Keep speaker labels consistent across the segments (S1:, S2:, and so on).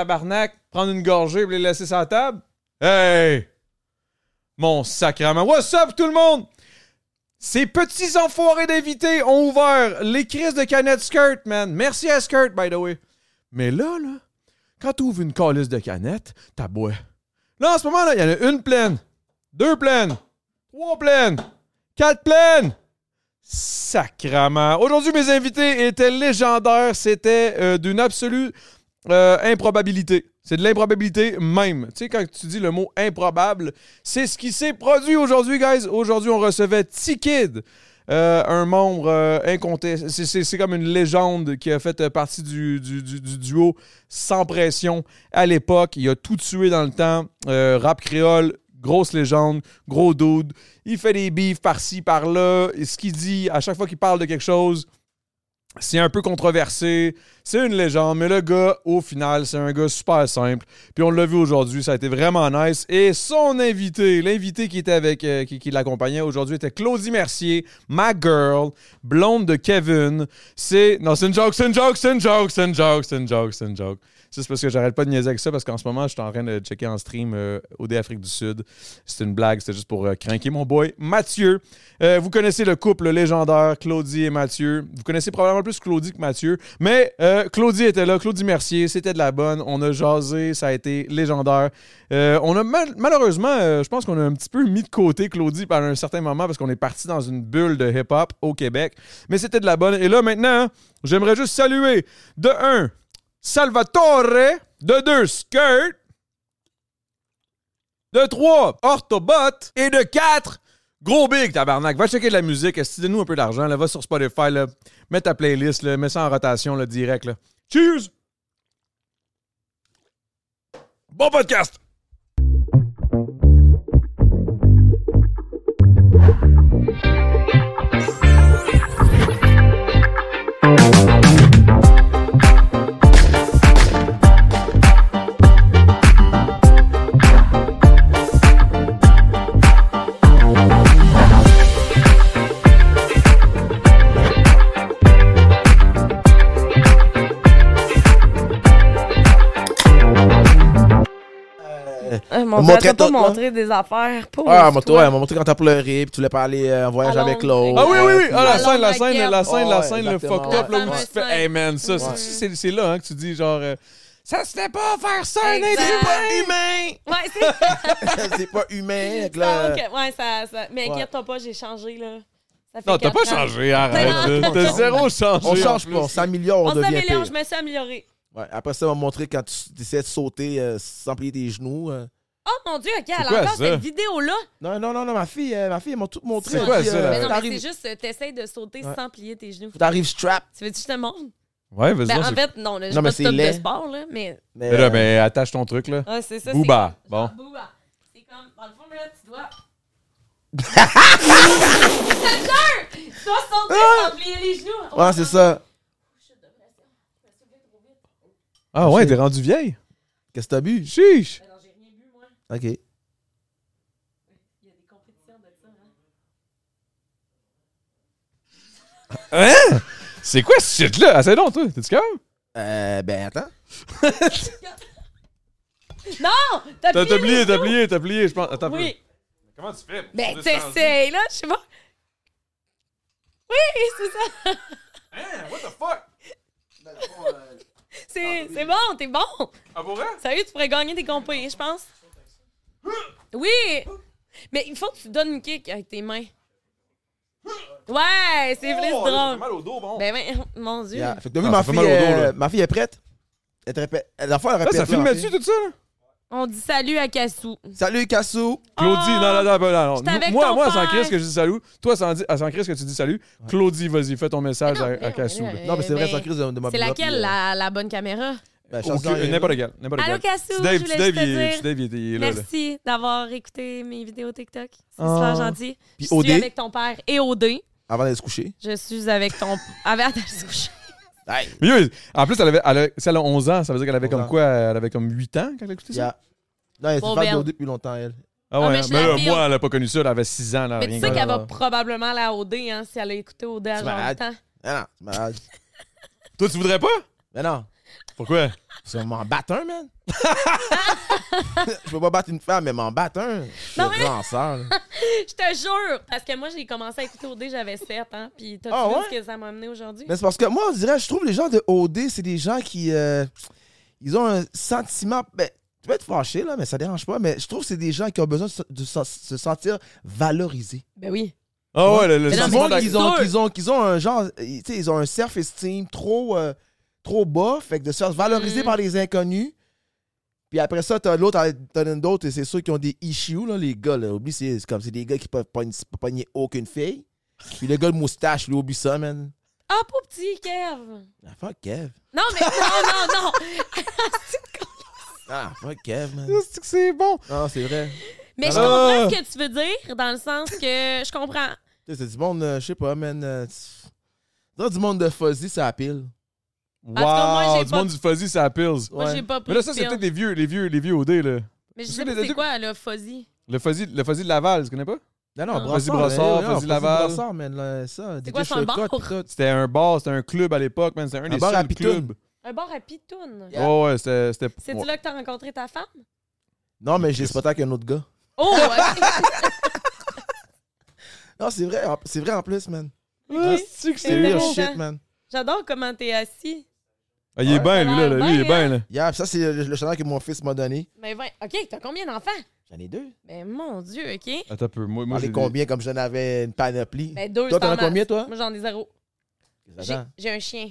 S1: tabarnak, prendre une gorgée et les laisser sur la table? Hey! Mon sacrement. What's up, tout le monde? Ces petits enfoirés d'invités ont ouvert les crises de canette Skirt, man. Merci à Skirt, by the way. Mais là, là, quand tu ouvres une calice de canette, t'as bois. Là, en ce moment, là, il y en a une pleine, deux pleines, trois pleines, quatre pleines. Sacrament. Aujourd'hui, mes invités étaient légendaires. C'était euh, d'une absolue euh, improbabilité. C'est de l'improbabilité même. Tu sais, quand tu dis le mot improbable, c'est ce qui s'est produit aujourd'hui, guys. Aujourd'hui, on recevait T-Kid, euh, un membre euh, incontesté. c'est- C'est c'est comme une légende qui a fait euh, partie du, du- du- du duo Sans Pression à l'époque. Il a tout tué dans le temps. Euh, rap créole, grosse légende, gros dude. Il fait des bifs par-ci, par-là. Et Ce qu'il dit, à chaque fois qu'il parle de quelque chose, c'est un peu controversé. C'est une légende, mais le gars, au final, c'est un gars super simple. Puis on l'a vu aujourd'hui, ça a été vraiment nice. Et son invité, l'invité qui était avec, euh, qui, qui l'accompagnait aujourd'hui, était Claudie Mercier, ma girl, blonde de Kevin. C'est. Non, c'est une joke, c'est une joke, c'est une joke, c'est une joke, c'est une joke, c'est une joke. Ça, C'est parce que j'arrête pas de niaiser avec ça parce qu'en ce moment, je suis en train de checker en stream euh, OD Afrique du Sud. C'est une blague, c'était juste pour euh, craquer mon boy Mathieu. Euh, vous connaissez le couple légendaire Claudie et Mathieu. Vous connaissez probablement plus Claudie que Mathieu. Mais euh, Claudie était là, Claudie Mercier, c'était de la bonne. On a jasé, ça a été légendaire. Euh, on a mal- malheureusement, euh, je pense qu'on a un petit peu mis de côté Claudie pendant un certain moment parce qu'on est parti dans une bulle de hip-hop au Québec. Mais c'était de la bonne. Et là maintenant, j'aimerais juste saluer de un Salvatore, de deux Skirt, de 3, Orthobot. Et de 4, Gros Big, tabarnak. Va checker de la musique. Est-ce nous un peu d'argent? Là, va sur Spotify, là, mets ta playlist, là, mets ça en rotation là, direct. Là. Cheers! Bon podcast!
S2: Euh, mon
S3: On
S2: Dieu,
S3: montrait
S2: t'as pas
S3: tout, là.
S2: montré des affaires pour
S3: Ah, mon toi,
S2: toi.
S3: elle m'a montré quand t'as pleuré, puis tu voulais pas aller euh, en voyage
S2: À
S3: avec
S2: Londres.
S1: Ah
S3: Claude.
S1: oui, oui, oui!
S3: puis-
S1: Ah, la
S2: Alors,
S1: scène, la
S2: la
S1: scène,
S2: guerre.
S1: la scène, la
S3: Ouais,
S1: scène, le
S3: exactement.
S1: fucked up, là,
S2: La
S1: où tu
S2: fameuse
S1: te fais, hey man, ça,
S2: Ouais.
S1: c'est- c'est c'est là hein, que tu dis genre, euh, ça se fait pas faire ça, un
S2: Exact.
S1: être humain!
S3: Humain!
S2: Ouais, c'est ça.
S3: c'est pas humain, avec le-
S2: Donc, ouais, ça, ça- Mais
S3: Ouais.
S2: inquiète-toi pas, j'ai changé, là. Ça fait
S1: Non, t'as
S2: quatre
S1: pas
S2: ans.
S1: changé, arrête!
S2: Mais
S1: là.
S2: non.
S1: T'as zéro changé!
S3: On
S1: en
S3: change
S1: plus.
S3: pas, on s'améliore, on,
S2: On
S3: devient
S2: s'améliore,
S3: pire.
S2: je me suis améliorée.
S3: Ouais, après ça, elle m'a montré quand tu essayais de sauter euh, sans plier tes genoux. euh.
S2: Oh mon Dieu, OK, elle
S1: quoi,
S2: a encore
S1: ça?
S2: cette vidéo-là.
S3: Non, non, non, non, ma fille, euh, ma fille, elle m'a tout montré.
S1: C'est quoi,
S3: Puis,
S1: ça,
S3: euh,
S1: là?
S2: Mais non, mais
S3: t'arrives-
S2: c'est juste, euh, t'essayes de sauter
S3: Ouais.
S2: sans plier tes genoux.
S3: T'arrives strap.
S2: Tu veux-tu que je te montre?
S1: Ouais, vas-y,
S2: Ben,
S1: donc,
S2: en
S1: c'est-
S2: fait, non, là, j'ai
S3: Non, mais
S2: pas
S3: c'est
S2: de top de
S3: laid.
S2: sport, là, mais...
S3: Mais,
S1: Mais là,
S3: euh,
S1: mais attache ton truc, là.
S2: Ouais, Ah, c'est ça, c'est-
S1: Booba, bon.
S2: Genre Booba. C'est comme, dans le fond, là, tu dois... Je te jure! Tu dois sauter sans plier les genoux.
S3: euh, Ouais, c'est ça.
S1: Ah ouais,
S3: Shit.
S1: t'es rendu vieille?
S3: Qu'est-ce que t'as bu?
S1: Chiche!
S2: Non, j'ai rien bu, moi.
S3: Ok.
S2: Il y a des compétitions de ça, hein.
S1: Hein? C'est quoi ce shit-là? Essaye donc, toi. T'es-tu calme?
S3: Euh, ben attends.
S2: Non! T'as
S1: T'as
S2: plié,
S1: t'as plié,
S2: les
S1: t'as
S2: genoux.
S1: plié, t'as plié, je pense. Attends, un peu.
S2: Oui.
S1: comment tu fais? pour
S2: Ben,
S1: descendre?
S2: t'essayes, là, je sais pas. Oui, c'est ça.
S1: Hein? What the fuck?
S2: C'est c'est bon, t'es bon.
S1: Ah, pour vrai?
S2: Sérieux, tu pourrais gagner des compés, je pense. Oui! Mais il faut que tu donnes une kick avec tes mains. Ouais, c'est plus
S1: Oh, là, j'ai
S2: drôle.
S1: mal au dos, bon.
S2: Ben, ben, mon Dieu.
S3: Yeah. Fait que t'as vu,
S1: Ah,
S3: ma,
S1: ça fait
S3: fille,
S1: mal au dos,
S3: euh,
S1: là.
S3: ma fille est prête. Elle te répète. La fois, elle
S1: Là,
S3: répète.
S1: Ah, ça filme
S3: ma
S1: là-dessus,
S3: fille.
S1: tout ça? là?
S2: On dit salut à Cassou.
S3: Salut, Cassou.
S1: Claudie, non, non, non, non, non, non.
S2: Ah, J'étais avec
S1: Moi,
S2: ton
S1: moi, sans
S2: père.
S1: crise que je dis salut. Toi, sans, di- ah, sans crise que tu dis salut. Claudie, vas-y, fais ton message
S2: Mais non,
S1: à-
S2: mais
S1: à
S2: non,
S1: Cassou.
S2: mais
S1: là.
S2: non,
S3: Non, mais c'est
S2: ben,
S3: vrai, sans crise de ma
S2: C'est laquelle, la, la bonne caméra?
S3: Ben,
S1: Aucun- euh, N'importe quel. N'importe
S2: Allô,
S1: quel.
S2: Cassou,
S1: C'est
S2: je
S1: Dave,
S2: voulais
S1: c'est Dave,
S2: juste te
S1: il est-
S2: dire.
S1: c'est Dave, il est- il est là. là.
S2: Merci d'avoir écouté mes vidéos TikTok. C'est
S1: Oh.
S2: super gentil.
S3: Ah.
S2: je
S3: Puis
S2: suis
S3: OD.
S2: avec ton père et OD.
S3: Avant d'aller se coucher.
S2: Je suis avec ton... avec... attends, je suis couchée.
S3: Hey,
S1: Mais oui, en plus, elle avait, elle a, si elle a 11 ans, ça veut dire qu'elle avait
S3: 11
S1: comme
S3: ans.
S1: quoi? Elle avait comme 8 ans quand elle a écouté ça?
S3: yeah. Non, elle
S2: Bon,
S3: s'est fait
S2: Belle.
S3: de depuis longtemps, elle.
S1: Ah
S2: Ah,
S1: ouais,
S2: mais
S1: hein.
S2: je
S1: mais,
S2: la
S1: là,
S2: filme.
S1: moi, elle a pas connu ça, elle avait 6 ans, elle a
S2: Mais tu
S1: rien
S2: sais
S1: connu.
S2: qu'elle va
S3: grave.
S2: probablement aller à OD, hein, si elle a écouté OD à
S3: C'est
S2: genre le
S3: malade.
S2: temps.
S3: Ah non, c'est malade.
S1: Toi, tu voudrais pas?
S3: Mais non.
S1: Pourquoi?
S3: Parce que m'en battre un, man. je peux pas battre une femme, mais m'en battre un. Je suis
S2: Non,
S3: un
S2: mais-
S3: grand sœur. là.
S2: Je te jure! Parce que moi, j'ai commencé à écouter OD, j'avais 7 ans. Puis t'as-tu
S3: Ah
S2: vu
S3: ouais?
S2: ce que ça m'a amené aujourd'hui?
S3: Mais c'est parce que moi, on dirait, je trouve les gens de OD, c'est des gens qui. euh, ils ont un sentiment. ben, tu peux être fâché, là, mais ça dérange pas. Mais je trouve que c'est des gens qui ont besoin de, se- de se- se sentir valorisés.
S2: Ben oui.
S1: Ah ouais, le, le
S3: Mais dans le
S1: sentiment
S3: monde,
S1: d'ac-
S3: ils ont,
S2: sûr.
S3: ils ont, qu'ils ont un genre. euh, Tu sais, ils ont un self-esteem trop, euh, trop bas. Fait que de se faire valoriser
S2: Mm.
S3: par les inconnus. Puis après ça, t'as l'autre, t'en as d'autres, et c'est ceux qui ont des issues, là, les gars, là. Oublie, c'est c'est comme, c'est des gars qui peuvent pogner, pogner aucune fille. Puis le gars de moustache, lui, oublie ça, man.
S2: Ah, pour petit Kev!
S3: Ah, fuck Kev.
S2: Non, mais non, non, non!
S3: Ah, fuck Kev, man.
S1: Ah, c'est que C'est bon.
S3: Non, c'est vrai.
S2: Mais je
S1: Ah.
S2: comprends ce que tu veux dire, dans le sens que je comprends.
S3: Tu sais, C'est du monde, euh, je sais pas, man. euh, tu- on dirait du monde de fuzzy, ça la pile.
S2: tout cas, moi, j'ai
S1: Wow, du
S2: pas-
S1: monde du fuzzy, ça pills.
S2: Moi,
S3: Ouais.
S2: j'ai pas pris
S1: Mais là, ça, c'est
S2: de
S1: peut-être
S2: pills.
S1: des vieux, les vieux, les vieux OD, là.
S2: Mais je
S1: c'est
S2: sais
S1: des-
S2: pas c'est
S1: des-
S2: quoi, là, Fuzzy.
S1: Le fuzzy, le fuzzy de Laval, tu connais pas?
S3: Non, non,
S2: Ah.
S3: Brassard.
S1: Fuzzy Brassard,
S3: là, non,
S1: Fuzzy Laval.
S3: Brassard, man, là, ça. DJ
S2: quoi, c'est un
S3: Checot,
S2: bar?
S3: pis tout.
S1: C'était un bar, c'était un club à l'époque, man. C'était un, des
S3: bar à
S1: seuls
S3: Pitoune.
S1: clubs.
S2: Un bar à pitoune.
S3: Yeah.
S1: Ouais, ouais, c'était. c'était-
S2: C'est-tu
S1: ouais.
S2: là que t'as rencontré ta femme?
S3: Non, mais j'ai pas avec un autre gars.
S2: Oh, ouais!
S3: Non, c'est vrai, en- c'est vrai en plus, man.
S1: Ah, c'est que
S2: C'est hein.
S1: c'est
S3: Real
S2: bon.
S1: bon.
S3: shit, man.
S2: J'adore comment t'es assis.
S1: Ah, il est
S3: Ouais.
S1: bien, lui, là. là. Lui, il est bien, là.
S3: Yeah, ça, c'est le, le chandail que mon fils m'a donné.
S2: Mais Ben, vingt- OK, t'as combien d'enfants?
S3: J'en ai deux.
S2: Ben, mon Dieu, OK?
S1: Attends un peu. Moi,
S3: J'en
S1: moi
S3: ai
S1: j'ai.
S3: combien comme j'en avais une panoplie?
S2: Ben, deux,
S3: toi,
S2: c'est
S3: t'en as
S2: en masse.
S3: combien, toi?
S2: Moi, j'en ai zéro. J'ai
S3: Attends.
S2: j'ai un chien.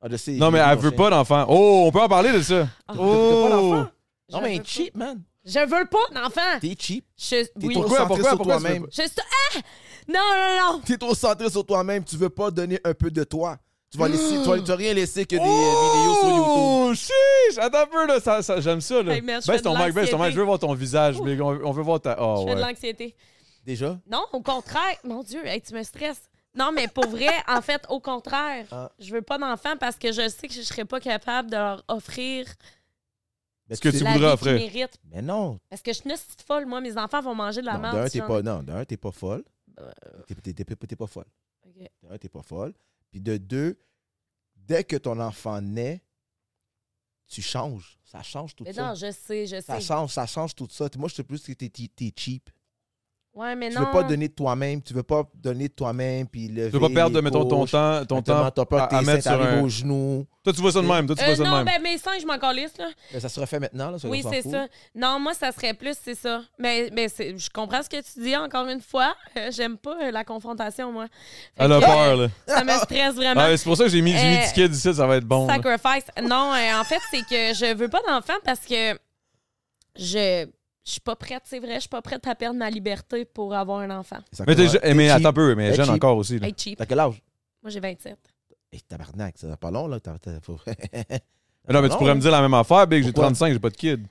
S3: Ah, je sais.
S1: Non, mais
S3: j'ai
S1: elle
S3: mon
S1: veut
S3: chien.
S1: pas d'enfant. Oh, on peut en parler de ça.
S2: Ah.
S3: T'as pas
S1: Oh!
S3: d'enfant?
S2: Je
S3: Non, mais
S2: veux
S3: cheap, man.
S2: pas. Je veux pas d'enfant!
S3: T'es cheap.
S2: Je...
S3: T'es
S2: Oui.
S3: trop
S1: Pourquoi,
S3: centré
S1: pourquoi,
S3: sur
S1: pourquoi tu
S3: toi-même.
S1: veux
S2: Je suis... Ah! Non, non, non!
S3: T'es trop centré sur toi-même. Tu veux pas donner un peu de toi. Tu vas laisser, tu vas, tu vas rien laisser que des euh, vidéos sur YouTube.
S1: Oh, chiche! Attends un peu, là. Ça, ça- J'aime ça, là.
S2: Hey, merde, je
S1: baisse
S2: fais
S1: ton
S2: de
S1: mic, baisse ton mic.
S2: l'anxiété.
S1: Je veux voir ton visage, mais on, on veut voir ta. Oh,
S2: Je fais de
S1: ouais.
S2: l'anxiété.
S3: Déjà?
S2: Non, au contraire. Mon Dieu, hey, tu me stresses. Non, mais pour vrai, en fait, au contraire,
S3: Ah.
S2: je veux pas d'enfants parce que je sais que je serais pas capable de leur offrir
S3: Mais
S1: Ce que tu
S2: la vie
S1: voudrais
S2: qu'ils
S1: offrir.
S2: méritent.
S3: Ben, Mais non.
S2: Parce que je suis une petite folle, moi. Mes enfants vont manger de la
S3: Non, d'un,
S2: merde. si
S3: t'es
S2: j'en-
S3: pas, non, d'un, t'es pas folle.
S2: Euh.
S3: T'es- t'es- T'es t'es pas folle.
S2: Ok.
S3: De un, t'es pas folle. Puis de deux, dès que ton enfant naît, tu changes. Ça change tout
S2: Mais
S3: ça.
S2: non, je sais, je
S3: ça
S2: sais.
S3: change, ça change tout ça. Moi, je sais plus que t'es, t'es- t'es cheap.
S2: Ouais, mais
S3: Tu
S2: non.
S3: veux pas donner de toi-même, tu veux pas donner de toi-même, puis lever
S1: Tu veux pas perdre,
S3: les
S1: mettons, ton
S3: couches.
S1: temps. Ton temps
S3: Exactement, T'as peur
S1: à-
S3: que
S1: à
S3: tes seins
S1: mettre sur
S3: t'arrivent
S1: un-
S3: aux genoux.
S1: Toi, tu vois ça de même. Toi, tu
S2: Euh,
S1: vois ça de
S2: non,
S1: même.
S2: ben mes seins, je m'en calisse, là.
S3: Mais ça se refait maintenant, là. ça,
S2: oui,
S3: on s'en
S2: c'est
S3: fout.
S2: ça. Non, moi, ça serait plus, c'est ça. Mais, mais c'est- je comprends ce que tu dis, encore une fois. Euh, J'aime pas euh, la confrontation, moi. Fait
S1: Elle a
S2: que, euh,
S1: peur, là.
S2: Ça me stresse vraiment.
S1: Ah, c'est pour ça que j'ai mis, j'ai mis
S2: Euh,
S1: du kid ici, ça va être bon. là.
S2: Sacrifice. Non, euh, en fait, c'est que je veux pas d'enfant parce que je je suis pas prête, c'est vrai, je suis pas prête à perdre ma liberté pour avoir un enfant.
S1: Mais, t'es,
S3: Exactement.
S1: je- mais
S3: cheap.
S1: attends un peu, mais
S3: T'es
S1: jeune
S3: cheap.
S1: encore aussi. là.
S2: Hey, cheap.
S3: T'as quel âge?
S2: Moi, j'ai 27.
S3: Hey, tabarnak, ça va pas long, là. T'as- t'as- faut-
S1: Mais non, mais tu
S3: Non,
S1: pourrais
S3: hein.
S1: me dire la même affaire, Big, j'ai
S3: Pourquoi?
S1: 35, j'ai pas de kid.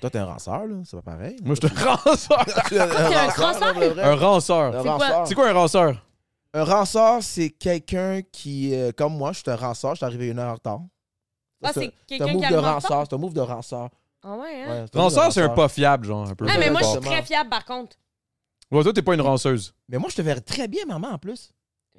S3: Toi, t'es un ranceur, là. C'est pas pareil.
S1: Moi, je suis un ranceur.
S3: t'es
S2: un
S3: là, pour le vrai.
S1: un ranceur.
S3: Un
S2: quoi?
S3: ranceur.
S1: C'est quoi un ranceur?
S3: Un ranceur, c'est quelqu'un qui, euh, comme moi, je suis un ranceur, je suis arrivé une heure en retard.
S2: Ah, c'est
S3: Ça, c'est un
S2: quelqu'un qui
S3: move de
S2: a pas.
S3: ranceur, c'est un move de ranceur.
S2: Ah ouais, hein?
S3: Ouais, un move de
S1: Ranceur, c'est un pas fiable, genre, un peu.
S2: Ah, mais moi, je suis
S3: Exactement.
S2: très fiable, par contre.
S1: Ouais, toi, t'es pas une ranceuse.
S3: Mais moi, je te verrais très bien, maman, en plus.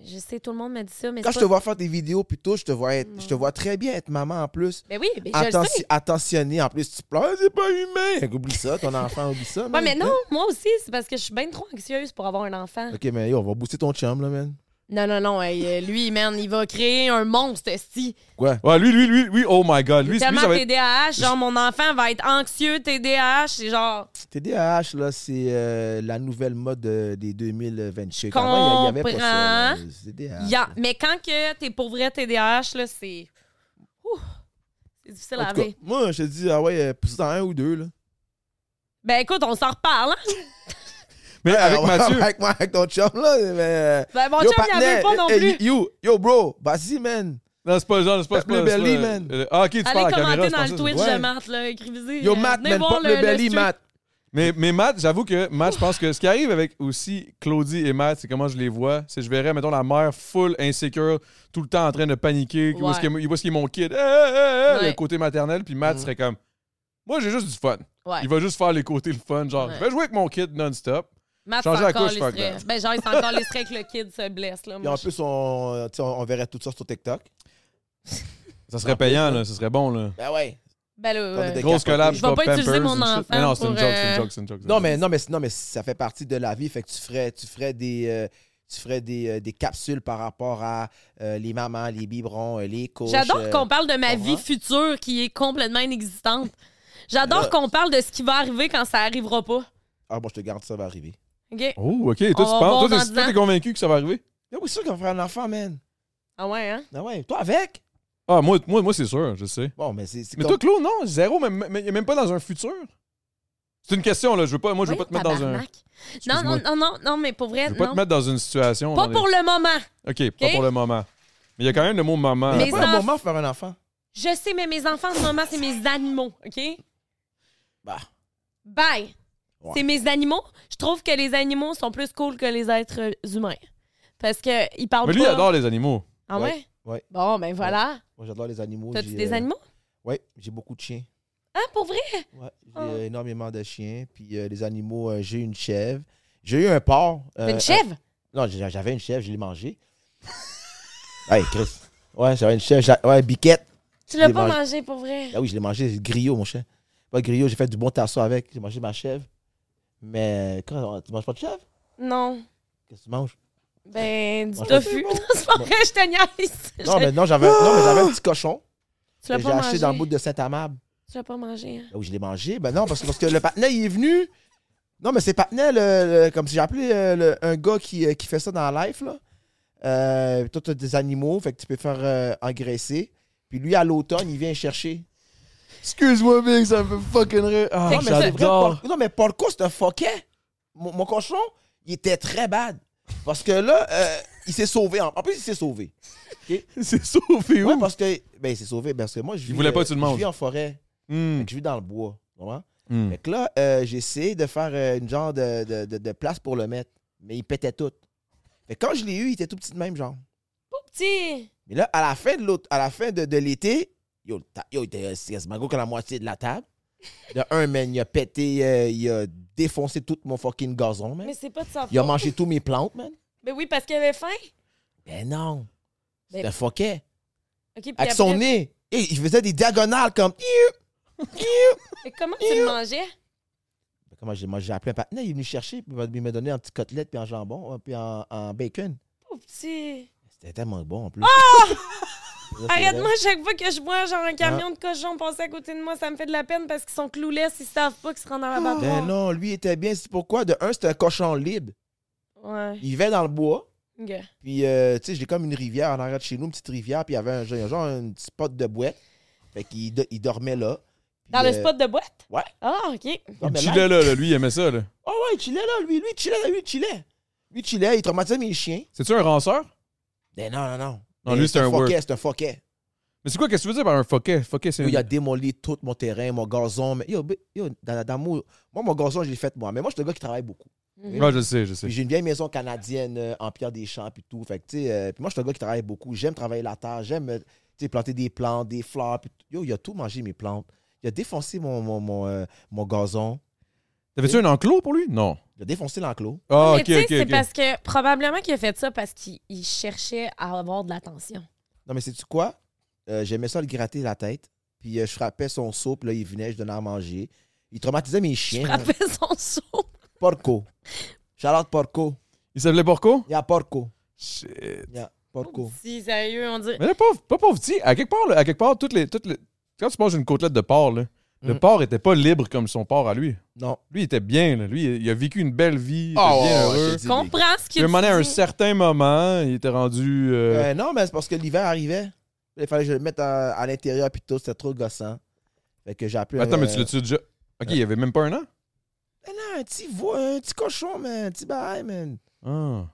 S2: Je sais, tout le monde me dit ça, mais
S3: Quand
S2: c'est
S3: je te
S2: pas-
S3: vois faire tes vidéos, puis tout, je te vois, être, je te vois très bien être maman, en plus.
S2: Ben oui, ben je le
S3: Attention-
S2: sais.
S3: attentionné, en plus, tu pleures, c'est pas humain. Fait que Oublie ça, ton enfant, oublie ça.
S2: Ouais,
S3: man.
S2: mais non, moi aussi, c'est parce que je suis bien trop anxieuse pour avoir un enfant.
S3: Ok, mais yo, on va booster ton chum, là, man.
S2: Non, non, non, hey, euh, lui, man, il va créer un monstre, si.
S3: Quoi?
S1: Ouais, lui, lui, lui, lui, oh my god. Lui, lui, ça
S2: Tellement
S1: va être.
S2: TDAH, genre, mon enfant va être anxieux, TDAH, c'est genre...
S3: TDAH, là, c'est euh, la nouvelle mode euh, des 2026. Avant, il y avait pas ça. là. C'est
S1: Ah,
S3: TDAH.
S2: Ya, Mais quand que t'es pour vrai TDAH, là, c'est. Ouh, C'est difficile
S3: En
S2: à
S3: tout cas,
S2: vivre.
S3: moi, je te dis, ah ouais, euh, pousse-en un ou deux, là.
S2: Ben écoute, on s'en reparle, hein?
S1: Mais avec
S3: Ah ouais,
S1: Mathieu.
S3: Avec moi, avec ton chum, là. Mais... euh,
S2: Ben mon chum, il avait pas non
S1: euh,
S3: eh,
S2: plus.
S3: eh, you, yo, bro, vas-y, man.
S1: Non, c'est pas genre, c'est pas. c'est
S3: Peuple
S1: pas- c'est
S3: Belly,
S1: pas-
S3: man.
S1: euh, Ah, ok, tu parles à la
S2: Allez
S1: caméra.
S2: commenter
S1: je
S2: dans
S1: pensais
S2: le
S1: que c'était-
S2: Twitch
S3: Ouais.
S2: de Matt, là, euh, écrivez
S3: Yo, Matt, man, pop le belly, Matt.
S1: Mais, mais Matt, j'avoue que Matt, je pense que ce qui arrive avec aussi Claudie et Matt, c'est comment je les vois, c'est je verrais, mettons, la mère full insécure, tout le temps en train de paniquer, qui voit ce
S2: Ouais.
S1: qu'il est- il voit ce qui est mon kid, Eh, eh, eh, le
S2: Ouais.
S1: côté maternel, puis Matt
S3: Mhm.
S1: serait comme, moi j'ai juste du fun.
S2: Ouais.
S1: Il va juste faire les côtés le fun, genre,
S2: Ouais.
S1: je vais jouer avec mon kid non-stop.
S2: Matt,
S1: Changer
S2: c'est
S1: la
S2: encore
S1: couche,
S2: les
S1: fuck
S2: stress.
S1: that.
S2: Ben genre, il s'est encore les stress que le kid se blesse, là.
S3: Et en
S2: moi, je-
S3: plus, on, tu sais, on, on verrait tout ça sur TikTok.
S1: Ça serait payant, là. Ça serait bon, là.
S3: Ben ouais.
S2: Ben là,
S3: Attendez,
S2: euh,
S3: des-
S1: Grosse collab,
S2: Je vais pas utiliser
S1: Pampers,
S2: mon
S1: une shit.
S2: enfant
S1: Mais non, c'est une
S2: pour,
S1: joke, c'est une
S2: euh,
S1: joke, c'est une joke. c'est une
S3: Non
S1: joke.
S3: mais, non, mais, non, mais ça fait partie de la vie. Fait que tu ferais, tu ferais des. euh, tu ferais des, euh, des capsules par rapport à euh, les mamans, les biberons, euh, les couches.
S2: J'adore
S3: euh,
S2: qu'on parle de ma
S3: comprends?
S2: vie future qui est complètement inexistante. J'adore qu'on parle de ce qui va arriver quand ça arrivera pas.
S3: Ah, bon, je te garde, ça va arriver.
S2: OK?
S1: Oh, OK. Toi, tu
S2: On va
S1: penses.
S2: voir
S1: Toi,
S2: dans
S1: t'es-
S2: dix
S1: toi,
S2: ans.
S1: t'es convaincu que ça va arriver?
S3: Mais oui, c'est sûr qu'on ferait un enfant, man.
S2: Ah ouais, hein?
S3: Ah ouais, toi avec.
S1: Ah, moi, moi, moi c'est sûr, je sais.
S3: Bon, mais c'est. c'est
S1: Mais
S3: comme-
S1: toi, Claude, non, zéro, même, même- même pas dans un futur. C'est une question, là. Je veux pas, moi, je veux pas te mettre dans un.
S2: Tabarnak. Non, non,
S1: Excuse-moi.
S2: non, non, non, mais pour vrai,
S1: Je veux pas
S2: non.
S1: te mettre dans une situation.
S2: Pas
S1: dans
S2: pour le moment.
S1: les- OK, pas
S2: OK?
S1: pour le moment. Mais il y a quand même le mot maman.
S2: Mais-
S3: C'est pas
S2: les
S3: un
S2: enf-
S3: moment pour faire un enfant.
S2: Je sais, mais mes enfants, en ce moment, c'est mes animaux, OK?
S3: Bah.
S2: Bye!
S3: Ouais.
S2: C'est mes animaux. Je trouve que les animaux sont plus cool que les êtres humains. Parce qu'ils parlent
S1: Mais lui, il
S2: pas.
S1: adore les animaux.
S2: Ah ouais?
S3: Ouais.
S2: Bon, ben voilà.
S3: Moi, j'adore les animaux.
S2: T'as-tu
S3: j'ai,
S2: des
S3: euh,
S2: animaux?
S3: Ouais, j'ai beaucoup de chiens.
S2: Ah, pour vrai?
S3: Ouais, j'ai
S2: Ah.
S3: euh, énormément de chiens. Puis euh, les animaux, euh, j'ai une chèvre. J'ai eu un porc. euh,
S2: T'as une chèvre?
S3: Non, j'ai- j'avais une chèvre, je l'ai mangée. hey, Chris. Ouais, j'avais une chèvre. j'a- Ouais, biquette.
S2: Tu l'as
S3: l'ai
S2: pas
S3: mangé.
S2: mangé pour vrai?
S3: Ah oui, je l'ai mangée. c'est Griot, mon chien. Pas griot, j'ai fait du bon tasso avec. J'ai mangé ma chèvre. Mais quand, tu manges pas de chèvre?
S2: Non.
S3: Qu'est-ce que tu manges?
S2: Ben, du
S3: Moi, je
S2: tofu.
S3: sais pas.
S2: Non, C'est pas vrai, je te niaise.
S3: Non,
S2: Je-
S3: mais non, j'avais non, mais j'avais un petit cochon
S2: Tu
S3: que
S2: l'as
S3: j'ai
S2: pas
S3: acheté
S2: mangé.
S3: dans le bout de Saint-Amable.
S2: Tu l'as pas mangé. hein?
S3: Là où je l'ai mangé, ben non, parce que, parce que le patinet, il est venu. Non, mais c'est patinet, le, le- comme si j'ai appelé euh, le- un gars qui, euh, qui fait ça dans la life, là. Euh, toi, t'as des animaux, fait que tu peux faire euh, engraisser. Puis lui, à l'automne, il vient chercher.
S1: Excuse-moi, Big, ça me fucking rire. Ah,
S2: Fait
S3: Non, mais c'est vrai, Por- non, mais Porco, c'est un fucké. Mon, mon cochon, il était très bad. Parce que là, euh, il s'est sauvé. En, en plus, il s'est sauvé.
S1: C'est sauvé
S3: Ouais,
S1: où?
S3: parce que. Ben, il s'est sauvé parce que moi, je vis,
S1: voulait pas
S3: euh,
S1: que tu le manges.
S3: Je vis en forêt.
S1: Hmm,
S3: Fait que je vis dans le bois. Vraiment?
S1: hmm.
S3: Fait que là, euh, j'ai essayé de faire euh, une genre de, de- de- de place pour le mettre, mais il pétait tout. Fait que quand je l'ai eu, il était tout petit de même, genre.
S2: Pas petit.
S3: Mais là, à la fin de l'autre, à la fin de, de l'été, yo, le ta- yo, il était euh, c'est quasiment gros que la moitié de la table. De un, man, il a pété, euh, il a défoncé tout mon fucking gazon, man.
S2: Mais c'est pas de sa faute.
S3: Il a mangé tous mes plantes, man.
S2: Ben oui, parce qu'il avait faim.
S3: Ben non.
S2: Ben-
S3: C'était un fucké.
S2: OK, puis
S3: Avec
S2: après,
S3: son nez. Et il faisait des diagonales comme.
S2: mais comment tu le mangeais?
S3: Ben, Comment j'ai moi, j'ai appelé un partenaire, il est venu chercher, puis il m'a- il m'a donné un petit côtelette, puis en jambon, hein, puis en- en bacon.
S2: Pas petit.
S3: C'était tellement bon en plus. Là, c'est
S2: Ah! Arrête-moi
S3: vrai. Ah.
S2: chaque fois que je vois genre un camion de cochons passer à côté de moi, ça me fait de la peine parce qu'ils sont clouless, ils savent pas qu'ils se rendent dans la
S3: Ben
S2: bataille.
S3: non, lui était bien. C'est pourquoi, de un, c'était un cochon libre.
S2: Ouais.
S3: Il vivait dans le bois.
S2: Ok.
S3: Puis, euh, tu sais, j'ai comme une rivière en arrière de chez nous, une petite rivière. Puis, il y avait un, genre- genre un petit spot de boîte. Fait qu'il do- il dormait là. Puis,
S2: Dans le
S3: euh,
S2: spot de boîte?
S3: ouais.
S2: Ah, OK.
S3: il dormait
S1: Il
S3: là.
S1: chillait là, là, lui, il aimait ça. là.
S3: Ah ouais, il chillait là. Lui, lui, il chillait là. Lui, il chillait. Lui, il chillait. Il traumatisait mes chiens.
S1: C'est-tu un ranceur?
S3: Ben non, non, non.
S1: Non,
S3: Ben,
S1: lui, c'est un work.
S3: fucké, C'est un fucké.
S1: Mais c'est quoi, qu'est-ce que tu veux dire par un fucké? Fucké, c'est
S3: Yo, Il a démoli tout mon terrain, mon gazon. Mais yo, ben, yo, dans, dans mon- moi, mon gazon, je l'ai fait moi. Mais moi, je suis le gars qui travaille beaucoup.
S2: Mhm.
S1: Ouais, Ah, je le sais, je le sais.
S3: Puis j'ai une vieille maison canadienne euh, en pierre des champs puis tout. Fait que, tu sais, euh, puis moi, je suis un gars qui travaille beaucoup. J'aime travailler la terre. J'aime, euh, tu sais, planter des plantes, des fleurs. Puis tout. Yo, il a tout mangé, mes plantes. Il a défoncé mon, mon, mon, euh, mon gazon.
S1: T'avais-tu un enclos pour lui? Non.
S3: Il a défoncé l'enclos.
S1: Ah,
S2: mais
S1: ok,
S2: tu sais,
S1: ok,
S2: c'est
S1: ok.
S2: parce que probablement qu'il a fait ça parce qu'il il cherchait à avoir de l'attention.
S3: Non, mais sais-tu quoi? Euh, J'aimais ça le gratter la tête. Puis euh, je frappais son seau. Puis là, il venait, je donnais à manger. Il traumatisait mes
S2: Il
S3: chiens.
S2: frappait son saut.
S3: Porco. Charlotte Porco.
S1: Il s'appelait Porco?
S3: Il y a Porco.
S1: Shit.
S3: Il y a Porco.
S2: Si, sérieux, on dirait.
S1: Mais là, pauvre, pas pauvre petit. À quelque part, là, à quelque part, toutes les, toutes les... quand tu manges une côtelette de porc, là, le
S3: Mm.
S1: porc était pas libre comme son porc à lui.
S3: Non.
S1: Lui, il était bien. là. Lui, il a vécu une belle vie. Il était
S3: Oh,
S1: bien
S3: ouais,
S1: heureux.
S3: je te
S2: Je
S3: dis,
S2: comprends ce
S1: Puis, à un moment donné, à
S2: que
S1: un
S2: tu dis.
S1: certain moment, il était rendu. euh,
S3: Euh, non, mais c'est parce que l'hiver arrivait. Il fallait que je le mette à, à l'intérieur, puis tout, c'était trop gossant. Fait que j'ai appelé.
S1: Attends,
S3: un,
S1: mais tu l'as-tu déjà. Ok, il avait même pas un an?
S3: Ben non, un petit voix, un petit cochon, man. Un petit bail, man.
S1: Ah.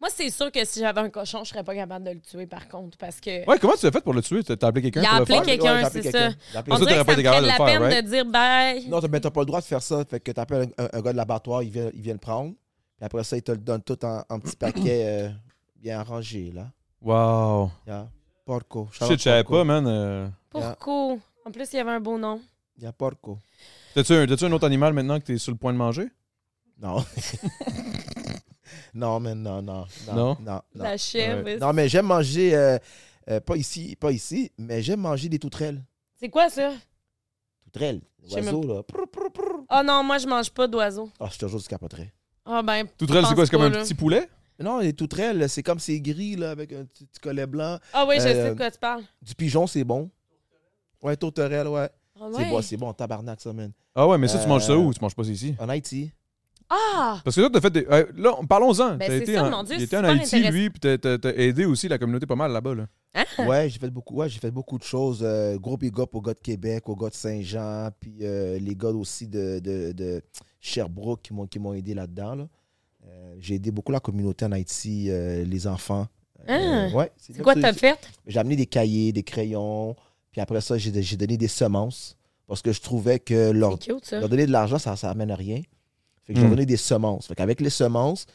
S2: Moi, c'est sûr que si j'avais un cochon, je serais pas capable de le tuer, par contre, parce que.
S1: Ouais, comment tu l'as fait pour le tuer? T'as t'as appelé quelqu'un
S2: Il a
S1: pour le
S2: appelé
S1: faire?
S2: quelqu'un,
S3: j'ai appelé
S2: c'est
S3: quelqu'un.
S2: ça.
S3: J'ai appelé
S2: On
S1: Ça,
S2: dirait
S1: t'aurais
S2: que
S1: pas
S2: ça me
S1: été
S2: fait
S1: capable
S2: de la
S1: de le faire,
S2: peine
S1: right?
S2: de dire bye.
S3: Non, t'as ben, t'as pas le droit de faire ça. Fait que t'appelles un, un- un gars de l'abattoir, il vient, il vient le prendre. Puis après ça, il te le donne tout en, en petit paquet euh, bien rangé, là.
S1: Wow.
S3: Yeah. Porco.
S1: Shit, je savais pas, man. euh.
S2: Pourquoi? En plus, il y avait un beau nom.
S3: Il y a Porco.
S1: T'as-tu un, t'as-tu un autre animal maintenant que t'es sur le point de manger?
S3: Non. non, mais non, non. Non.
S1: Non?
S3: Non, non.
S2: La chèvre.
S1: Ouais.
S2: est-
S3: Non, mais j'aime manger. euh, Euh, pas ici, pas ici, mais j'aime manger des touterelles.
S2: C'est quoi ça?
S3: Touterelles,
S2: Je sais
S3: l'oiseau, là. Prou, prou, prou.
S2: Ah non, moi, je mange pas d'oiseaux.
S3: Ah, je te jure, tu capoterais.
S2: Ah ben,
S1: Touterelle, c'est
S2: pense
S1: quoi? C'est comme
S2: pas,
S1: un
S2: là.
S1: petit poulet?
S3: Non, les touterelles, c'est comme c'est gris, là, avec un petit petit collet blanc.
S2: ah oui, je
S3: Euh,
S2: sais de quoi tu parles.
S3: Du pigeon, c'est bon. Ouais, tourterelle, ouais.
S2: Ah
S3: C'est
S2: ouais.
S3: bon, c'est bon, tabarnak, ça, man.
S1: Ah ouais, mais ça, tu manges ça
S3: Euh,
S1: où? Tu manges pas ça ici?
S3: En Haïti.
S2: Ah!
S1: Parce que toi, t'as fait des. euh, là, parlons-en.
S2: Ben,
S1: t'as
S2: c'est
S1: été
S2: ça,
S1: en-
S2: mon Dieu,
S1: il
S2: c'est
S1: était en
S2: super
S1: Haïti,
S2: intéressant.
S1: lui, puis t'as- t'as t'as aidé aussi la communauté pas mal là-bas. Là.
S3: Ouais, j'ai fait beaucoup, ouais, j'ai fait beaucoup de choses. euh, gros big up aux gars de Québec, aux gars de Saint-Jean, puis euh, les gars aussi de, de, de Sherbrooke qui m'ont, qui m'ont aidé là-dedans. là. Euh, j'ai aidé beaucoup la communauté en Haïti, euh, les enfants. Euh,
S2: Hein?
S3: ouais,
S2: C'est quoi
S3: c'est-
S2: t'as fait?
S3: J'ai amené des cahiers, des crayons, puis après ça, j'ai, j'ai donné des semences parce que je trouvais que leur
S2: C'est cute, ça.
S3: Leur donner de l'argent, ça ça amène à rien. Fait que je leur
S1: Mm.
S3: donnais des semences. Fait qu'avec les semences,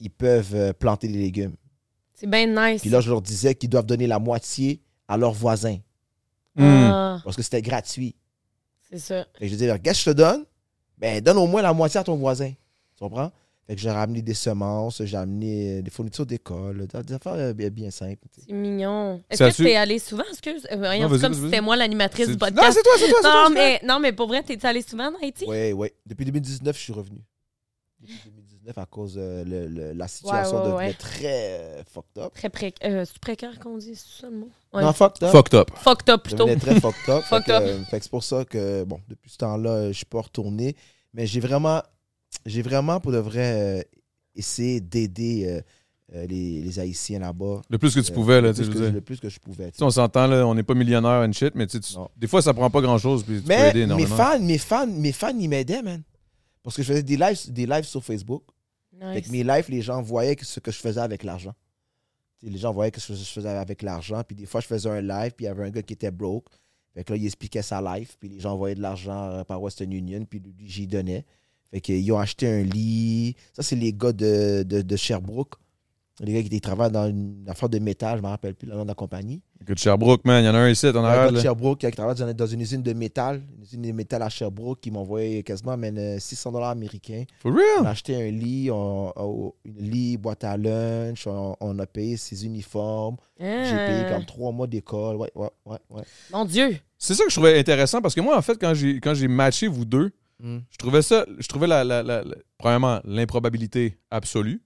S3: ils peuvent euh, planter des légumes.
S2: C'est bien nice.
S3: Puis là, je leur disais qu'ils doivent donner la moitié à leurs voisins
S1: Hmm.
S2: Ah,
S3: parce que c'était gratuit.
S2: c'est ça.
S3: Fait que je disais, qu'est-ce que je te donne? Ben, donne au moins la moitié à ton voisin. Tu comprends? Fait que j'ai ramené des semences, j'ai amené euh, des fournitures d'école, des des affaires euh, bien, bien simples. tu sais.
S2: C'est mignon. Est-ce
S1: Ça
S2: que
S1: su-
S2: t'es allée souvent? Excuse. euh, voyons,
S1: Non, vas-y,
S2: c'est comme
S1: vas-y,
S2: si
S1: vas-y.
S2: c'était moi l'animatrice
S1: C'est-
S2: du
S1: Non,
S2: podcast.
S1: c'est toi, c'est toi, c'est toi!
S2: Non,
S1: c'est toi.
S2: mais, non, mais pour vrai, t'es allée souvent en Haïti?
S3: Oui, oui. Depuis 2019, je suis revenu. Depuis 2019, à cause euh, le- le- la situation
S2: ouais,
S3: devenait
S2: ouais.
S3: très euh, fucked up.
S2: Très précaire. Euh, c'est précaire qu'on dit, c'est ça le mot? Ouais.
S3: Non, fucked up.
S1: Fucked up.
S2: Fucked up
S3: Je
S2: plutôt.
S3: devenais très fucked up.
S2: Fucked
S3: fait que,
S2: up.
S3: euh, fait que c'est pour ça que, bon, depuis ce temps-là, euh, je suis pas retourné. Mais j'ai vraiment, j'ai vraiment, pour de vrai, euh, essayé d'aider euh, euh, les, les Haïtiens là-bas.
S1: Le plus que tu
S3: Euh,
S1: pouvais, là,
S3: le
S1: tu sais,
S3: plus,
S1: je
S3: que,
S1: veux dire.
S3: le plus que je pouvais. tu
S1: Tu
S3: sais.
S1: sais, on s'entend, là, on n'est pas millionnaire and shit, mais tu sais, tu-
S3: Non.
S1: des fois, ça prend pas grand-chose, puis tu peux
S3: Mais
S1: aider
S3: mes
S1: énormément.
S3: fans, mes fans, mes fans, ils m'aidaient, man. Parce que je faisais des lives, des lives sur Facebook. Fait
S2: Nice.
S3: que mes lives, les gens voyaient que ce que je faisais avec l'argent. Tu sais, les gens voyaient que ce que je faisais avec l'argent. Puis des fois, je faisais un live, puis il y avait un gars qui était broke. Fait que là, il expliquait sa life, puis les gens envoyaient de l'argent euh, par Western Union, puis lui, j'y donnais. Fait qu'ils ont acheté un lit. Ça, c'est les gars de, de, de Sherbrooke. Les gars qui étaient- travaillent dans une affaire de métal, je me rappelle plus le nom de la compagnie.
S1: Good Sherbrooke, man, il y en a un ici, en
S3: Un gars
S1: arrière,
S3: de
S1: là.
S3: Sherbrooke qui travaille dans, dans une usine de métal, une usine de métal à Sherbrooke, qui m'envoyait quasiment man, euh, 600 dollars américains.
S1: For
S3: On a
S1: real?
S3: acheté un lit, on, on- une lit, boîte à lunch, on, on a payé ses uniformes. J'ai payé
S2: Ah.
S3: comme trois mois d'école. Ouais, ouais, ouais, ouais.
S2: Mon Dieu!
S1: C'est ça que je trouvais intéressant, parce que moi, en fait, quand j'ai quand j'ai matché vous deux, je trouvais ça, je trouvais, la, la- la- la- premièrement, l'improbabilité absolue.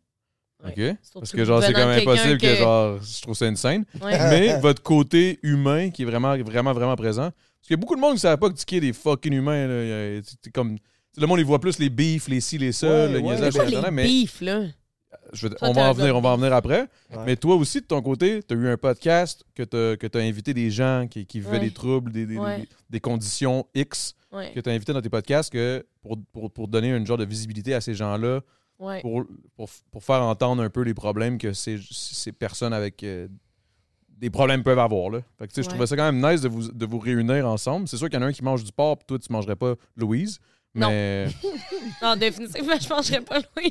S2: Ouais.
S1: OK?
S2: Surtout
S1: Parce que, genre, c'est
S2: venant
S1: quand
S2: de
S1: même
S2: quelqu'un
S1: impossible que...
S2: que-
S1: genre, je trouve ça insane.
S2: Ouais.
S1: Mais votre côté humain qui est vraiment, vraiment, vraiment présent. Parce qu'il y a beaucoup de monde qui ne savent pas que Tiki est des fucking humains. là. Il y a- c'est- c'est comme, le monde, il voit plus les beefs, les ci, les ça,
S3: Ouais,
S1: le
S3: ouais.
S1: niaisage
S2: C'est
S1: sur
S2: quoi les
S1: Internet, mais
S2: beefs, là?
S1: je veux-
S2: Toi,
S1: on
S2: t'as
S1: va en
S2: un
S1: venir,
S2: bon
S1: on va en venir après.
S3: Ouais.
S1: Mais toi aussi, de ton côté, tu as eu un podcast que tu as, invité des gens qui, qui vivaient
S2: Ouais.
S1: des troubles, des, des-
S2: Ouais.
S1: des- des conditions X
S2: Ouais.
S1: que tu as invité dans tes podcasts que pour, pour, pour donner une genre de visibilité à ces gens-là,
S2: Ouais.
S1: pour, pour, pour faire entendre un peu les problèmes que ces, ces personnes avec euh, des problèmes peuvent avoir. Là. Fait que, tu sais, Je
S2: Ouais.
S1: trouvais ça quand même nice de vous, de vous réunir ensemble. C'est sûr qu'il y en a un qui mange du porc, puis toi, tu mangerais pas Louise.
S2: Non.
S1: Mais,
S2: Non, définitivement, je penserais pas loin.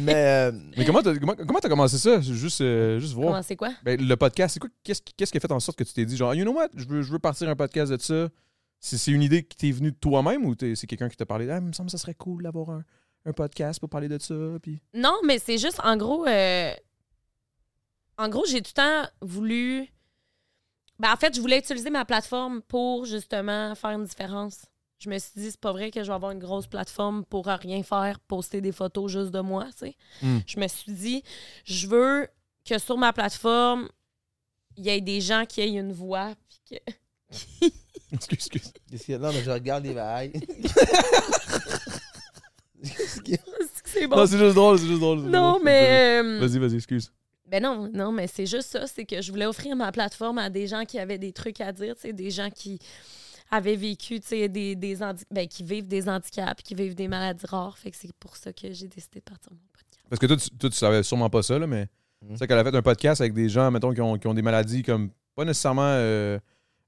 S3: Mais euh,
S1: mais comment t'as comment, comment t'as commencé ça? C'est Juste, euh, juste voir.
S2: Comment c'est quoi?
S1: Ben, le podcast, c'est quoi? Qu'est-ce qui, qu'est-ce qui a fait en sorte que tu t'es dit, genre, Ah, you know what, je veux, je veux partir un podcast de ça? C'est, c'est une idée qui t'est venue de toi-même ou t'es- c'est quelqu'un qui t'a parlé? Ah, il me semble que ça serait cool d'avoir un, un podcast pour parler de ça. Puis...
S2: Non, mais c'est juste, en gros, euh, en gros, j'ai tout le temps voulu. Ben, en fait, je voulais utiliser ma plateforme pour justement faire une différence. Je me suis dit, c'est pas vrai que je vais avoir une grosse plateforme pour rien faire, poster des photos juste de moi, tu sais.
S1: Mm.
S2: Je me suis dit, je veux que sur ma plateforme, il y ait des gens qui aient une voix. puis que-
S1: Excuse, excuse.
S3: qu'est-ce qu'il y a? non, mais je regarde les vagues. Qu'est-ce qu'il y a?
S2: Est-ce que c'est bon?
S1: Non, c'est juste drôle, c'est juste drôle. c'est
S2: Non,
S1: juste drôle.
S2: mais. euh,
S1: Vas-y, vas-y, excuse.
S2: Ben non, non, mais c'est juste ça, c'est que je voulais offrir ma plateforme à des gens qui avaient des trucs à dire, tu sais, des gens qui avaient vécu, tu sais, des, des handi- ben, qui vivent des handicaps, qui vivent des maladies rares. Fait que c'est pour ça que j'ai décidé de partir mon podcast.
S1: Parce que toi, tu, toi, tu savais sûrement pas ça, là, mais
S3: Mhm.
S1: tu sais qu'elle a fait un podcast avec des gens, mettons, qui ont, qui ont des maladies comme pas nécessairement. euh,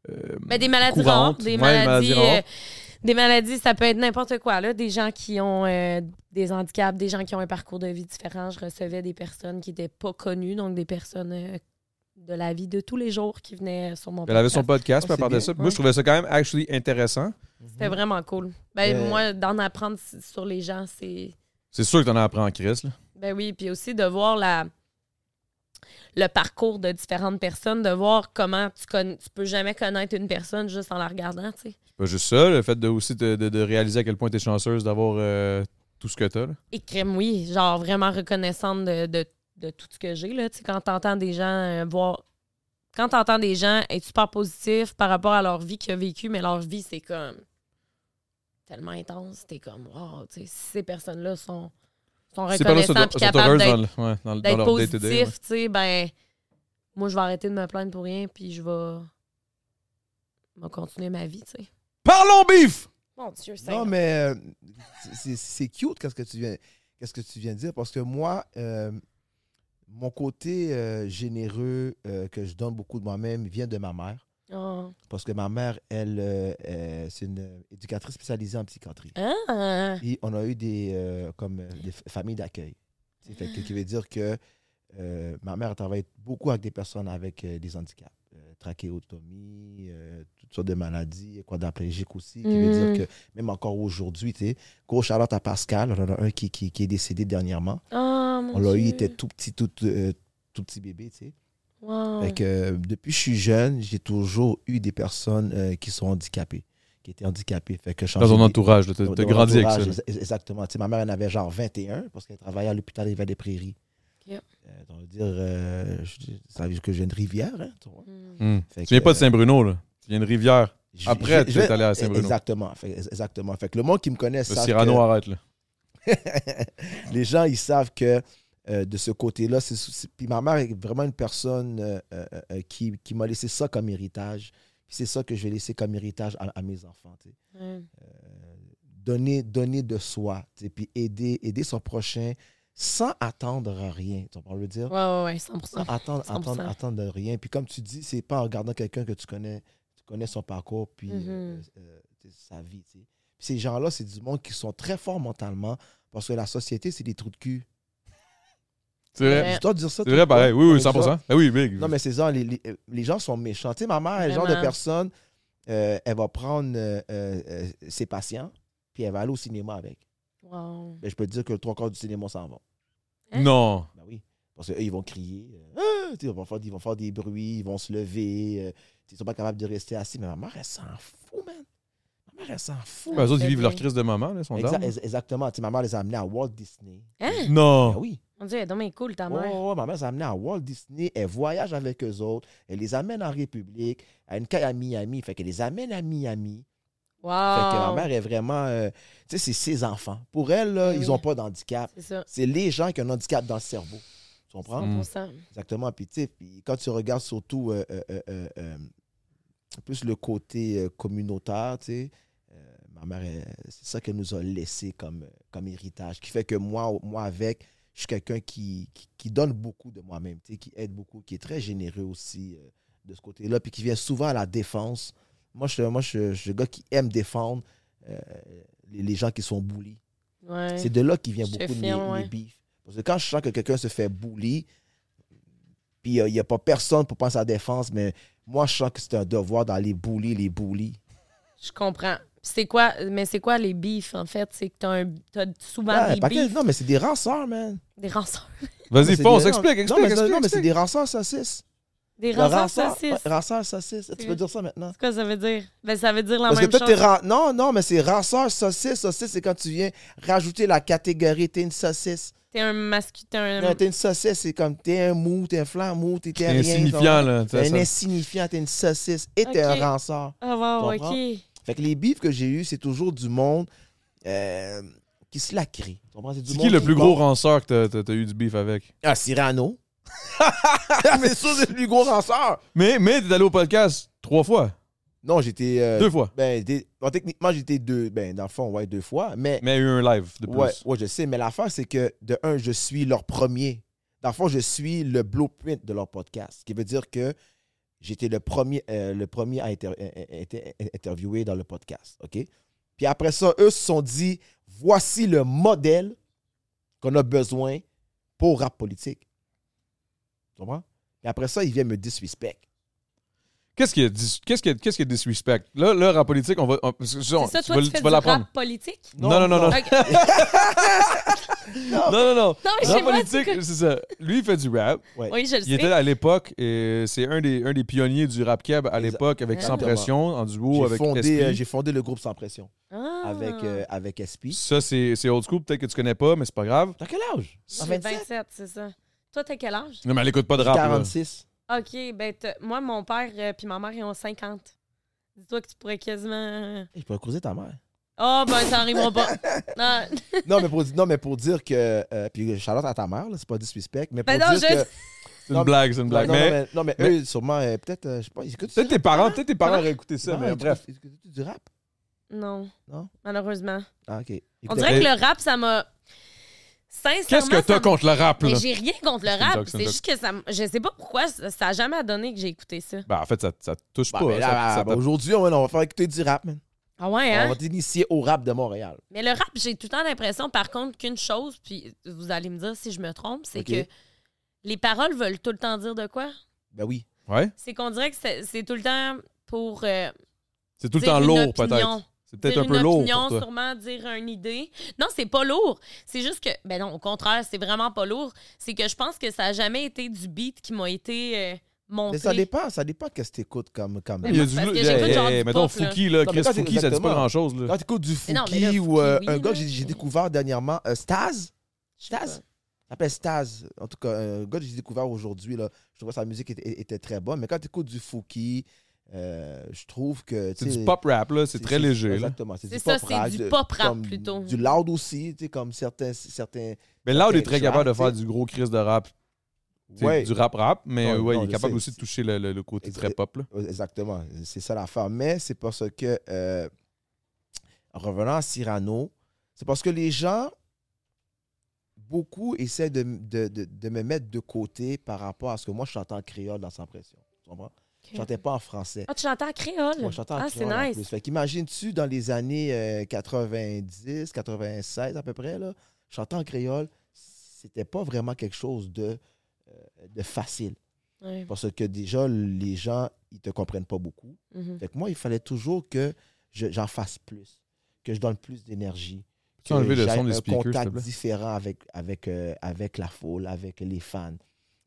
S1: euh,
S2: Ben, des maladies
S1: courantes.
S2: rares, des
S1: Ouais,
S2: maladies,
S1: rares.
S2: euh, des maladies, ça peut être n'importe quoi là, des gens qui ont euh, des handicaps, des gens qui ont un parcours de vie différent. Je recevais des personnes qui n'étaient pas connues, donc des personnes euh, de la vie de tous les jours qui venaient sur mon
S1: Elle avait son podcast,
S2: podcast.
S3: Oh,
S1: puis elle
S3: c'est
S1: parlait de
S3: bien,
S1: ça. Puis Moi, je trouvais ça quand même actually intéressant.
S2: C'était vraiment cool. Ben,
S3: Mm. Euh,
S2: Moi, d'en apprendre s- sur les gens, c'est.
S1: C'est sûr que t'en as appris en Chris, là.
S2: Ben oui, puis aussi de voir la. le parcours de différentes personnes, de voir comment tu, con- tu peux jamais connaître une personne juste en la regardant, tu sais.
S1: C'est pas juste ça, le fait de aussi te- de, de réaliser à quel point t'es chanceuse d'avoir euh, tout ce que t'as. là.
S2: Et crème, oui, genre vraiment reconnaissante de, de- de tout ce que j'ai, là, tu sais, quand t'entends des gens euh, voir... Quand t'entends des gens être super positifs par rapport à leur vie qu'ils ont vécue, mais leur vie, c'est comme tellement intense, t'es comme, wow, tu sais, si ces personnes-là sont, sont
S1: Ces personnes-là
S2: reconnaissantes et
S1: sont, sont
S2: capables
S1: heureuses
S2: d'être
S1: dans, le- ouais, dans, le- dans
S2: d'être
S1: leur day-to-day. ouais.
S2: positif, tu sais, ben, moi, je vais arrêter de me plaindre pour rien, puis je vais. Je vais continuer ma vie, tu sais.
S1: Parlons bif!
S2: Mon Dieu, c'est.
S3: Non, mais euh, c'est- c'est cute qu'est-ce que tu viens qu'est-ce que tu viens de dire parce que moi euh, mon côté euh, généreux euh, que je donne beaucoup de moi-même vient de ma mère
S2: Oh.
S3: parce que ma mère elle euh, euh, c'est une éducatrice spécialisée en psychiatrie.
S2: Ah!
S3: Puis on a eu des euh, comme euh, des f- familles d'accueil. C'est fait que- qui veut dire que euh, ma mère travaille beaucoup avec des personnes avec euh, des handicaps. Euh, trachéotomie, euh, toutes sortes de maladies, quadraplégiques aussi, qui veut
S2: Mm.
S3: dire que même encore aujourd'hui, tu sais, gauche à à Pascal, on en a un qui, qui, qui est décédé dernièrement.
S2: Ah, mon
S3: On l'a eu, il
S2: Dieu.
S3: était tout petit, tout, euh, tout petit bébé, tu sais.
S2: Wow.
S3: Fait que, euh, depuis que je suis jeune, j'ai toujours eu des personnes euh, qui sont handicapées, qui étaient handicapées. Fait que
S1: Dans ton
S3: changer-
S1: entourage, là, t'as
S3: de-
S1: t'as
S3: de mon
S1: grandi avec ça.
S3: entourage,
S1: là.
S3: ex- Exactement. Tu sais, ma mère, elle en avait genre 21 parce qu'elle travaillait à l'hôpital Rivière des Prairies.
S2: Ok.
S3: Euh, donc, on va dire, euh, je, ça veut dire que j'ai une rivière. Hein, tu vois.
S2: Mm.
S1: Hmm.
S3: Fait
S1: Tu
S3: que,
S1: viens pas de
S3: euh,
S1: Saint-Bruno, là. Tu viens de Rivière.
S3: je-
S1: Après,
S3: je-
S1: tu
S3: je
S1: es
S3: vais-
S1: allé à Saint-Bruno.
S3: Exactement. Fait, que- exactement. Fait que le monde qui me connaît,
S1: Le
S3: savent
S1: Cyrano
S3: que-
S1: arrête, là.
S3: les gens, ils savent que euh, de ce côté-là, c'est- c'est- puis ma mère est vraiment une personne euh, euh, euh, qui, qui m'a laissé ça comme héritage. Puis c'est ça que je vais laisser comme héritage à, à mes enfants. tu sais.
S2: Ouais.
S3: donner, donner de soi, tu sais, puis aider, aider son prochain sans attendre à rien. Tu comprends le dire?
S2: Ouais, ouais, ouais, 100
S3: Sans attendre,
S2: 100%.
S3: attendre, attendre de rien. Puis comme tu dis, c'est pas en regardant quelqu'un que tu connais, tu connais son parcours, puis euh,
S2: Mhm.
S3: euh, tu sais, sa vie. tu sais. Puis ces gens-là, c'est du monde qui sont très forts mentalement parce que la société, c'est des trous de cul.
S1: C'est vrai.
S2: Ouais.
S3: Je dois dire ça.
S1: C'est
S3: toi,
S1: vrai,
S3: toi.
S1: pareil. Oui,
S3: On
S1: oui,
S3: dit ça.
S1: 100%. Ah oui, big.
S3: Non, mais ces gens, les, les- les gens sont méchants. Tu sais, ma mère, est le genre de
S2: Vraiment.
S3: personne, euh, elle va prendre euh, euh, euh, ses patients, puis elle va aller au cinéma avec.
S2: Wow.
S3: Ben, je peux te dire que le trois quarts du cinéma s'en va.
S2: Hein?
S1: Non.
S3: Ben oui. Parce qu'eux, ils vont crier. euh, Ah! Tu sais, ils, vont faire, ils vont faire des bruits, ils vont se lever. euh, ils sont pas capables de rester assis. Mais ma mère, elle s'en fout, man. Ma mère, elle s'en fout.
S1: Les autres, ils
S2: C'est
S1: vivent leur
S2: bien.
S1: crise de maman, là, son
S3: Exa-
S1: dame.
S3: ex- exactement. Tu sais, ma mère les a amenés à Walt Disney.
S2: Hein?
S3: Ben
S1: Non.
S3: oui.
S2: Mon Dieu, elle est donc bien cool, ta
S3: Ouais,
S2: mère.
S3: ouais, ouais, ma mère les a amenés à Walt Disney. Elle voyage avec eux autres. Elle les amène en République. À une caille à Miami. Fait qu'elle les amène à Miami. Fait que ma
S2: Wow.
S3: mère est vraiment. euh, tu sais, c'est ses enfants. Pour elle, là,
S2: Ben
S3: ils
S2: oui.
S3: n'ont pas d'handicap.
S2: C'est ça.
S3: C'est les gens qui ont un handicap dans le cerveau. Tu comprends?
S2: 100%.
S3: Exactement. Puis, tu sais, puis quand tu regardes surtout euh, euh, euh, euh, euh, plus le côté euh, communautaire, tu sais, euh, ma mère, euh, c'est ça qu'elle nous a laissé comme, euh, comme héritage, qui fait que moi, moi avec, je suis quelqu'un qui, qui, qui donne beaucoup de moi-même, tu sais, qui aide beaucoup, qui est très généreux aussi euh, de ce côté-là, puis qui vient souvent à la défense. Moi, je suis moi, je, je suis le gars qui aime défendre euh, les, les gens qui sont bullies.
S1: Mm.
S2: Ouais.
S3: C'est de là qu'il vient
S2: Je te
S3: beaucoup de mes,
S2: filme, ouais.
S3: mes beefs. Parce que quand je sens que quelqu'un se fait bully, puis euh, il n'y a pas personne pour prendre sa défense, mais moi, je sens que c'est un devoir d'aller bully les bullies.
S2: Je comprends. C'est quoi, mais c'est quoi les beefs, en fait? C'est que t'as, un, t'as souvent
S3: Ouais,
S2: des
S3: pas que-
S2: beefs,
S3: non, mais c'est des rançons, man.
S2: des rançons.
S1: Vas-y,
S3: Non,
S1: fonce,
S3: c'est des-
S1: explique,
S3: non, mais
S1: explique,
S3: c'est-
S1: explique.
S3: Non, mais c'est
S1: explique.
S3: des rançons à saucisse.
S2: Des
S3: Le
S2: rançons
S3: rançon-
S2: saucisses.
S3: ouais, rançon à saucisse. Tu peux dire ça maintenant?
S2: C'est quoi ça veut dire? Ben, ça veut dire la
S3: Parce que
S2: même
S3: toi,
S2: chose.
S3: t'es ran- Non, non, mais c'est rançon, saucisse. Saucisse, c'est quand tu viens rajouter la catégorie, t'es une saucisse.
S2: T'es un masculin. T'es un...
S3: Non, t'es une saucisse, c'est comme t'es un mou, t'es un flan mou, t'es t'es
S1: C'est
S3: rien.
S1: insignifiant,
S3: donc,
S1: là. tu sais,
S3: T'es un
S1: ça-
S3: insignifiant, t'es une saucisse et t'es un
S2: Ok.
S3: rançon.
S2: Ah, wow,
S3: Tu comprends?
S2: OK.
S3: Fait que les bifs que j'ai eus, c'est toujours du monde euh, qui se la crée. Tu comprends? du
S1: C'est qui
S3: monde
S1: le plus gros
S3: part-
S1: ranceur que t'as- t'as- t'as eu du beef avec?
S3: Ah, Cyrano. mais ça, c'est le plus gros ranceur.
S1: Mais, mais t'es allé au podcast trois fois,
S3: Non, j'étais. euh,
S1: deux fois.
S3: Ben, des- bon, techniquement, j'étais deux. Ben, dans le fond, ouais, deux fois. Mais.
S1: Mais il y a eu un live de plus.
S3: ouais, ouais, je sais. Mais l'affaire, c'est que, de un, je suis leur premier. Dans le fond, je suis le blueprint de leur podcast. Ce qui veut dire que j'étais le premier, euh, le premier à être interviewé dans le podcast. OK? Puis après ça, eux se sont dit voici le modèle qu'on a besoin pour rap politique. Tu comprends? Et après ça, ils viennent me disrespect.
S1: Qu'est-ce qui est, dis- qu'est-ce qui est- qu'est-ce qui est disrespect? Là, là, en politique, on va. on- c'est
S2: C'est ça, toi,
S1: vas-
S2: tu fais
S1: vas
S2: du
S1: l'apprendre.
S2: rap politique?
S1: Non, non, non, non.
S2: Ok.
S1: Non, non, non.
S2: Non, mais je
S1: Rap
S2: sais pas,
S1: politique,
S2: c'est
S1: c'est ça. Lui, il fait du rap.
S2: quoi- Oui, je le
S1: Il
S2: sais.
S1: était à l'époque, et c'est un des, un des pionniers du rap keb à
S3: Exact-
S1: l'époque, avec Sans
S3: Exactement.
S1: Pression, en duo,
S3: J'ai
S1: avec
S3: fondé, euh,
S1: SP.
S3: j'ai fondé le groupe Sans Pression
S2: Ah.
S3: avec, euh, avec SP.
S1: Ça, c'est c'est old school, peut-être que tu connais pas, mais c'est pas grave.
S3: T'as quel âge?
S2: J'ai 27, c'est ça. Toi, t'as quel âge?
S1: Non, mais elle écoute pas de
S3: J'ai
S1: rap. là.
S3: 46.
S2: OK, ben, t'as- moi, mon père et puis ma mère, ils ont 50. Dis-toi que tu pourrais quasiment... euh,
S3: Hey, je pourrais croiser ta mère.
S2: Oh, ben, ça arrivera pas. Non,
S3: non, mais pour, non, mais pour dire que. euh, puis Charlotte à ta mère, là, c'est pas disrespect. Mais pour
S2: Ben non,
S3: dire
S2: je-
S3: que.
S1: C'est une
S3: Non,
S1: blague, c'est une blague.
S3: non,
S1: mais
S3: non, mais, non, mais eux, sûrement, euh, peut-être, euh, je sais pas, ils écoutent
S1: peut-être tes parents, peut-être tes parents
S2: Comment?
S1: auraient écouté ça,
S3: Ah. Non,
S1: mais
S3: ils
S1: bref.
S3: écoutent- ils écoutent du rap.
S2: non.
S3: Non?
S2: malheureusement.
S3: Ah, ok.
S2: On
S3: Écoutez-
S2: dirait que le rap, ça m'a... Sincèrement,
S1: Qu'est-ce que
S2: ça
S1: t'as
S2: m'a-
S1: contre le rap, là?
S2: Mais j'ai rien contre le
S1: C'est une
S2: rap.
S1: joke, c'est
S2: C'est
S1: une
S2: juste que ça... m- Je sais pas pourquoi, ça ça a jamais donné que j'ai écouté ça.
S1: Ben, en fait, ça, ça te touche
S3: Bah,
S1: pas.
S3: mais là,
S1: ça- ça
S3: bah,
S1: te-
S3: Aujourd'hui, on, on va faire écouter du rap, man.
S2: Ah ouais,
S3: On
S2: hein?
S3: va t'initier au rap de Montréal.
S2: Mais le rap, j'ai tout le temps l'impression, par contre, qu'une chose, puis vous allez me dire si je me trompe, c'est
S3: Ok.
S2: que les paroles veulent tout le temps dire de quoi?
S3: Ben oui.
S1: Ouais?
S2: C'est qu'on dirait que c'est c'est tout le temps pour. euh,
S1: C'est tout le
S2: dire
S1: temps
S2: une
S1: lourd,
S2: opinion.
S1: peut-être. C'est peut-être
S2: dire
S1: un peu
S2: une
S1: lourd
S2: opinion,
S1: pour toi.
S2: sûrement dire une idée. Non, c'est pas lourd. C'est juste que, ben non, au contraire, c'est vraiment pas lourd. C'est que je pense que ça a jamais été du beat qui m'a été euh, monté.
S3: Mais ça dépend, ça dépend qu'est-ce que t'écoutes comme. comme...
S1: Il y a
S2: Parce
S1: du
S2: que
S1: lourd.
S2: j'écoute genre du
S1: mettons,
S2: pop, là.
S1: Fouki, là,
S3: Non,
S1: Chris
S3: mais ça, c'est
S1: Fouki, ça dit pas
S3: exactement.
S1: grand-chose, là.
S3: Quand t'écoutes du Fouki
S2: Mais non, mais là,
S3: ou euh,
S2: Fouki, oui,
S3: un gars
S2: là,
S3: que j'ai- j'ai
S2: Fouki.
S3: découvert dernièrement, euh, Staz.
S2: Je sais pas.
S3: Staz? Ça s'appelle Staz. En tout cas, un gars que j'ai découvert aujourd'hui, là, je trouvais que sa musique était, était très bonne. Mais quand tu écoutes du Fouki, euh, je trouve que. tu
S1: C'est
S3: sais,
S1: du pop rap, là. C'est très léger, là.
S3: Exactement. C'est
S2: C'est
S3: du
S2: ça,
S3: pop
S2: c'est
S3: rap.
S2: du
S3: de-
S2: pop rap
S3: comme
S2: plutôt.
S3: Du loud aussi, tu sais, comme certains. certains
S1: Mais Loud
S3: Ok,
S1: est très
S3: tu
S1: capable
S3: vois,
S1: de faire du
S3: tu
S1: gros Chris de rap. Tu sais,
S3: ouais,
S1: Du rap-rap, mais
S3: Non,
S1: ouais,
S3: non,
S1: il est
S3: je
S1: capable
S3: sais.
S1: aussi de toucher le- le le côté
S3: Ex-
S1: très pop, là.
S3: Exactement. C'est ça l'affaire. Mais c'est parce que, euh, revenant à Cyrano, c'est parce que les gens, beaucoup essaient de, de- de- de me mettre de côté par rapport à ce que moi, je chantais en créole dans Sans Pression. Tu comprends? Je chantais pas en français.
S2: Ah, tu chantais en créole.
S3: Moi, je chantais en
S2: ah, c'est
S3: créole en
S2: nice.
S3: plus. Fait qu'imagines-tu, dans les années euh, 90, 96 à peu près, là, chanter en créole, c'était pas vraiment quelque chose de, euh, de facile.
S2: Ouais.
S3: Parce que déjà, les gens, ils te comprennent pas beaucoup.
S2: Mhm.
S3: Fait que moi, il fallait toujours que je- j'en fasse plus, que je donne plus d'énergie.
S1: Tu as enlevé
S3: que
S1: le
S3: j'aille
S1: son des
S3: un
S1: speakers, s'il te
S3: contact
S1: plaît.
S3: différent avec, avec, euh, avec la foule, avec les fans.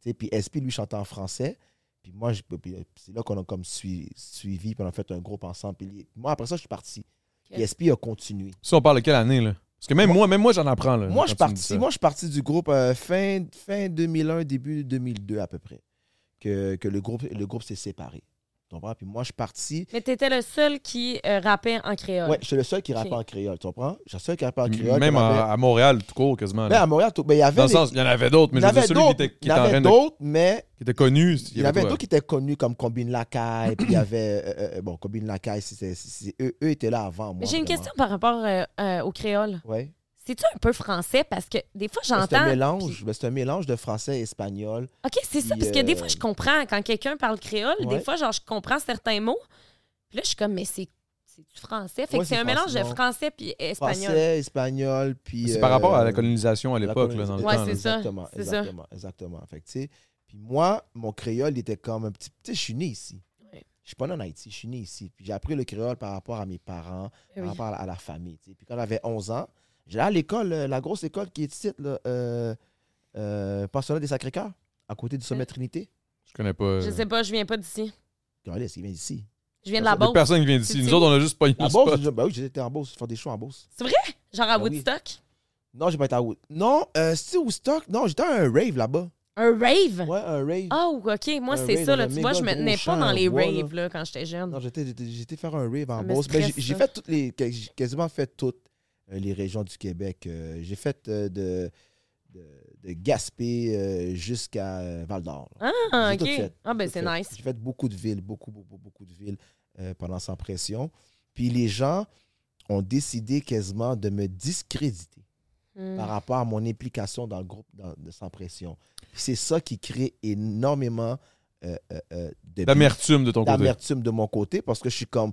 S3: Tu sais, puis SP, lui, chantait en français. Puis moi, je- puis, euh, c'est là qu'on a comme sui- suivi, puis on a fait un groupe ensemble. Puis les- moi, après ça, je suis parti. Puis SP a continué.
S1: Ça, on parle de quelle année, là? Parce que même moi, même moi j'en apprends, là.
S3: Moi, je suis
S1: quand tu me dis Euh,
S3: parti,
S1: ça.
S3: moi, je suis parti du groupe euh, fin, fin 2001, début 2002 à peu près, que, que le groupe, le groupe s'est séparé. Tu comprends? Puis moi, je suis parti.
S2: Mais t'étais le seul qui euh, rappait en créole.
S3: Ouais, je suis le seul qui rappe
S2: Ok.
S3: en créole, tu comprends? Je suis le seul qui rappe en créole.
S1: Même
S3: comme
S1: à,
S3: avait-
S1: à Montréal, tout court, quasiment.
S3: Mais
S1: là.
S3: à Montréal, tout- ben, il y avait
S1: Dans le
S3: des-
S1: sens, il y en avait d'autres, mais
S3: il
S1: je
S3: y
S1: veux dire,
S3: avait
S1: celui qui
S3: d'autres,
S1: était, qui
S3: il y
S1: était en
S3: avait
S1: train de-
S3: d'autres, mais
S1: qui était connu.
S3: il y en avait
S1: toi.
S3: d'autres qui étaient connus comme Combine Lacaille, puis il y avait, euh, euh, bon, Combine Lacaille, c'était- c'est- eux, eux étaient là avant moi.
S2: Mais J'ai une
S3: vraiment.
S2: question par rapport euh, euh, au créole.
S3: Ouais.
S2: C'est-tu un peu français? Parce que des fois, j'entends.
S3: C'est un mélange,
S2: puis-
S3: ben, c'est un mélange de français et espagnol.
S2: OK, c'est ça,
S3: Puis,
S2: parce que des
S3: euh,
S2: fois, je comprends. Quand quelqu'un parle créole,
S3: Ouais.
S2: des fois, genre, je comprends certains mots. Puis là, je suis comme, mais c'est c'est du français. Fait
S3: Ouais,
S2: que c'est
S3: c'est
S2: un mélange de
S3: français, non.
S2: français puis espagnol.
S3: Français, espagnol, puis.
S1: C'est par rapport à la
S3: euh,
S1: colonisation à
S3: la
S1: l'époque, là,
S3: colonisation.
S1: dans le
S2: Ouais,
S1: temps.
S2: c'est
S1: là.
S2: ça.
S3: Exactement,
S2: c'est ça.
S3: exactement, exactement. Fait que, tu sais, puis moi, mon créole, il était comme un petit. Tu sais, je suis né ici.
S2: Ouais.
S3: Je suis pas né en Haïti, je suis né ici. Puis j'ai appris le créole par rapport à mes parents,
S2: Eh
S3: par
S2: oui.
S3: rapport à la, à la famille. tu sais. Puis quand j'avais 11 ans, j'allais à l'école, euh, la grosse école qui est ici, là, euh, euh, pensionnat des Sacré-Cœur, à côté du sommet
S2: Ouais.
S3: Trinité.
S1: Je connais pas. euh,
S2: Je sais pas, je viens pas d'ici.
S3: Regardez, il vient d'ici.
S2: Je viens de
S3: Ça,
S2: la
S1: y a
S2: Beauce.
S1: personne qui vient d'ici.
S2: C'est-
S1: Nous autres, on a juste pogné
S3: La
S1: le
S3: Beauce,
S1: spot.
S3: je- ben oui, j'étais en Beauce, faire des shows en Beauce.
S2: Genre à
S3: Ah oui.
S2: Woodstock.
S3: Non, j'ai pas été à Wood. Non, euh, c'était au stock. Non, j'étais à un rave là-bas.
S2: Un rave?
S3: Ouais, un rave.
S2: Oh, OK. Moi,
S3: Un
S2: c'est
S3: rave
S2: ça,
S3: dans
S2: là.
S3: un
S2: Tu vois,
S3: méga
S2: je me
S3: gros
S2: tenais
S3: champ
S2: pas dans
S3: en
S2: les
S3: bois, là.
S2: raves, là, quand j'étais jeune.
S3: Non, j'étais, j'étais- j'étais faire un rave en
S2: Ça me
S3: Beauce. Ben, j'ai-
S2: stresse,
S3: j'ai
S2: ça.
S3: fait toutes les, que- j'ai quasiment fait toutes euh, les régions du Québec. Euh, j'ai fait euh, de, de, de Gaspé euh, jusqu'à euh, Val d'Or. là.
S2: Ah,
S3: J'ai tout
S2: OK.
S3: fait.
S2: Ah, ben,
S3: Tout
S2: c'est
S3: fait.
S2: nice.
S3: J'ai fait beaucoup de villes, beaucoup, beaucoup, beaucoup de villes euh, pendant sans pression. Puis les gens ont décidé quasiment de me discréditer
S2: Hmm.
S3: par rapport à mon implication dans le groupe dans- de sans pression. Puis c'est ça qui crée énormément euh, euh, euh, de bif
S1: D'amertume de ton côté.
S3: d'amertume de mon côté parce que je suis comme,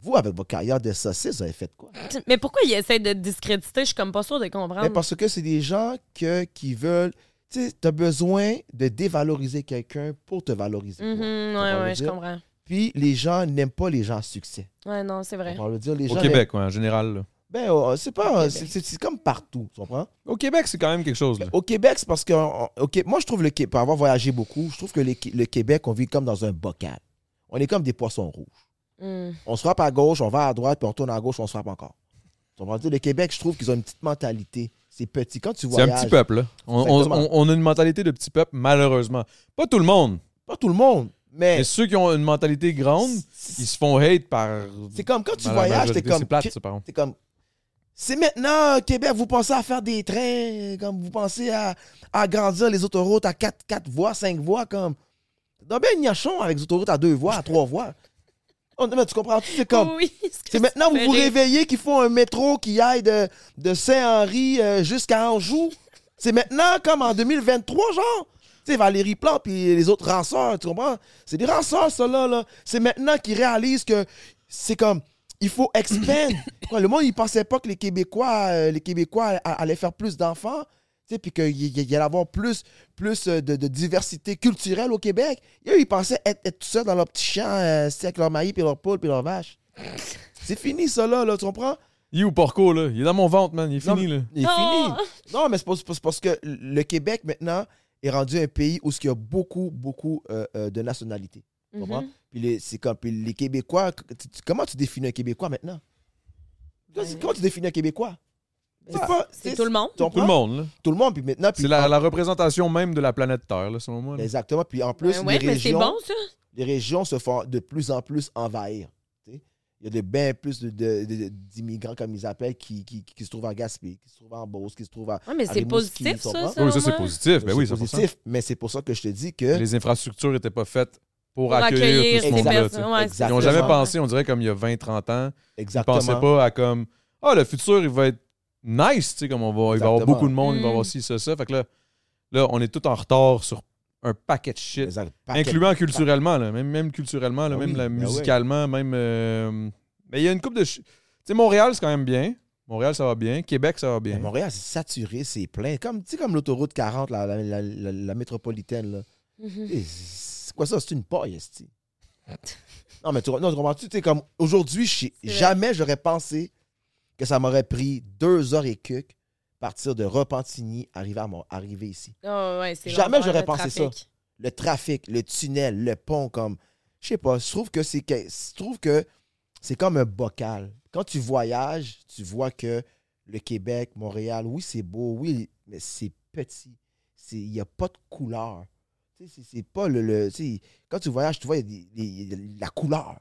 S3: vous, avec vos carrières de saucisses, vous avez fait quoi?
S2: Mais pourquoi ils essaient de te discréditer? Je suis comme pas sûre de comprendre.
S3: Mais parce que c'est des gens que, qui veulent. Tu sais, tu as besoin de dévaloriser quelqu'un pour te valoriser. toi.
S2: Mhm,
S3: Ça
S2: ouais,
S3: veut
S2: ouais, je
S3: dire-
S2: comprends.
S3: Puis les gens n'aiment pas les gens à succès.
S2: Ouais, non, c'est vrai.
S3: On va le dire, les
S1: Au
S3: gens
S1: Québec, ouais, en général. là.
S3: Ben, euh, c'est pas.
S2: Au
S3: c'est-
S2: Québec.
S3: C'est c'est comme partout, tu comprends?
S1: Au Québec, c'est quand même quelque chose. là.
S3: Au Québec, c'est parce que. on- on- au Qué- moi, je trouve le Québec. Pour avoir voyagé beaucoup, je trouve que le, Qué- le Québec, on vit comme dans un bocal. On est comme des poissons rouges.
S2: Hum.
S3: On se frappe à gauche, on va à droite, puis on tourne à gauche, on se frappe encore. Tu comprends? Le Québec, je trouve qu'ils ont une petite mentalité. C'est petit. Quand tu
S1: C'est un
S3: voyages.
S1: petit peuple. là. On, on-
S3: Exactement.
S1: on- on a une mentalité de petit peuple, malheureusement. Pas tout le monde,
S3: Pas tout le monde, mais.
S1: mais ceux qui ont une mentalité grande,
S3: c'est-
S1: ils se font hate par.
S3: C'est comme quand tu
S1: par la
S3: voyages, t'es
S1: majorité.
S3: comme.
S1: C'est plate, ça, par contre.
S3: T'es comme. C'est maintenant, euh, Québec, vous pensez à faire des trains, comme vous pensez à, à agrandir les autoroutes à 4, quatre voies, 5 voies, comme. Non, ben, niachon avec les autoroutes à 2 voies, à 3 voies. Oh, non, mais tu comprends, c'est comme.
S2: Oui, ce que
S3: C'est maintenant,
S2: tu
S3: vous vous
S2: fais rire.
S3: réveillez qu'il faut un métro qui aille de, de Saint-Henri euh, jusqu'à Anjou. C'est maintenant, comme en 2023, genre. Tu sais, Valérie Plante puis les autres ranceurs, tu comprends? C'est des ranceurs, ça, là. là. C'est maintenant qu'ils réalisent que c'est comme, il faut expand. Quoi, le monde, il pensait pas que les Québécois, euh, les Québécois a- allaient faire plus d'enfants, tu sais, puis qu'il y, y- y allait avoir plus, plus euh, de, de diversité culturelle au Québec. Et eux, ils pensaient être, être tout seuls dans leur petit champ, euh, c'est avec leur maïs, puis leur poule, puis leur vache. C'est fini, ça, là, là, tu comprends?
S1: Il est où, Porco, là? Il est dans mon ventre, man. Il est
S3: Non,
S1: fini, là.
S3: Il est fini.
S2: Oh!
S3: Non, mais c'est parce, parce- parce que le Québec, maintenant, est rendu un pays où il y a beaucoup, beaucoup euh, euh, de nationalités. Tu
S2: Mhm.
S3: comprends? Puis les, c'est comme, puis les Québécois, tu- tu- comment tu définis un Québécois maintenant? Toi, c'est-
S2: Ben-
S3: Comment tu définis un Québécois? C'est
S2: C'est-
S3: pas-
S2: C'est tout le monde.
S3: tu
S1: Tout
S3: comprends?
S1: le monde, là.
S3: Tout le monde, puis maintenant... Puis
S1: C'est la, la représentation même de la planète Terre, là, selon moi. là.
S3: Exactement, puis en plus,
S2: Ben ouais,
S3: les,
S2: mais c'est
S3: régions,
S2: bon, ça.
S3: les régions se font de plus en plus envahir. tu sais. Il y a de bien plus de- de- de- d'immigrants, comme ils appellent, qui, qui, qui se trouvent en Gaspé, qui se trouvent en Beauce, qui se trouvent en...
S2: Ouais, mais
S3: Ah,
S2: c'est
S3: les moustiques,
S2: positif,
S3: ils sont pas-
S2: ça.
S1: Oui,
S2: selon
S1: ça, c'est
S2: moi.
S1: positif. Ben oui,
S3: c'est
S1: c'est
S3: positif, hein. mais c'est pour ça que je te dis que...
S1: Les infrastructures n'étaient pas faites pour,
S2: Pour
S1: accueillir,
S2: accueillir
S1: tout
S2: ces
S1: ce monde-là. tu sais.
S2: personnes. Ouais,
S3: Exactement.
S1: Ils
S2: c'est
S1: n'ont
S2: ça.
S1: jamais
S3: Ouais.
S1: pensé, on dirait, comme il y a 20-30 ans. Ils
S3: Exactement.
S1: pensaient pas à comme Ah, le futur, il va être nice, tu sais, comme on va, il va y avoir
S3: Exactement.
S1: beaucoup de monde, il va y avoir
S2: Mm.
S1: ci, ça, ça. Fait que là, là, on est tout en retard sur un paquet de shit.
S3: Exact. Paquet-
S1: Incluant culturellement, là, même, même culturellement, là,
S3: Ah
S1: même
S3: oui,
S1: là,
S3: ben ouais.
S1: musicalement, même. euh, mais il y a une coupe de. ch- Tu sais, Montréal, c'est quand même bien. Montréal, ça va bien. Québec, ça va
S3: Mais
S1: bien.
S3: Montréal, c'est saturé, c'est plein. Comme, tu sais, comme l'autoroute 40, la, la, la- la- la métropolitaine, là.
S2: Mhm.
S3: Et C'est quoi ça? C'est une paille, esti. Non, mais tu, non, tu comprends-tu? Tu sais, comme aujourd'hui, je-
S2: vrai.
S3: jamais j'aurais pensé que ça m'aurait pris deux heures et quelques partir de Repentigny, arriver, à Mont- arriver ici.
S2: Ah ouais, c'est
S3: Jamais
S2: l'enfer,
S3: j'aurais
S2: le
S3: pensé ça.
S2: trafic.
S3: Le trafic, le tunnel, le pont, comme... Je sais pas, je trouve que c'est que- je trouve que c'est comme un bocal. Quand tu voyages, tu vois que le Québec, Montréal, oui, c'est beau, oui, mais c'est petit. C'est- Il n'y a pas de couleur. Tu sais, C'est c'est pas le. le- tu sais, quand tu voyages, tu vois, il y a des- des- il y a de la couleur.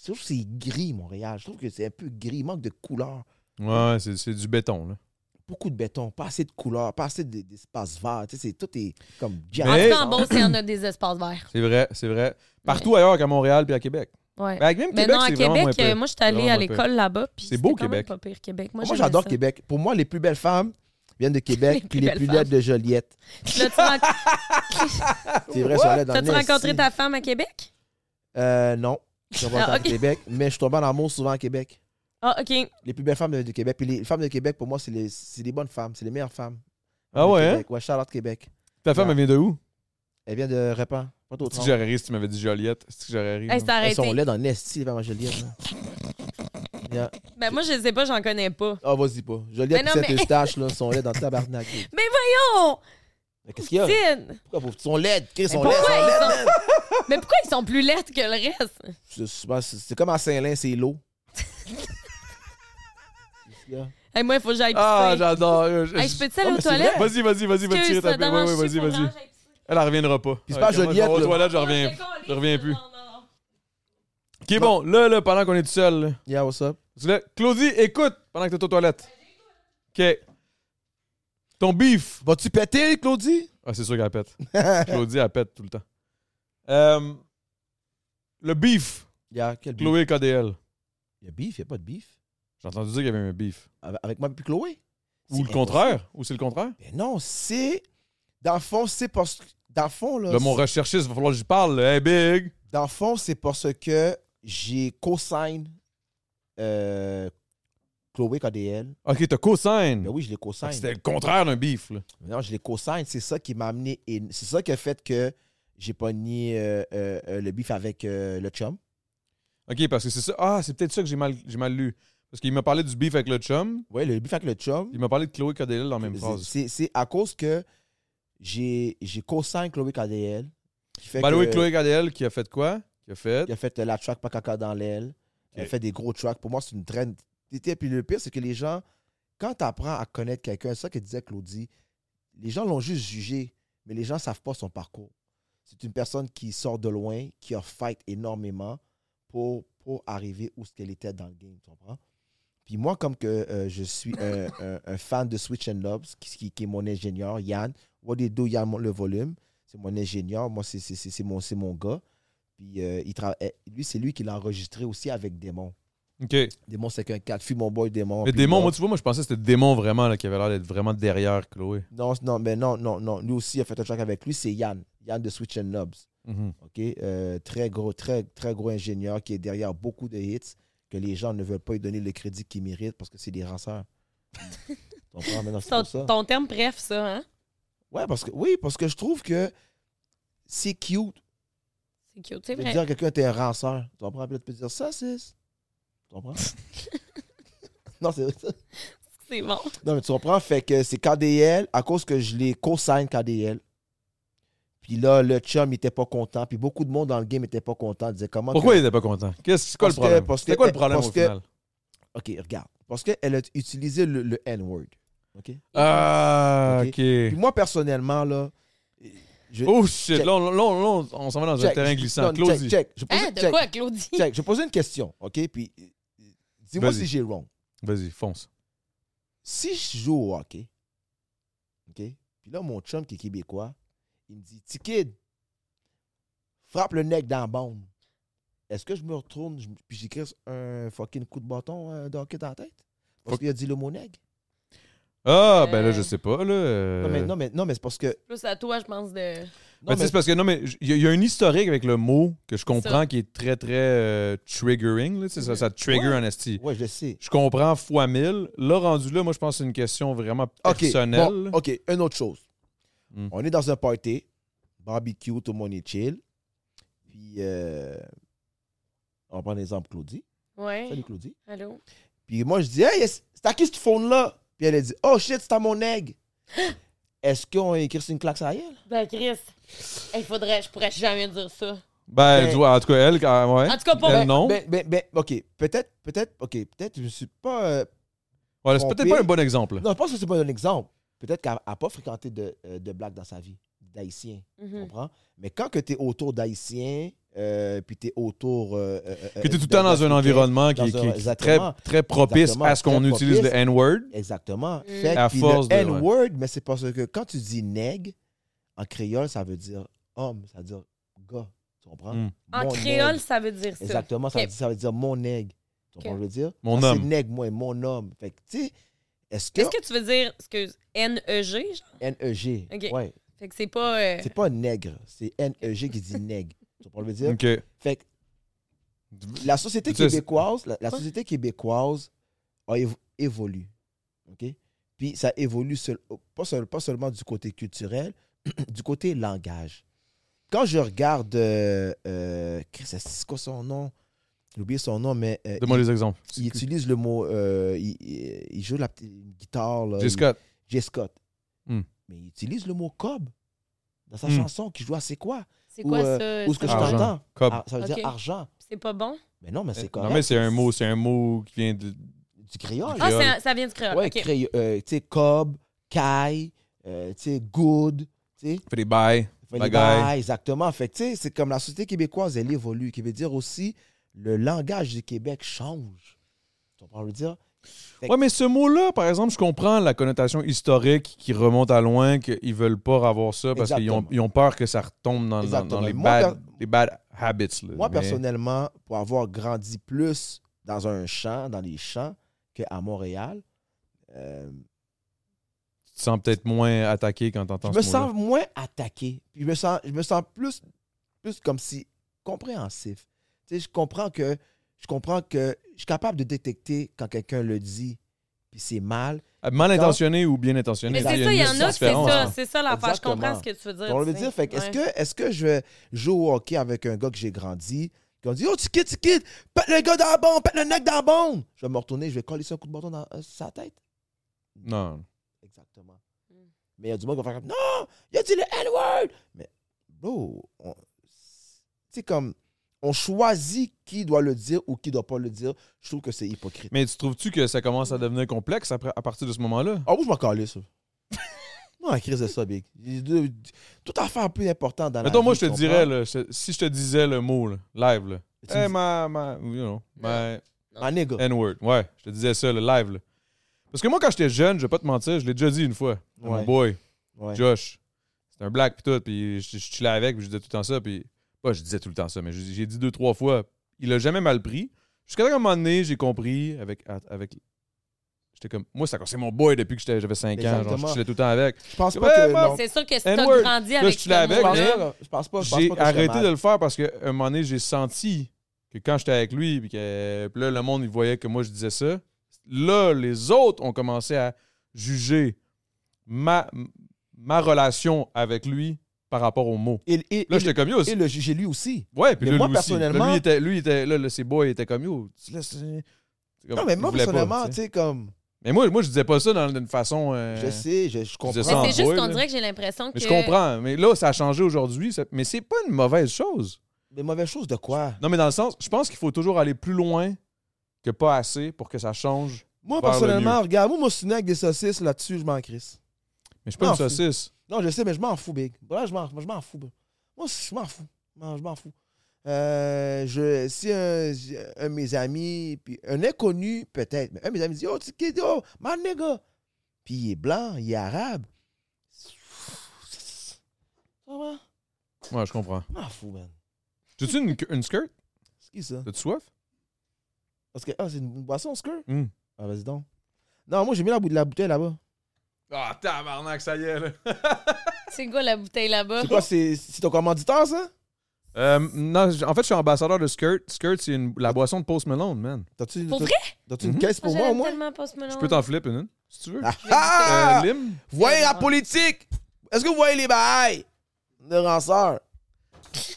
S3: Je trouve que c'est gris, Montréal. Je trouve que c'est un peu gris. Il manque de couleur.
S1: Ouais, c'est c'est du béton. Là.
S3: Beaucoup de béton, pas assez de couleur, pas assez d- d'espace vert. Tu sais, c'est- tout est comme
S2: En
S1: Mais-
S2: tout cas, en Beauce, il y en a des espaces verts.
S1: C'est vrai, c'est vrai. Partout ailleurs qu'à Montréal puis à Québec.
S2: Ouais.
S1: Ben, avec même
S2: Mais
S1: Québec,
S2: non, à
S1: c'est vraiment moins
S2: Québec,
S1: pire.
S2: euh, moi, je suis
S1: C'est
S2: allée
S1: vraiment
S2: à
S1: moins pire.
S2: l'école là-bas. puis
S1: C'est beau,
S2: c'était quand même
S1: Québec.
S2: Pas pire, Québec. Moi,
S3: Moi,
S2: j'aimais
S3: j'adore
S2: ça.
S3: Québec. Pour moi, les plus belles femmes viennent de Québec,
S2: Les
S3: puis
S2: plus
S3: les
S2: belles
S3: plus laides de Joliette.
S2: Là, tu ren-
S3: C'est vrai, ça allait dans
S2: T'as-tu
S3: le nez,
S2: rencontré
S3: si.
S2: ta femme à Québec?
S3: Euh, non. Je suis pas
S2: Ah,
S3: à
S2: ok.
S3: Québec, mais je suis tombé en amour souvent à Québec.
S2: Ah, OK.
S3: Les plus belles femmes de, de Québec. Puis les femmes de Québec, pour moi, c'est les, c'est les bonnes femmes. C'est les meilleures femmes.
S1: Ah
S3: de
S1: ouais, hein?
S3: Québec. Ouais, Charlotte Québec.
S1: Ta femme,
S3: Ouais.
S1: elle vient de où?
S3: Elle vient de Répand. Pas trop
S1: Si j'aurais ri si tu m'avais dit Joliette, si que j'aurais ri.
S2: Hey, c'est
S1: là.
S3: Elles sont
S2: arrêté.
S3: là dans Nesti, les femmes à Joliette. là. Yeah.
S2: Ben, moi, je sais pas, j'en connais pas.
S3: Ah, vas-y pas. Joliette
S2: Mais non,
S3: et
S2: mais-
S3: Saint-Eustache, là, sont laides dans le tabarnak.
S2: Non!
S3: Mais Qu'est-ce qu'il y a?
S2: Tine!
S3: Pourquoi vous- ils sont laides? Ils sont
S2: pourquoi
S3: laides, ils sont laides.
S2: ils sont... Mais pourquoi ils sont plus laides que le reste?
S3: C'est- c'est- C'est c'est comme à Saint-Lin, c'est l'eau. Qu'est-ce qu'il y a?
S2: Hey, moi, il faut que j'aille pisser.
S1: Ah, j'adore. Euh, je-
S2: Hey, je peux-tu aller
S3: Non,
S2: aux
S3: mais c'est
S2: toilettes?
S3: vrai.
S1: Vas-y, vas-y, vas-y, vas-y,
S2: Excuse,
S1: tirer ta
S2: non,
S1: Ouais,
S2: je
S1: ouais,
S2: suis
S1: vas-y, vas-y.
S2: pour vraiment, j'aille pisser.
S1: Elle, elle reviendra pas.
S3: Puis c'est pas à
S1: Ouais, moi, je vais
S3: Joliette,
S1: aux
S3: là.
S1: toilettes, je
S2: Non,
S1: reviens.
S2: c'est con, les
S1: Je reviens plus.
S2: Non, non, non.
S1: Qui est bon, là, là, pendant qu'on est tout seul. là.
S3: Yeah, what's up?
S1: Parce que là, Claudie, écoute pendant que t'es aux toilettes. OK. Ton beef.
S3: Vas-tu péter, Claudie?
S1: Ah, c'est sûr qu'elle pète. Claudie, elle pète tout le temps. Euh, le beef.
S3: Yeah, quel beef?
S1: Chloé KDL.
S3: Il y a beef, il n'y a pas de beef.
S1: J'ai entendu dire qu'il y avait un beef.
S3: Avec avec moi puis Chloé.
S1: Ou
S3: C'est
S1: le contraire. Ou c'est le contraire.
S3: impossible. Mais non, c'est. Dans le fond, c'est parce que. Dans le fond, là.
S1: Là, mon recherchiste, il va falloir que j'y parle. là. Hey, big.
S3: c'est- Dans le fond, c'est parce que j'ai co-sign euh, Chloé KDL.
S1: OK, t'as co-sign.
S3: Ben oui, je l'ai
S1: Fait que
S3: co-sign.
S1: C'était le contraire d'un beef. Là.
S3: Mais Non, je l'ai co-sign. C'est ça qui m'a amené. et C'est ça qui a fait que j'ai pogné euh, euh, euh, le beef avec euh, le chum.
S1: OK, parce que c'est ça. Ah, c'est peut-être ça que j'ai mal, j'ai mal lu. Parce qu'il m'a parlé du beef avec le chum.
S3: Ouais, le beef avec le chum.
S1: Il m'a parlé de Chloé Cardellil dans la même phrase.
S3: C'est c'est à cause que j'ai j'ai co-signé Chloé KDL. Qui fait
S1: By the way,
S3: que-
S1: Chloé Cardellil qui a fait quoi? Qui a fait...
S3: qui a fait euh, la track pas caca dans l'aile. Elle
S1: Ok.
S3: fait des gros tracks. Pour moi, c'est une traîne. Et puis le pire, c'est que les gens, quand tu apprends à connaître quelqu'un, c'est ça que disait Claudie, les gens l'ont juste jugé, mais les gens ne savent pas son parcours. C'est une personne qui sort de loin, qui a fight énormément pour, pour arriver où ce qu'elle était dans le game, tu comprends? Puis moi, comme que euh, je suis un, un- un fan de Switch and Lobs, qui, qui- qui est mon ingénieur, Yann, What do you do, Yann, le volume, c'est mon ingénieur, moi, c'est- c'est c'est- c'est mon, c'est mon gars. Puis euh, il tra- eh, lui, c'est lui qui l'a enregistré aussi avec Démon.
S1: OK. Mais
S3: Démon, c'est qu'un 4. Fut mon boy Démon. puis
S1: Démon,
S3: là-
S1: moi, tu vois, moi, je pensais que c'était Démon vraiment là, qui avait l'air d'être vraiment derrière Chloé.
S3: Non, non, mais non, non, non. Lui aussi, il a fait un track avec lui. C'est Yann. Yann de Switch and Knobs.
S1: Mhm.
S3: OK? Euh, très gros, très, très gros ingénieur qui est derrière beaucoup de hits que les gens ne veulent pas lui donner le crédit qu'il mérite parce que c'est des ranceurs. tu comprends? Mais non, c'est
S2: Ton,
S3: pour ça.
S2: ton terme bref, ça, hein?
S3: Ouais, parce que, oui, parce que je trouve que c'est cute
S2: C'est cute, c'est
S3: de
S2: vrai.
S3: dire à quelqu'un t'es un ranceur. Tu comprends? Puis là, tu peux dire ça, c'est. Tu comprends? non, c'est ça.
S2: C'est bon.
S3: Non, mais tu comprends? Fait que c'est KDL, à cause que je l'ai co-sign KDL. Puis là, le chum, il était pas content. Puis beaucoup de monde dans le game était pas content. disait comment.
S1: Pourquoi
S3: que-
S1: il était pas content? Qu'est-ce, c'est quoi
S3: Parce
S1: le
S3: que-
S1: problème?
S3: parce que-
S1: C'était quoi le problème
S3: parce
S1: au
S3: que-
S1: final?
S3: Ok, regarde. Parce qu'elle a utilisé le, le N-word. Ok?
S2: Hein,
S1: Ah, OK.
S3: Puis moi, personnellement, là. Je...
S1: Oh shit,
S3: Check.
S1: là, on, là, on- là, on- on s'en va dans un
S3: check,
S1: terrain
S3: je-
S1: glissant.
S3: non,
S1: Claudie.
S3: Check, check. Je pose,
S2: Hein, de
S3: check,
S2: quoi, Claudie?
S3: check. Je pose une question. Ok? Puis euh, dis-moi
S1: Vas-y.
S3: si j'ai wrong.
S1: Vas-y, fonce.
S3: Si je joue au hockey, OK? Puis là, mon chum qui est québécois, il me dit Tikid, frappe le nec dans la bande. Est-ce que je me retourne je- puis j'écris un fucking coup de bâton euh, de hockey dans la tête? Parce
S1: Fuck.
S3: qu'il a dit le mot nègre.
S1: Ah, ben là,
S2: Euh.
S1: je sais pas, là. euh.
S3: Non, mais, non, mais, non, mais c'est parce que.
S2: Plus à toi, je pense, de.
S1: Ben,
S3: Non,
S1: tu sais,
S3: mais,
S1: c'est parce que, non, mais il y, a- y a un historique avec le mot que je comprends
S2: Ça.
S1: qui est très, très euh, triggering. Là, tu sais, ça, ça trigger
S3: Ouais.
S1: en esti.
S3: ouais, je le sais.
S1: Je comprends fois mille. Là, rendu là, moi, je pense que c'est une question vraiment
S3: OK.
S1: personnelle.
S3: bon, oh, OK, une autre chose.
S1: Hmm.
S3: On est dans un party, barbecue, tout le monde est chill. Puis, euh, on prend l'exemple Claudie.
S2: Ouais.
S3: Salut Claudie.
S2: Allô?
S3: Puis moi, je dis, hey, est-ce- c'est à qui ce phone-là? Puis elle a dit, oh shit, c'est à mon aigle. Est-ce qu'on a écrit sur une claque à elle?
S2: Ben, Chris, il faudrait, je pourrais jamais dire ça.
S1: Ben,
S3: Ben-
S1: tu vois, en tout cas, elle, quand-
S3: Hein?
S1: ouais.
S2: En tout cas, pour
S1: Elle, Euh, non.
S3: Ben, ben, ben, ok, peut-être, peut-être, ok, peut-être, je suis pas. euh,
S1: Ouais, c'est
S3: mon
S1: peut-être pas
S3: pire-
S1: un bon exemple.
S3: Non, je pense que c'est pas un exemple. Peut-être qu'elle n'a pas fréquenté de, euh, de blagues dans sa vie, d'haïtiens, tu
S1: Hmm.
S2: Mhm.
S3: comprends? Mais quand que tu es autour d'haïtiens, euh, puis tu es autour. Euh, euh, euh,
S1: Que tu es tout le
S3: d'un-
S1: temps dans un
S3: d'Africains,
S1: environnement qui,
S3: dans un-
S1: qui- qui est très,
S3: exactement.
S1: très propice à ce qu'on
S3: Exactement, très
S1: utilise le
S3: propice.
S1: N-word.
S3: Exactement.
S2: Mm.
S3: Fait
S1: À
S3: puis
S1: force de-
S3: le
S1: ouais.
S3: N-word, mais c'est parce que quand tu dis nègre, en créole, ça veut dire homme, ça veut dire gars. Tu comprends?
S1: Mm.
S2: En
S3: Mon
S2: créole,
S3: nègre.
S2: ça veut dire ça.
S3: Exactement, ça,
S2: Ok.
S3: veut dire, ça veut dire mon nègre. Tu comprends
S2: Ok.
S3: ce que je veux dire?
S1: Mon
S3: Ah,
S1: homme.
S3: C'est nègre, moi, mon homme. Fait que, tu sais, est-ce que,
S2: Est-ce que tu veux dire, excuse, N-E-G? genre?
S3: N-E-G,
S2: Ok.
S3: ouais,
S2: Fait que c'est pas. euh,
S3: c'est pas nègre, c'est N-E-G qui dit nègre. Tu comprends ce que je veux dire?
S1: OK.
S3: Fait que la société
S1: Tu sais,
S3: québécoise, la, la
S2: Ouais.
S3: société québécoise a évo- évolué. OK? Puis ça évolue seul- oh, pas, seul- pas seulement du côté culturel, du côté langage. Quand je regarde. euh, euh, Christ, c'est quoi son nom? J'ai oublié son nom, mais. euh,
S1: Donne-moi des exemples.
S3: il utilise le mot. euh, il, il- il joue la petite une guitare. là,
S1: J.
S3: il-
S1: Scott.
S3: J. Scott.
S1: Hmm.
S3: Mais il utilise le mot cob dans sa
S1: Hmm.
S3: chanson qui joue à C'est quoi
S2: C'est
S3: Ou,
S2: quoi
S3: euh,
S2: ça?
S3: Ou ce que je
S2: ça?
S1: Argent.
S3: t'entends
S1: Cobb.
S3: Ah, Ça veut
S2: Ok.
S3: dire argent.
S2: C'est pas bon?
S3: Mais non, mais c'est correct.
S1: Euh, Non, mais c'est un mot, c'est un mot qui vient de.
S3: Du créole.
S1: Du
S2: Ah,
S1: Créole.
S2: c'est un- ça vient du créole.
S3: ouais,
S2: ok.
S3: cré- euh, tu sais, cob, kai, euh, tu sais, good. Tu sais,
S1: fait des bails.
S3: Fait
S1: Bagaille.
S3: les bails, exactement. Fait que, tu sais, c'est comme la société québécoise, elle évolue. Qui veut dire aussi, le langage du Québec change. Tu comprends ce que je veux dire? Fait que-
S1: Ouais, mais ce mot-là, par exemple, je comprends la connotation historique qui remonte à loin, qu'ils veulent pas avoir ça parce qu'ils ont,
S3: Exactement.
S1: ils ont peur que ça retombe dans, dans- dans les,
S3: Exactement. Moi,
S1: bad, les bad habits. là.
S3: Moi,
S1: Mais-
S3: personnellement, pour avoir grandi plus dans un champ, dans les champs, qu'à Montréal, euh,
S1: Tu te sens peut-être moins attaqué quand t'entends
S3: je
S1: ce
S3: me
S1: mot-là.
S3: sens moins attaqué. Puis je me sens, je me sens plus, plus comme si compréhensif. Tu sais, je comprends que je comprends que je suis capable de détecter quand quelqu'un le dit, puis c'est mal.
S1: Ah, Mal intentionné ou bien intentionné.
S2: Mais
S1: là,
S2: c'est ça, il y
S1: une
S2: en a que c'est
S1: différence,
S2: ça.
S1: hein.
S2: C'est ça l'affaire. Je
S3: Exactement.
S2: comprends ce que tu veux dire.
S3: On le
S2: tu
S3: dire.
S2: sais.
S3: Fait que est-ce
S2: Ouais.
S3: que est-ce que je vais jouer au hockey avec un gars que j'ai grandi, Ils ont dit, oh, tu quittes, tu quittes, pète le gars dans la bombe, pète le mec dans la bombe. Je vais me retourner, je vais coller ça un coup de bâton dans euh, sa tête.
S1: Non.
S3: Exactement.
S2: Mm.
S3: Mais il y a du monde qui va faire comme Non, il a dit le N-word. Mais, bro, on- c'est comme on choisit qui doit le dire ou qui doit pas le dire. Je trouve que c'est hypocrite.
S1: Mais tu trouves-tu que ça commence à devenir complexe après- à partir de ce moment-là?
S3: Ah, moi, je m'en calais, ça. Non, la crise de ça, Big. Il y a deux- Toute affaire plus importante dans Ah, la
S1: Mettons, moi,
S3: vie,
S1: je te
S3: tu
S1: dirais,
S3: comprends?
S1: là, je- si je te disais le mot, là, live, là.
S3: Tu me
S1: Eh,
S3: dis-
S1: ma, ma, you know, ma
S3: Ah, nigga.
S1: N-word. Ouais, je te disais ça, le live, là. Parce que moi, quand j'étais jeune, je vais pas te mentir, je l'ai déjà dit une fois. à Mon
S3: Ouais.
S1: boy,
S3: Ouais.
S1: Josh. C'est un black, pis tout. Pis je, je chillais avec, puis je disais tout le temps ça. Puis, pas je disais tout le temps ça, mais je- j'ai dit deux, trois fois. Il a jamais mal pris. Jusqu'à un moment donné, j'ai compris avec. avec J'étais comme. Moi, ça c'est mon boy depuis que j'étais- j'avais 5 ans. Genre, je
S3: Exactement.
S1: chillais tout le temps avec.
S3: Je pense pas
S1: Ouais,
S3: que.
S1: moi,
S3: non.
S2: C'est sûr que si t'as
S1: N-word.
S2: grandi
S1: Là,
S2: avec
S1: je suis là
S2: ce
S1: avec,
S3: Je pense
S2: mot-là,
S3: pas, je pense pas. je pense
S1: J'ai
S3: pas que je serais
S1: arrêté
S3: mal.
S1: de le faire parce qu'à un moment donné, j'ai senti que quand j'étais avec lui, puis que puis là, le monde, il voyait que moi, je disais ça. Là, les autres ont commencé à juger ma, ma relation avec lui par rapport aux mots.
S3: Et, et,
S1: Là,
S3: et-
S1: j'étais comme yo.
S3: et le juger lui aussi.
S1: Ouais, puis
S3: Mais
S1: là,
S3: moi,
S1: lui aussi.
S3: personnellement-
S1: Là, lui, était, lui, était, là, là, ses boys étaient comme yo. tu laisses- C'est comme-
S3: Non, mais
S1: il
S3: moi,
S1: voulait pas,
S3: personnellement,
S1: tu
S3: tu
S1: sais.
S3: sais, comme.
S1: Mais moi, moi, je disais pas ça dans- d'une façon. euh,
S3: Je sais, je, je comprends.
S1: sens-
S2: mais c'est
S1: boy,
S2: juste qu'on
S1: là.
S2: dirait que j'ai l'impression que.
S1: Mais je comprends. Mais là, ça a changé aujourd'hui. ça- Mais c'est pas une mauvaise chose.
S3: Mais mauvaise chose de quoi?
S1: Non, mais dans le sens, je pense qu'il faut toujours aller plus loin que pas assez pour que ça change.
S3: Moi,
S1: Vers le
S3: personnellement, regarde, moi, moi, je avec des saucisses là-dessus, je m'en crisse.
S1: Mais je suis pas
S3: Non,
S1: une saucisse.
S3: Non, je sais, mais je m'en fous, Big. Voilà, je m'en, je m'en fous. bro. Moi, je m'en fous. Non, je m'en fous. Euh, je, si un, un de mes amis, puis un inconnu, peut-être, mais un de mes amis dit Oh, tu kid, oh, my nigga. Puis il est blanc, il est arabe. Ça va?
S1: Ouais, je comprends.
S3: Je m'en fous, man.
S1: T'as-tu une, une skirt?
S3: C'est qui ça?
S1: T'as-tu soif?
S3: Parce que, ah, c'est une boisson, skirt?
S1: Hmm.
S3: Ah, vas-y donc. Non, moi, j'ai mis la, bou- la bouteille là-bas.
S1: Ah, tabarnak, ça y est, là.
S2: C'est quoi la bouteille là-bas?
S3: C'est quoi, c'est, c'est ton commanditeur, ça?
S1: Euh, non, j- en fait, je suis ambassadeur de Skirt. Skirt, c'est une- la boisson de Post Malone, man.
S3: T'as-tu,
S2: Pour
S3: t'as-
S2: vrai?
S3: t'as-tu une
S1: Mhm.
S3: caisse pour
S2: Moi,
S3: moi, au
S2: j'aime
S3: moins?
S2: tellement pas ce melon.
S1: Je peux t'en flipper une, si tu veux.
S3: Ah,
S2: vais
S3: ah!
S1: Euh, lime?
S3: Voyez la politique! Est-ce que vous voyez les bails de ranceur?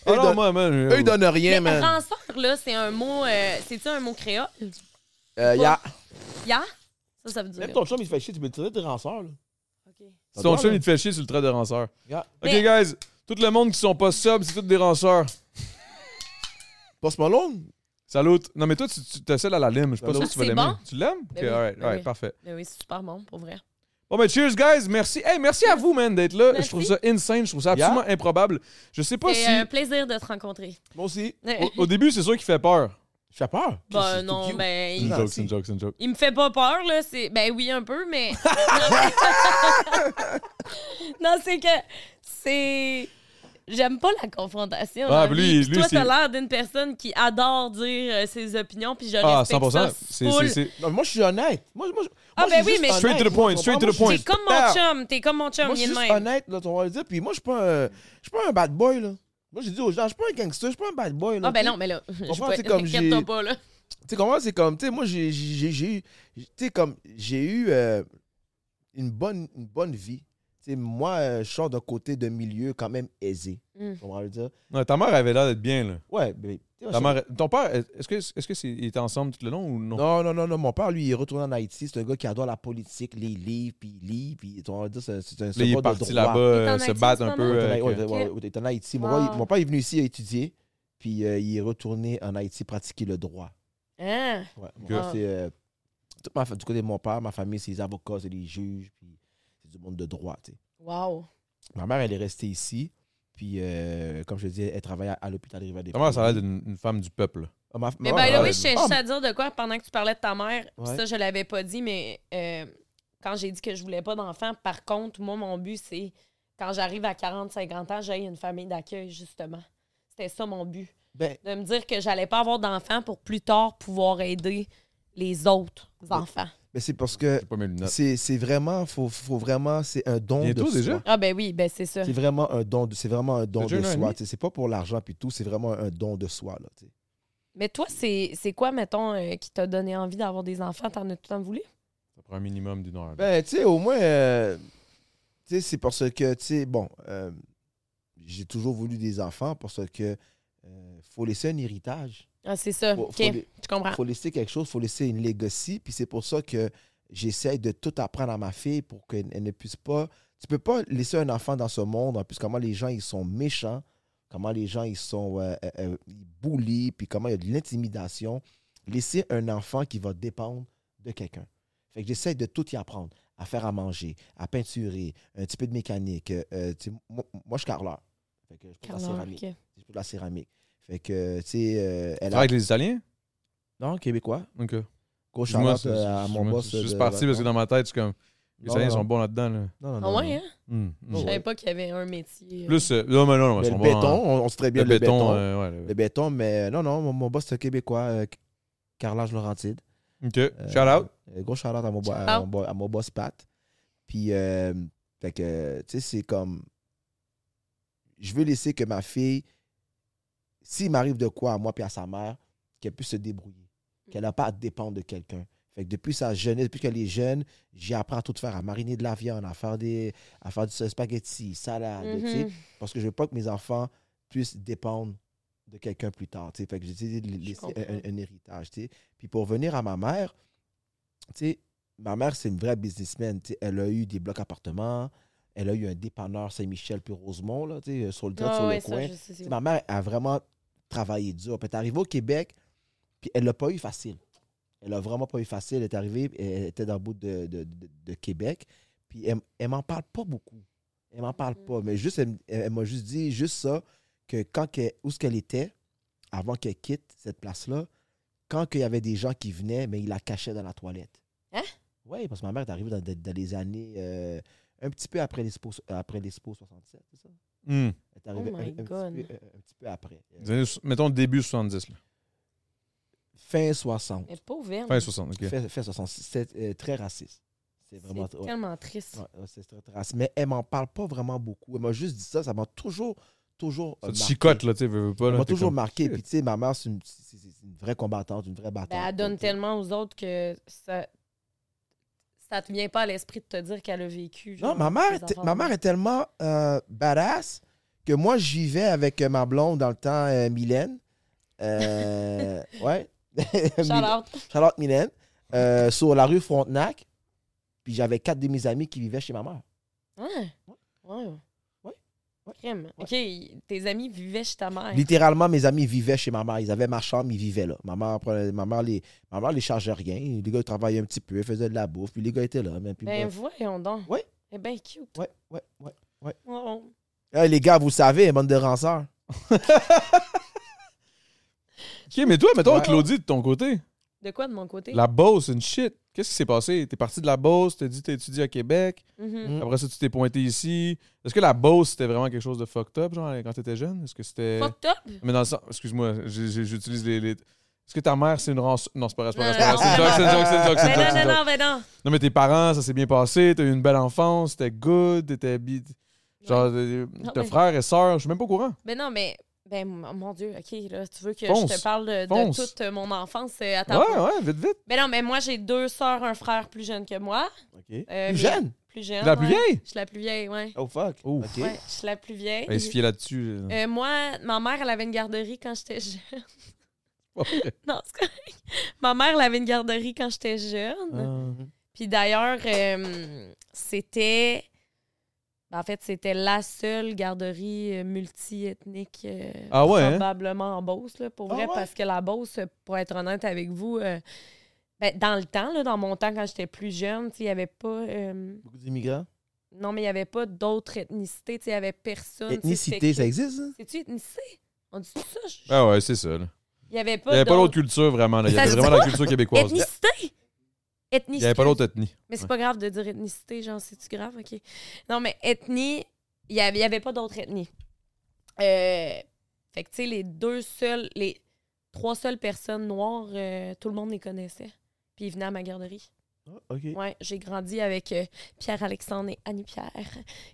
S1: Ah
S3: Eux,
S1: non,
S3: donnent-
S1: moi, man,
S3: eux,
S1: euh,
S3: ils donnent rien,
S2: Mais
S3: man.
S2: ranceur, là, c'est un mot. euh, C'est-tu un mot créole?
S3: Euh, y a-
S2: Ya? Ça, ça veut dire.
S3: Même ton chum, il fait chier, tu peux le tirer de ranceur, là.
S2: Ok.
S1: si ton chum, il te fait chier sur le trait de ranceur.
S3: Yeah.
S1: Ok,
S2: Mais-
S1: guys, tout le monde qui sont pas subs, c'est tous des ranceurs.
S3: Post Malone?
S1: Salut. Non, mais toi, tu, tu t'as celle à la lime. Je suis pas
S3: Salut.
S1: sûr que tu vas
S2: Ah, C'est
S1: l'aimer.
S2: bon?
S1: Tu l'aimes? Ok,
S2: Ben oui,
S1: alright,
S2: ben
S1: alright,
S2: oui.
S1: parfait.
S2: Mais oui, c'est super bon, pour vrai.
S1: Bon, ben, cheers, guys. Merci. Hey, merci à vous, man, d'être là.
S2: Merci. euh,
S1: Je trouve ça insane. Je trouve ça
S3: Yeah.
S1: absolument improbable. Je sais pas
S2: C'est
S1: si.
S2: un plaisir de te rencontrer.
S3: Moi aussi.
S1: Au, au début, c'est sûr qu'il fait peur.
S3: J'ai peur. C'est-
S2: Ben
S3: c'est
S2: non,
S3: cute.
S2: ben.
S1: C'est
S2: il-
S1: une
S3: Non,
S1: joke,
S3: si.
S1: c'est une joke, c'est une joke.
S2: Il me fait pas peur, là. C'est... Ben oui, un peu, mais. non, c'est que. C'est. J'aime pas la confrontation.
S1: Ah,
S2: dans la
S1: lui,
S2: vie. Puis
S1: lui,
S2: toi,
S1: c'est-
S2: t'as l'air d'une personne qui adore dire euh, ses opinions, puis je
S1: Ah,
S2: respecte
S1: 100
S2: ça
S1: C'est.
S2: full.
S1: c'est- c'est-
S3: Non, mais moi, je suis honnête. Moi, moi, je-
S2: Ah,
S3: moi,
S2: ben
S3: je suis
S2: oui,
S3: juste
S2: mais-
S3: honnête.
S1: Straight to the point,
S3: Moi, je-
S1: straight to the
S3: moi, je-
S1: point.
S2: T'es comme
S3: Ah.
S2: mon chum, t'es comme mon chum,
S3: Moi, je
S2: il est
S3: suis
S2: de
S3: juste
S2: même.
S3: honnête, là, on va le dire. Puis moi, je suis pas un. Je suis pas un bad boy, là. Moi, j'ai dit aux gens, je suis pas un gangster, je suis pas un bad boy, là.
S2: Ah, ben
S3: tu sais.
S2: non, mais là, je
S3: Comprends,
S2: vois-
S3: c'est comme j'ai-
S2: inquiète-toi pas, là.
S3: Tu sais comment c'est comme, tu sais, moi j'ai j'ai j'ai eu, tu sais comme j'ai eu euh, une bonne une bonne vie. Tu sais, moi euh, je sors d'un côté de milieu quand même aisé.
S2: Mm.
S3: Comment le dire
S1: Ouais, ta mère avait l'air d'être bien, là.
S3: Ouais, mais tu sais,
S1: Ta
S3: je-
S1: mère... Ton père, est-ce que est-ce que c'est... il était ensemble tout le long ou non?
S3: non, non, non, non, mon père, lui, il est retourné en Haïti. C'est un gars qui adore la politique, les livres, puis il lit, puis on va dire, c'est c'est un
S1: Là, il est
S3: support de
S1: parti
S3: droit.
S1: là-bas
S2: Il est en
S1: euh, se
S2: Haïti,
S1: battre un
S2: ce
S1: peu.
S2: moment?
S3: Ouais,
S1: euh,
S3: t'es en-
S1: que-
S3: ouais, ouais, ouais, t'es en Haïti. Mon,
S2: Wow.
S3: père, il- mon père est venu ici à étudier, puis euh, il est retourné en Haïti pratiquer le droit.
S2: Hein?
S3: Ouais, mon
S1: Ok.
S3: père, c'est. euh, toute ma fa- du côté de mon père, ma famille, c'est les avocats, c'est les juges, puis c'est du monde de droit. tu sais.
S2: Wow.
S3: Ma mère, elle est restée ici, puis euh, comme je te dis, elle travaille à, à l'hôpital Rivière des
S1: Ta mère, ça a l'air d'une une femme du peuple.
S3: Ah, ma- ma
S2: Mais
S3: mère,
S2: by the
S3: elle-
S2: way, je suis
S3: Ah,
S2: juste à dire de quoi pendant que tu parlais de ta mère. puis
S3: Ouais.
S2: Ça, je l'avais pas dit, mais euh, quand j'ai dit que je voulais pas d'enfant, par contre, moi, mon but, c'est quand j'arrive à 40-50 ans, j'aille une famille d'accueil, justement. C'était ça mon but.
S3: ben,
S2: De me dire que j'allais pas avoir d'enfant pour plus tard pouvoir aider les autres enfants.
S3: mais c'est parce que
S1: J'ai pas mes lunettes.
S3: c'est c'est vraiment, faut, faut vraiment, c'est un don
S1: Bientôt,
S3: de soi.
S1: déjà?
S2: Ah ben oui, ben c'est ça.
S3: C'est vraiment un don de, c'est vraiment un don
S1: Déjà
S3: de
S1: un an et
S3: soi.
S1: demi?
S3: tu sais. C'est pas pour l'argent puis tout, c'est vraiment un don de soi. Là, tu sais.
S2: Mais toi, c'est c'est quoi, mettons, euh, qui t'a donné envie d'avoir des enfants? T'en as tout le temps voulu?
S1: Ça prend un minimum d'une heure. là.
S3: Ben, tu sais, au moins, euh, tu sais, c'est parce que, tu sais, bon, euh, j'ai toujours voulu des enfants parce que euh, faut laisser un héritage.
S2: Ah, c'est ça.
S3: Faut-
S2: OK,
S3: faut les-
S2: je comprends.
S3: faut laisser quelque chose, faut laisser une legacy. Puis c'est pour ça que j'essaie de tout apprendre à ma fille pour qu'elle elle ne puisse pas. Tu peux pas laisser un enfant dans ce monde, en plus comment les gens ils sont méchants, comment les gens ils sont euh, euh, euh, ils bully, puis comment il y a de l'intimidation. Laisser un enfant qui va dépendre de quelqu'un. Fait que j'essaie de tout y apprendre, à faire à manger, à peinturer, un petit peu de mécanique. euh, euh, tu sais, moi, moi, je suis carreleur. Fait que je peux de la
S2: Carleur,
S3: céramique.
S2: ok.
S3: Je peux de la céramique. Fait que, tu sais, euh, elle a-
S1: Avec les Italiens?
S3: Non, québécois.
S1: OK.
S3: Gros
S1: Dis-moi,
S3: shout-out, euh, à
S1: c'est-
S3: mon
S1: c'est-
S3: boss.
S1: Je suis juste
S3: de-
S1: parti parce que dans ma tête, je suis comme. Les
S3: Non,
S1: Italiens
S3: non,
S1: sont
S3: non.
S1: bons là-dedans. Là.
S3: Non, non,
S2: Ah
S3: non,
S2: ouais,
S3: non.
S2: hein?
S1: Hum, hum.
S3: Oh,
S2: Je
S3: ouais.
S2: savais pas qu'il y avait un métier. euh.
S1: Plus. euh, non, mais non, non, ils
S3: Mais
S1: sont
S3: le
S1: bons,
S3: béton,
S1: hein.
S3: on, on sait très bien
S1: Le
S3: le, béton.
S1: béton. euh, ouais, le-
S3: Le béton, mais euh, non, non, mon, mon boss, c'est québécois, euh, Carlage Laurentide.
S1: OK.
S3: Euh,
S1: Shout out.
S3: euh, Gros shout out à mon, bo-
S2: Shout
S3: à mon
S2: out.
S3: bo- à mon boss Pat. Puis, euh, fait que, tu sais, c'est comme. Je veux laisser que ma fille, s'il m'arrive de quoi à moi puis à sa mère, qu'elle puisse se débrouiller. Qu'elle n'a pas à dépendre de quelqu'un. Fait que depuis sa jeunesse, depuis qu'elle est jeune, j'y apprends à tout faire, à mariner de la viande, à faire des, à faire du spaghetti, salade, tu sais.
S2: Mhm.
S3: parce que je veux pas que mes enfants puissent dépendre de quelqu'un plus tard. tu sais. Fait que j'ai décidé de laisser
S2: comprends.
S3: un, un héritage. tu sais. Puis pour revenir à ma mère, tu sais, ma mère, c'est une vraie businessman. tu sais. Elle a eu des blocs appartements, elle a eu un dépanneur Saint-Michel puis Rosemont, là, tu sais, euh, sur le, direct
S2: Ah
S3: sur
S2: ouais,
S3: le
S2: ça,
S3: coin.
S2: je sais, c'est
S3: Tu sais, Ma mère a vraiment travaillé dur. Puis elle est arrivée au Québec, puis elle l'a pas eu facile. Elle a vraiment pas eu facile. Elle est arrivée, elle était dans le bout de, de- de- de Québec. Puis elle, elle m'en parle pas beaucoup. Elle m'en parle
S2: Mhm.
S3: pas. Mais juste, elle, m- elle- elle m'a juste dit juste ça, que quand qu'elle- où ce qu'elle était, avant qu'elle quitte cette place-là, quand il y avait des gens qui venaient, mais il la cachait dans la toilette.
S2: Hein?
S3: Oui, parce que ma mère est arrivée dans, dans- dans les années, euh, un petit peu après l'Expo après l'Expo 67, c'est ça?
S1: Hum.
S3: Elle est arrivée
S2: Oh
S3: un,
S2: my
S3: un petit peu,
S2: God.
S3: euh, un petit peu après. Euh,
S1: Des années so- Mettons début 70. Là.
S3: fin 60.
S2: Mais pas ouverte.
S1: Fin 60. OK.
S3: Fin, fin 60. C'est euh, très raciste. C'est
S2: C'est
S3: vraiment ouais,
S2: tellement triste. Ben,
S3: ouais, ouais, c'est très, très raciste. Mais elle m'en parle pas vraiment beaucoup. Elle m'a juste dit ça. Ça m'a toujours, toujours. euh,
S1: Ça te
S3: marqué.
S1: chicote, là, tu sais, veux, veux pas.
S3: Elle
S1: là,
S3: m'a
S1: t'es
S3: toujours
S1: comme-
S3: marqué.
S1: shit.
S3: Puis, tu sais, ma mère, c'est une, c'est- c'est- c'est une vraie combattante, une vraie battante.
S2: Ben, elle donne
S3: Tu sais.
S2: tellement aux autres que ça ça te vient pas à l'esprit de te dire qu'elle a vécu.
S3: Non,
S2: genre,
S3: ma mère,
S2: des
S3: était-
S2: affaires.
S3: ma mère est tellement euh, badass que moi, j'y vais avec euh, ma blonde dans le temps, euh, Mylène. Euh, ouais. Mylène.
S2: Shout out.
S3: Charlotte Mylène, euh, sur la rue Frontenac. Puis j'avais quatre de mes amis qui vivaient chez ma mère.
S2: Ouais. Ouais.
S3: Ouais. Ouais.
S2: Crime. OK, tes amis vivaient chez ta mère.
S3: Littéralement, mes amis vivaient chez ma mère. Ils avaient ma chambre, ils vivaient là. Ma mère, prenait- ma mère, les, ma mère les chargeait rien. Les gars ils travaillaient un petit peu, ils faisaient de la bouffe. Puis les gars étaient là. Mais puis
S2: Ben
S3: bref.
S2: voyons donc.
S3: Ouais.
S2: Eh ben cute.
S3: Ouais, ouais, ouais.
S2: Oh,
S3: Eh, les gars, vous savez, bande de ranceurs.
S1: OK, mais toi, mettons,
S3: Ouais.
S1: Claudie, de ton côté,
S2: De quoi de mon côté?
S1: la Beauce, une shit. Qu'est-ce qui s'est passé? T'es parti de la Beauce, t'as dit t'as étudié à Québec.
S2: Mhm.
S3: Mm.
S1: Après ça, tu t'es pointé ici. Est-ce que la Beauce, c'était vraiment quelque chose de fucked up, genre, quand t'étais jeune? Est-ce que c'était.
S2: Fucked up?
S1: Mais dans le sens. Excuse-moi, j'ai- j'ai- j'utilise les. les- Est-ce que ta mère, c'est une rançon. Non, c'est pas vrai, c'est pas vrai, c'est pas
S2: Non,
S1: vrai. C'est une
S2: non,
S1: joke, c'est une joke, c'est une joke, c'est une
S2: Ben
S1: joke,
S2: non,
S1: c'est une
S2: non,
S1: joke.
S2: non, ben non.
S1: Non, mais tes parents, ça s'est bien passé, t'as eu une belle enfance, c'était good, t'étais. bi- Genre, euh,
S2: Non,
S1: tes
S2: mais-
S1: frères et sœurs, je suis même pas au courant.
S2: Ben non, mais ben mon mon Dieu, OK, là, tu veux que
S1: Fonce.
S2: je te parle de, de
S1: Fonce.
S2: toute euh, mon enfance euh, à
S1: Ouais,
S2: ta
S1: ouais, vite, vite.
S2: Ben non, mais moi, j'ai deux sœurs, un frère plus jeune que moi. Euh,
S3: Plus
S2: mais-
S3: jeune.
S2: Plus jeune.
S1: La plus
S2: ouais.
S1: vieille?
S2: Je suis la plus vieille, ouais.
S3: Oh fuck.
S1: Ouf.
S3: OK.
S2: Ouais, je suis la plus vieille.
S1: Elle se fiait là-dessus. là.
S2: Euh, moi, ma mère, elle avait une garderie quand j'étais jeune.
S1: Pas vrai.
S2: non, c'est correct. Ma mère, elle avait une garderie quand j'étais jeune.
S1: Ah.
S2: Puis d'ailleurs, euh, c'était. ben, En fait, c'était la seule garderie euh, multiethnique. euh,
S1: Ah ouais, hein?
S2: Probablement en Beauce, là, pour
S3: Ah
S2: vrai,
S3: ouais?
S2: parce que la Beauce, euh, pour être honnête avec vous, euh, ben, dans le temps, là, dans mon temps, quand j'étais plus jeune, tu sais, il n'y avait pas. euh,
S3: Beaucoup d'immigrants.
S2: non, mais il n'y avait pas d'autres ethnicités, tu sais, il n'y avait personne. tu sais,
S3: Ethnicité, ça
S2: c'était-
S3: existe, hein? ça?
S2: C'est-tu ethnicité? On dit ça? Je-
S1: Ah ouais, c'est ça. là.
S2: Il n'y avait
S1: Il
S2: pas
S1: n'y avait pas l'autre
S2: d'autres.
S1: culture vraiment. là. Il y
S2: Ça
S1: avait
S2: se
S1: vraiment la culture québécoise. là.
S2: Ethnicité?
S1: Il
S2: Ethnicité.
S1: n'y avait pas l'autre ethnie.
S2: Mais c'est
S1: Ouais.
S2: pas grave de dire ethnicité, genre, c'est-tu grave? OK. Non, mais ethnie, il n'y avait, il y avait pas d'autre ethnie. Euh, fait que, tu sais, les deux seules, les trois seules personnes noires, euh, tout le monde les connaissait. Puis ils venaient à ma garderie.
S3: Oh, OK.
S2: Ouais, j'ai grandi avec euh, Pierre-Alexandre et Annie-Pierre,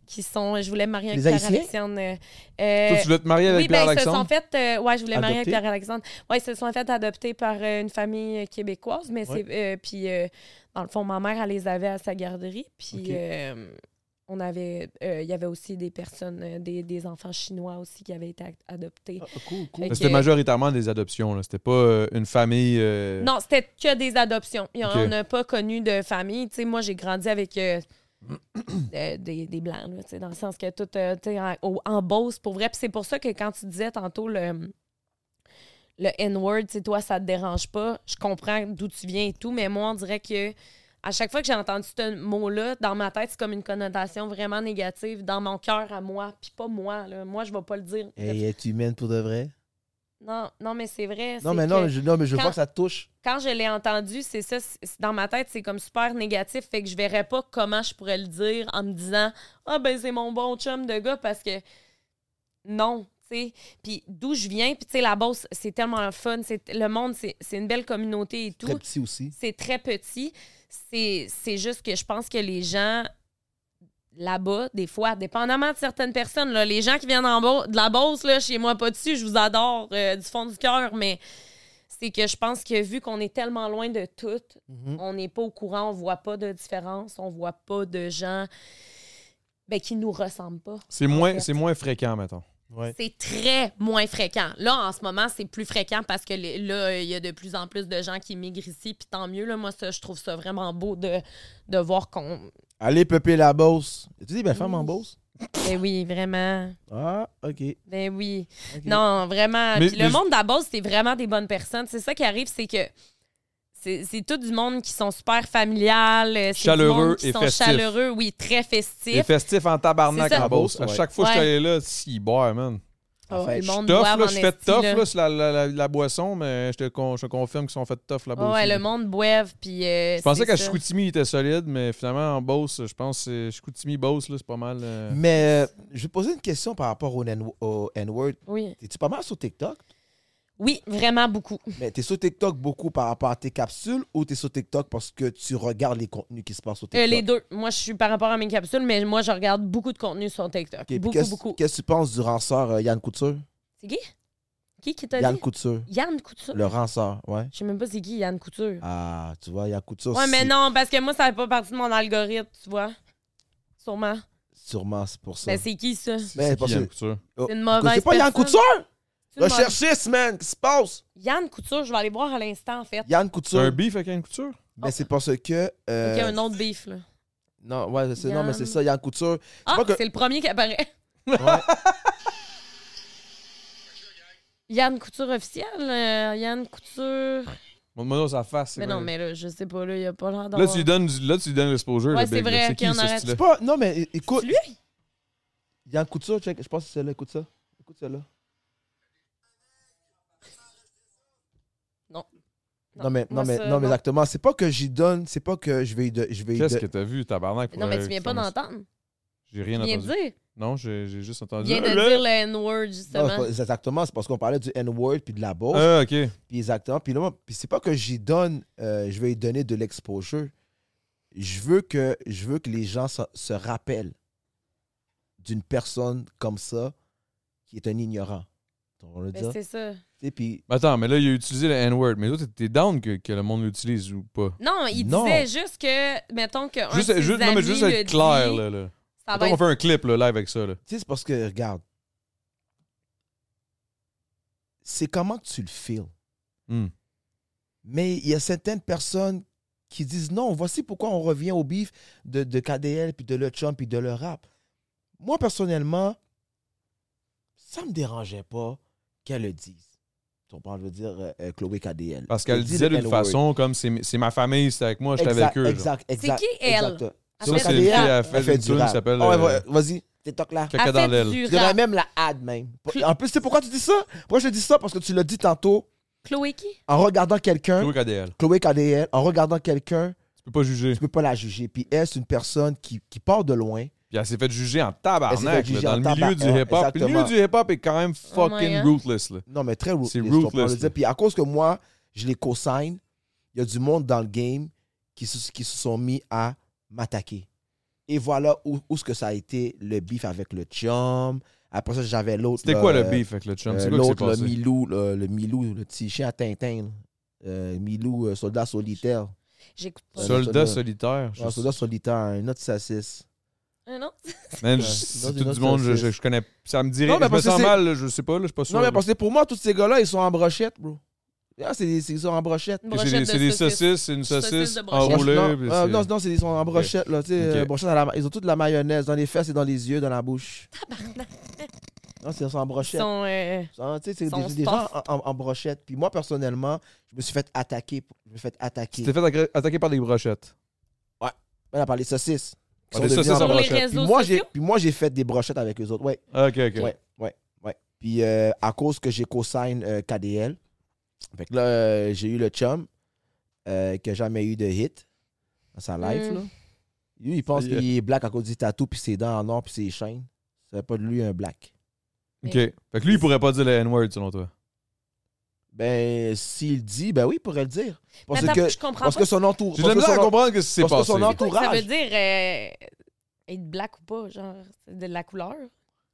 S2: qui sont. Je voulais me marier avec
S3: Les Haïtiens?
S2: Pierre-Alexandre. euh, euh,
S1: Toi, tu voulais te marier avec
S2: oui, ben, ils se sont
S1: Pierre-Alexandre?
S2: fait. euh, ouais, je voulais me marier avec
S3: Adoptés.
S2: Pierre-Alexandre. Ouais, ils se sont fait adopter par euh, une famille euh, québécoise, mais
S3: Ouais.
S2: c'est. euh, puis, euh, dans le fond, ma mère, elle les avait à sa garderie. Puis,
S3: Ok.
S2: euh, on avait, euh, il y avait aussi des personnes, euh, des, des enfants chinois aussi qui avaient été a- adoptés.
S3: Ah, cool, cool.
S2: Fait
S1: Mais Ah. Ben, C'était
S2: que-
S1: majoritairement des adoptions. là. C'était pas euh, une famille. euh,
S2: Non, c'était que des adoptions. Il y en-
S1: Ok.
S2: On n'a pas connu de famille. Tu sais, moi, j'ai grandi avec euh, euh, des, des Blancs, là, tu sais, dans le sens que tout euh, tu sais, en, au- en Beauce, pour vrai. Puis c'est pour ça que quand tu disais tantôt le, le N-word, tu sais, toi, ça te dérange pas. Je comprends d'où tu viens et tout, mais moi, on dirait que à chaque fois que j'ai entendu ce mot-là, dans ma tête, c'est comme une connotation vraiment négative dans mon cœur à moi, puis pas moi. là. Moi, je vais pas le dire.
S3: Hey, es-tu humaine pour de vrai?
S2: Non, non, mais c'est vrai.
S3: Non,
S2: c'est
S3: mais non,
S2: que-
S3: mais je, non, mais je veux
S2: quand-
S3: pas que ça te touche.
S2: quand je l'ai entendu, c'est ça, c'est- c'est- dans ma tête, c'est comme super négatif. Fait que je verrais pas comment je pourrais le dire en me disant Ah, ben, c'est mon bon chum de gars parce que non, tu sais. Puis d'où je viens, puis tu sais, la Beauce, c'est tellement fun. c'est- Le monde, c'est c'est une belle communauté et tout.
S3: Très petit aussi.
S2: C'est très petit. C'est c'est juste que je pense que les gens là-bas, des fois, dépendamment de certaines personnes, là, les gens qui viennent en Beau- de la Beauce, là, chez moi pas dessus, je vous adore euh, du fond du cœur, mais c'est que je pense que vu qu'on est tellement loin de tout,
S3: Mhm.
S2: on n'est pas au courant, on voit pas de différence, on voit pas de gens ben, qui nous ressemblent pas.
S1: C'est
S2: fait.
S1: moins, c'est moins fréquent, mettons.
S3: Ouais.
S2: C'est très moins fréquent. Là, en ce moment, c'est plus fréquent parce que les- là, il y a de plus en plus de gens qui migrent ici, puis tant mieux. Là, moi, ça, je trouve ça vraiment beau de, de voir qu'on.
S3: Allez peupler la Beauce. Tu dis, ben, femme en
S2: Oui.
S3: Beauce?
S2: Ben oui, vraiment.
S3: Ah, OK.
S2: Ben oui.
S3: ok.
S2: Non, vraiment.
S1: Mais-
S2: Puis le
S1: mais-
S2: monde d'abord, c'est vraiment des bonnes personnes. C'est ça qui arrive, c'est que. C'est c'est tout du monde qui sont super familial, euh, c'est du
S1: Chaleureux
S2: monde qui
S1: et
S2: sont
S1: festifs.
S2: chaleureux, oui, très
S1: Les
S2: festifs.
S1: festifs en tabarnak
S2: C'est ça.
S1: en Beauce. À
S3: Ouais.
S1: chaque fois que je
S2: Ouais.
S1: suis allé là, si boire, man.
S2: Oh,
S3: Enfin,
S2: le
S3: je
S2: monde
S1: Tough,
S2: boive
S1: là,
S2: en
S1: je fais
S2: esti,
S1: tough,
S2: là.
S1: là, sur la, la- la- la boisson, mais je te, con- je te confirme qu'ils sont faits tough là-bas.
S2: Ouais, ouais,
S1: aussi.
S2: le monde boive, puis. euh,
S1: Je pensais
S2: c'est
S1: qu'à
S2: ça.
S1: Chicoutimi, il était solide, mais finalement, en Beauce, je pense que c'est- Chicoutimi-Beauce, là, c'est pas mal. euh,
S3: Mais euh, je vais poser une question par rapport au N- au N-word.
S2: Oui.
S3: T'es-tu pas mal sur TikTok?
S2: Oui, vraiment beaucoup.
S3: Mais t'es sur TikTok beaucoup par rapport à tes capsules ou t'es sur TikTok parce que tu regardes les contenus qui se passent sur
S2: Euh,
S3: TikTok?
S2: les deux. Moi, je suis par rapport à mes capsules, mais moi, je regarde beaucoup de contenu sur TikTok.
S3: Ok, puis
S2: beaucoup,
S3: qu'est-ce,
S2: beaucoup.
S3: qu'est-ce que tu penses du ranceur euh, Yann Couture?
S2: C'est qui? Qui qui t'a
S3: Yann
S2: dit?
S3: Couture.
S2: Yann Couture.
S3: Le ranceur, ouais.
S2: Je sais même pas c'est qui Yann Couture.
S3: Ah, tu vois, Yann Couture.
S2: ouais, mais
S3: c'est-
S2: non, parce que moi, ça fait pas partie de mon algorithme, tu vois. Sûrement.
S3: Sûrement, c'est pour ça.
S2: Mais c'est qui, ça? C'est
S1: c'est-
S3: Mais
S1: c'est
S3: parce
S1: qui,
S3: que-
S1: Yann Couture?
S2: une
S3: Vous
S2: mauvaise
S3: connaissez pas Yann
S2: personne.
S3: Couture?
S2: C'est une mauvaise-
S3: Recherchez, man, qu'est-ce qui se passe?
S2: Yann Couture, je vais aller voir à l'instant, en fait.
S3: Yann
S1: C'est un
S3: Couture.
S1: beef avec Yann Couture?
S3: Mais c'est parce que. euh,
S2: Oh. Ok, un autre beef, là.
S3: Non, ouais, c'est, non, mais c'est
S2: Yann.
S3: ça, Yann Couture.
S2: Ah,
S3: pas que-
S2: c'est le premier qui apparaît. Yann Couture officiel, euh, Yann Couture.
S1: Montre-moi sa face.
S2: Mais
S1: c'est
S2: non,
S1: vrai.
S2: mais là, je sais pas, là, il a pas l'air
S1: Là,
S2: d'avoir...
S1: tu lui donnes, du- là, tu lui donnes l'exposure.
S2: Ouais,
S1: là,
S2: c'est
S1: Big, là.
S2: vrai,
S1: C'est
S2: ok,
S1: qui,
S2: on arrête.
S1: ce là
S3: C'est pas. Non, mais é- écoute.
S2: C'est lui?
S3: Yann Couture, check, je pense que c'est celle-là, écoute ça. Écoute celle-là.
S2: Non.
S3: Non, mais, non,
S2: Moi,
S3: mais,
S2: ça,
S3: non, mais
S2: non.
S3: exactement. C'est pas que j'y donne, c'est pas que je vais y de- je vais y
S1: Qu'est-ce
S3: de-
S1: que t'as vu, tabarnak? pour
S2: Non, mais
S1: la-
S2: tu viens pas
S1: Thomas?
S2: d'entendre.
S1: J'ai
S2: Tu
S1: rien
S2: viens de
S1: entendu.
S2: dire.
S1: Non, j'ai j'ai juste
S2: Tu
S1: entendu.
S2: viens de
S1: Euh,
S2: dire le N-word,
S3: Non, c'est
S2: justement.
S3: pas- c'est exactement, c'est parce qu'on parlait du N-word puis de la bourse.
S1: Ah, ok.
S3: Puis exactement. Puis là, moi, puis c'est pas que j'y donne, euh, je vais y donner de l'exposure. Je veux que, je veux que les gens se, se rappellent d'une personne comme ça qui est un ignorant. On le dit.
S2: Ben, c'est ça.
S3: Et puis,
S1: Mais Attends, mais là, il a utilisé le N-word. Mais toi, t'es- t'es down que, que le monde l'utilise ou pas?
S2: Non, il
S3: Non.
S2: disait juste que, mettons que.
S1: Juste,
S2: un
S1: juste, non, mais juste être clair, là. là.
S2: Ça va
S1: Mettons qu'on
S2: être...
S1: fait un clip, là, live avec ça, là.
S3: tu sais, c'est parce que, regarde, c'est comment que tu le feels.
S1: Hmm.
S3: Mais il y a certaines personnes qui disent non, voici pourquoi on revient au bif de, de KDL, puis de le chum, puis de le rap. Moi, personnellement, ça me dérangeait pas qu'elle le dise. Tu comprends, je veux dire, euh, euh, Chloé KDL.
S1: Parce qu'elle
S3: Elle dit
S1: disait
S3: le
S1: d'une
S3: L-word.
S1: façon comme c'est c'est ma famille, c'est avec moi, j'étais
S3: Exact,
S1: avec eux. genre.
S3: Exact,
S2: C'est
S3: exact.
S2: qui elle?
S3: exact.
S2: Elle
S1: Ça,
S2: fait
S1: c'est
S2: du
S1: une fille,
S2: rap.
S1: elle a
S3: Elle
S1: fait
S3: fait
S1: une
S3: du
S1: tune qui
S3: rap.
S1: s'appelle.
S3: Ah ouais,
S1: euh,
S3: ouais, Vas-y, t'es toc là.
S1: Caca
S2: Elle
S1: dans
S2: fait
S1: l'aile.
S2: du
S3: Je dirais
S2: rap.
S3: même la ad, même. En plus, tu sais pourquoi tu dis ça? Pourquoi je te dis ça? Parce que tu l'as dit tantôt
S2: Chloé qui?
S3: en regardant quelqu'un,
S1: Chloé KDL.
S3: Chloé KDL, en regardant quelqu'un,
S1: Tu peux pas juger.
S3: tu peux pas la juger. Puis elle, c'est une personne qui, qui part de loin.
S1: Puis elle s'est fait juger en
S3: Elle s'est fait
S1: tabarnak,
S3: juger
S1: là,
S3: en
S1: dans le milieu
S3: tabarnak,
S1: du hip-hop. Puis Le milieu
S3: exactement.
S1: du hip-hop est quand même
S2: Oh my
S1: fucking
S2: God.
S1: ruthless, là.
S3: Non, mais très ruthless.
S1: C'est
S3: tu comprends,
S1: ruthless,
S3: je veux dire.
S1: là.
S3: Puis à cause que moi, je les co-signe, il y a du monde dans le game qui se, qui se sont mis à m'attaquer. Et voilà où, où ce que ça a été le beef avec le chum. Après ça, j'avais l'autre.
S1: C'était
S3: là,
S1: quoi le
S3: euh,
S1: beef avec le chum?
S3: euh,
S1: C'est quoi qui s'est
S3: L'autre, le
S1: passé?
S3: Milou, le, le Milou, le petit chien à Tintin. là. Euh, Milou, euh, soldat solitaire.
S2: J'écoute pas.
S3: Ça,
S1: Soldat
S3: Soldat.
S1: solitaire. je
S3: Un
S1: sais-
S3: soldat solitaire, un autre sassis.
S2: Ah Non?
S1: Man,
S3: Ouais,
S1: je-
S3: dans
S1: c'est
S3: une
S1: tout du
S3: autre
S1: monde, je,
S3: saucisse.
S1: je- je connais. Ça me dirait.
S3: Non,
S1: je
S3: mais
S1: me
S3: parce que
S1: sens
S3: c'est-
S1: mal, là, je sais pas, là, je suis pas sûr.
S3: Non, mais
S1: là.
S3: parce que pour moi, tous ces gars-là, ils sont en brochette, bro. Là, c'est des, c'est- ils sont en brochette.
S2: Une
S1: C'est
S2: brochette
S1: des-
S2: de
S1: C'est des
S2: saucisses.
S1: saucisses, c'est une
S2: Saucisses de
S1: saucisse
S2: brochette.
S1: enroulée.
S3: Non,
S1: puis
S3: euh,
S1: Ah, c'est-
S3: non, non, c'est ils sont en brochette, là, tu sais.
S1: Ok.
S3: euh, brochette à la ma- ils ont toute la mayonnaise dans les fesses et dans les yeux, dans la bouche.
S2: Tabarnak.
S3: Non, c'est- ils sont en
S2: Ils
S3: brochette.
S2: sont, euh,
S3: Hein, tu sais, c'est
S2: Ils sont
S3: des, des gens en, en- en brochette. Puis moi, personnellement, je me suis fait attaquer. pour- Je me suis fait
S1: Tu
S3: attaquer. Ben,
S1: t'es fait agra- attaquer par des brochettes.
S3: On a parlé de saucisses.
S1: Ah,
S3: qui sont
S1: des
S3: devenues
S1: saucisses
S3: en
S1: en
S2: sur les
S1: brochette.
S3: brochette.
S2: réseaux
S3: Puis moi, j'ai-
S2: sociaux.
S3: Puis moi, j'ai fait des brochettes avec eux autres. Ouais,
S1: Ah, Ok, ok.
S3: ouais, ouais, ouais. Puis euh, à cause que j'ai co-sign euh, KDL, fait que là, euh, j'ai eu le chum euh, qui n'a jamais eu de hit dans sa life.
S2: Mm.
S3: Là. Lui, il pense
S1: Yeah.
S3: qu'il est black à cause du tatou, puis ses dents en or, puis ses chaînes. Ça fait pas de lui un black.
S1: Ok. Fait que lui, il pourrait pas dire le N-word selon toi.
S3: Ben, s'il dit, ben oui, il pourrait le dire. Parce
S2: Mais attends,
S3: que,
S2: je comprends
S3: parce
S2: pas.
S3: que son entourage.
S1: J'ai de la
S3: parce que
S1: misère à
S3: son en-
S1: comprendre que c'est
S3: parce que
S1: passé.
S3: son
S2: Quoi que ça
S3: entourage.
S2: veut dire euh, être black ou pas, genre, c'est de la couleur.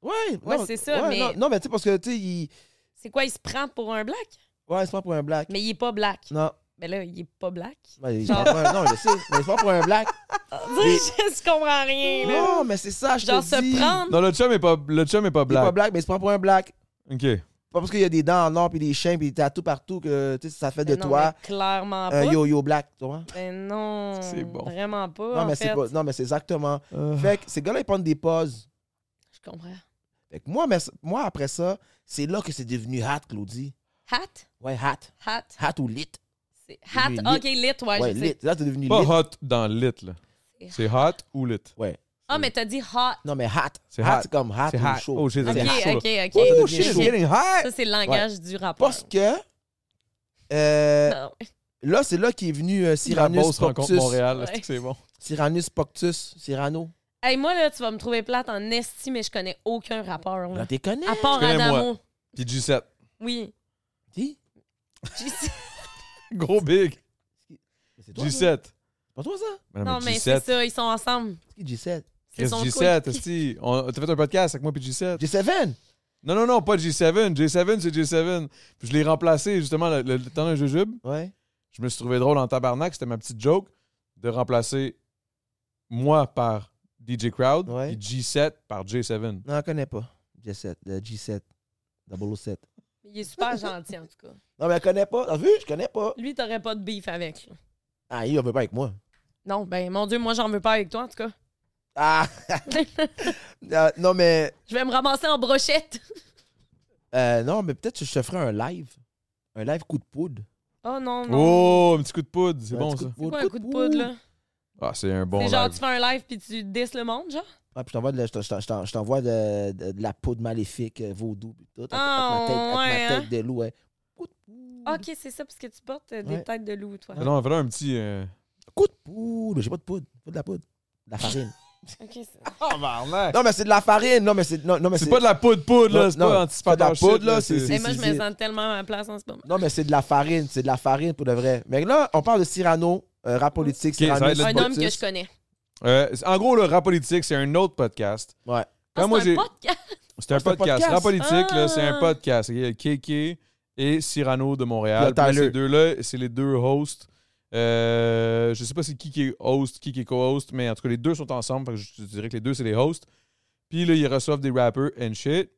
S3: Ouais,
S2: Ouais,
S3: non,
S2: c'est ça, mais-
S3: Non, non, mais tu sais, parce que, tu sais, il.
S2: C'est quoi, il se prend pour un black?
S3: Ouais, c'est pas pour un black.
S2: Mais il est pas black.
S3: Non.
S2: Mais là, il est pas black.
S3: Ben, il-
S2: Genre-
S3: Non, je sais, mais c'est pas pour un black. Mais-
S2: je comprends rien, là.
S3: Non, mais c'est ça, je te
S2: Genre, se
S3: dis.
S2: prendre.
S1: Non, le chum est pas, le chum est pas
S3: Il est pas
S1: black.
S3: black, mais c'est pas pour un black.
S1: Ok.
S3: Pas parce qu'il y a des dents en or, puis des chaînes, puis des tatous partout que tu sais, ça fait de
S2: Ben non,
S3: toi Euh,
S2: mais clairement
S3: un
S2: pas.
S3: yo-yo black, tu vois.
S2: Ben non.
S1: C'est bon.
S2: Vraiment pas.
S3: Non,
S2: en
S3: mais
S2: fait.
S3: c'est pas- non, mais c'est exactement.
S1: Euh,
S3: Fait que ces gars-là, ils prennent des pauses.
S2: Je comprends.
S3: Fait que moi, mais, moi, après ça, c'est là que c'est devenu hat, Claudie.
S2: Hat?
S3: Ouais, hat.
S2: Hat?
S3: Hat ou lit.
S2: C'est- Hat?
S3: Lit.
S2: Ok, lit, ouais,
S3: Ouais,
S2: je
S3: lit.
S2: sais.
S3: Là, c'est devenu
S1: Pas
S3: lit.
S1: hot dans lit, là. C'est hot ou lit.
S3: Ouais.
S2: Ah, mais t'as dit hot.
S3: Non, mais hat.
S1: C'est
S3: hat,
S1: hot.
S3: c'est comme hat
S1: C'est
S3: ou
S1: hot.
S3: chaud.
S1: Oh, shit,
S2: Ok,
S1: c'est
S3: C'est
S1: hot.
S2: ok, ok.
S3: Oh,
S1: shit, it's
S3: chaud.
S1: getting hot!
S2: Ça, c'est le langage du rapport.
S3: Parce que euh,
S2: Non,
S3: là, c'est là qu'est venu euh,
S1: La
S3: Cyranus
S1: bosse rencontre
S3: Poctus.
S1: Montréal, est-ce
S2: Ouais.
S1: que c'est bon?
S3: Cyranus Poctus. Cyrano.
S2: Hey, moi, là, tu vas me trouver plate en esti, mais je connais aucun rapport.
S3: Là,
S2: Là.
S3: t'es connu.
S2: À part
S1: Tu connais moi.
S2: Adamo.
S1: Puis G7.
S2: Oui.
S3: Dis. Ah,
S2: J'ai-
S1: Gros big.
S3: Mais C'est toi, ça?
S1: G7.
S3: C'est pas toi, ça?
S2: non, mais c'est ça, ils sont ensemble.
S3: C'est qui G7?
S2: C'est
S1: Chris
S2: son
S1: G7,
S2: couple.
S1: esti. On- T'as fait un podcast avec moi puis G7.
S3: G7?
S1: Non, non, non, pas G7. G7, c'est G7. Puis je l'ai remplacé, justement, le, le- le temps d'un jujube.
S3: Ouais.
S1: Je me suis trouvé drôle en tabarnak. C'était ma petite joke de remplacer moi par DJ Crowd
S3: Ouais.
S1: et G7 par J7.
S3: Non, on connaît pas. G7. euh, G7. 007.
S2: Il est super gentil, en tout cas.
S3: Non, mais elle connaît pas. T'as vu? Je connais pas.
S2: Lui, t'aurais pas de beef avec. là.
S3: Ah, il en veut pas avec moi.
S2: Non, ben, mon Dieu, moi, j'en veux pas avec toi, en tout cas.
S3: Ah! Euh, non, mais.
S2: Je vais me ramasser en brochette.
S3: euh, non, mais peut-être que je te ferai un live. Un live coup de poudre.
S2: Oh non, non.
S1: Oh, un petit coup de poudre, c'est
S3: Un
S1: bon
S3: petit
S1: ça.
S3: coup de
S2: C'est
S3: poudre,
S2: quoi un coup de poudre, là?
S1: Ah, c'est un bon
S2: c'est genre,
S1: live.
S2: tu fais un live puis tu disses le monde, genre?
S3: Ah, puis je t'envoie de, la- je t'en- je t'en- je t'en- je t'envoie de, de- de la poudre maléfique, euh, vaudou, puis tout. Avec,
S2: Ah,
S3: avec ma tête, avec
S2: ouais,
S3: ma
S2: hein?
S3: tête de loup, ouais. Coup de poudre.
S2: Ah, Ok, c'est ça, parce que tu portes euh, des
S3: Ouais.
S2: têtes de loup, toi.
S1: Fais-le- fais-le un petit. euh,
S3: Coup de poudre. J'ai pas de poudre. Pas de la poudre. De la farine.
S2: Ok, c'est-
S3: Oh, non, mais c'est de la farine. Non, mais c'est. Non, non, mais
S1: C'est pas de la poudre poudre, là.
S3: Non,
S1: C'est
S3: non,
S1: pas
S3: c'est pas de la
S1: anticipateur.
S3: poudre,
S1: shit,
S3: là,
S2: Mais
S3: c'est-
S2: moi, je
S3: c'est-
S2: me sens tellement à ma place en ce moment.
S3: Non, mais c'est de la farine, c'est de la farine pour de vrai. Mais là, on parle de Cyrano, euh, rap politique,
S1: ça va
S3: Cyrano.
S1: être le
S2: Un homme que
S3: Spottus.
S2: je connais.
S1: Euh, c'est- en gros, le rap politique, c'est un autre podcast.
S3: Ouais.
S2: Ah,
S1: Quand moi,
S2: c'est un
S1: j'ai-
S2: podcast.
S1: C'est un
S3: c'est un
S1: podcast.
S3: podcast.
S1: Rap politique, là,
S2: Ah.
S1: c'est un podcast. Il y a KK et Cyrano de Montréal.
S3: Il y a
S1: Puis là,
S3: Tyler.
S1: ces deux-là, c'est les deux hosts. Euh, je sais pas c'est qui qui est host, qui qui est co-host, mais en tout cas, les deux sont ensemble. Fait que je te dirais que les deux, c'est les hosts. Puis là, ils reçoivent des rappers and shit.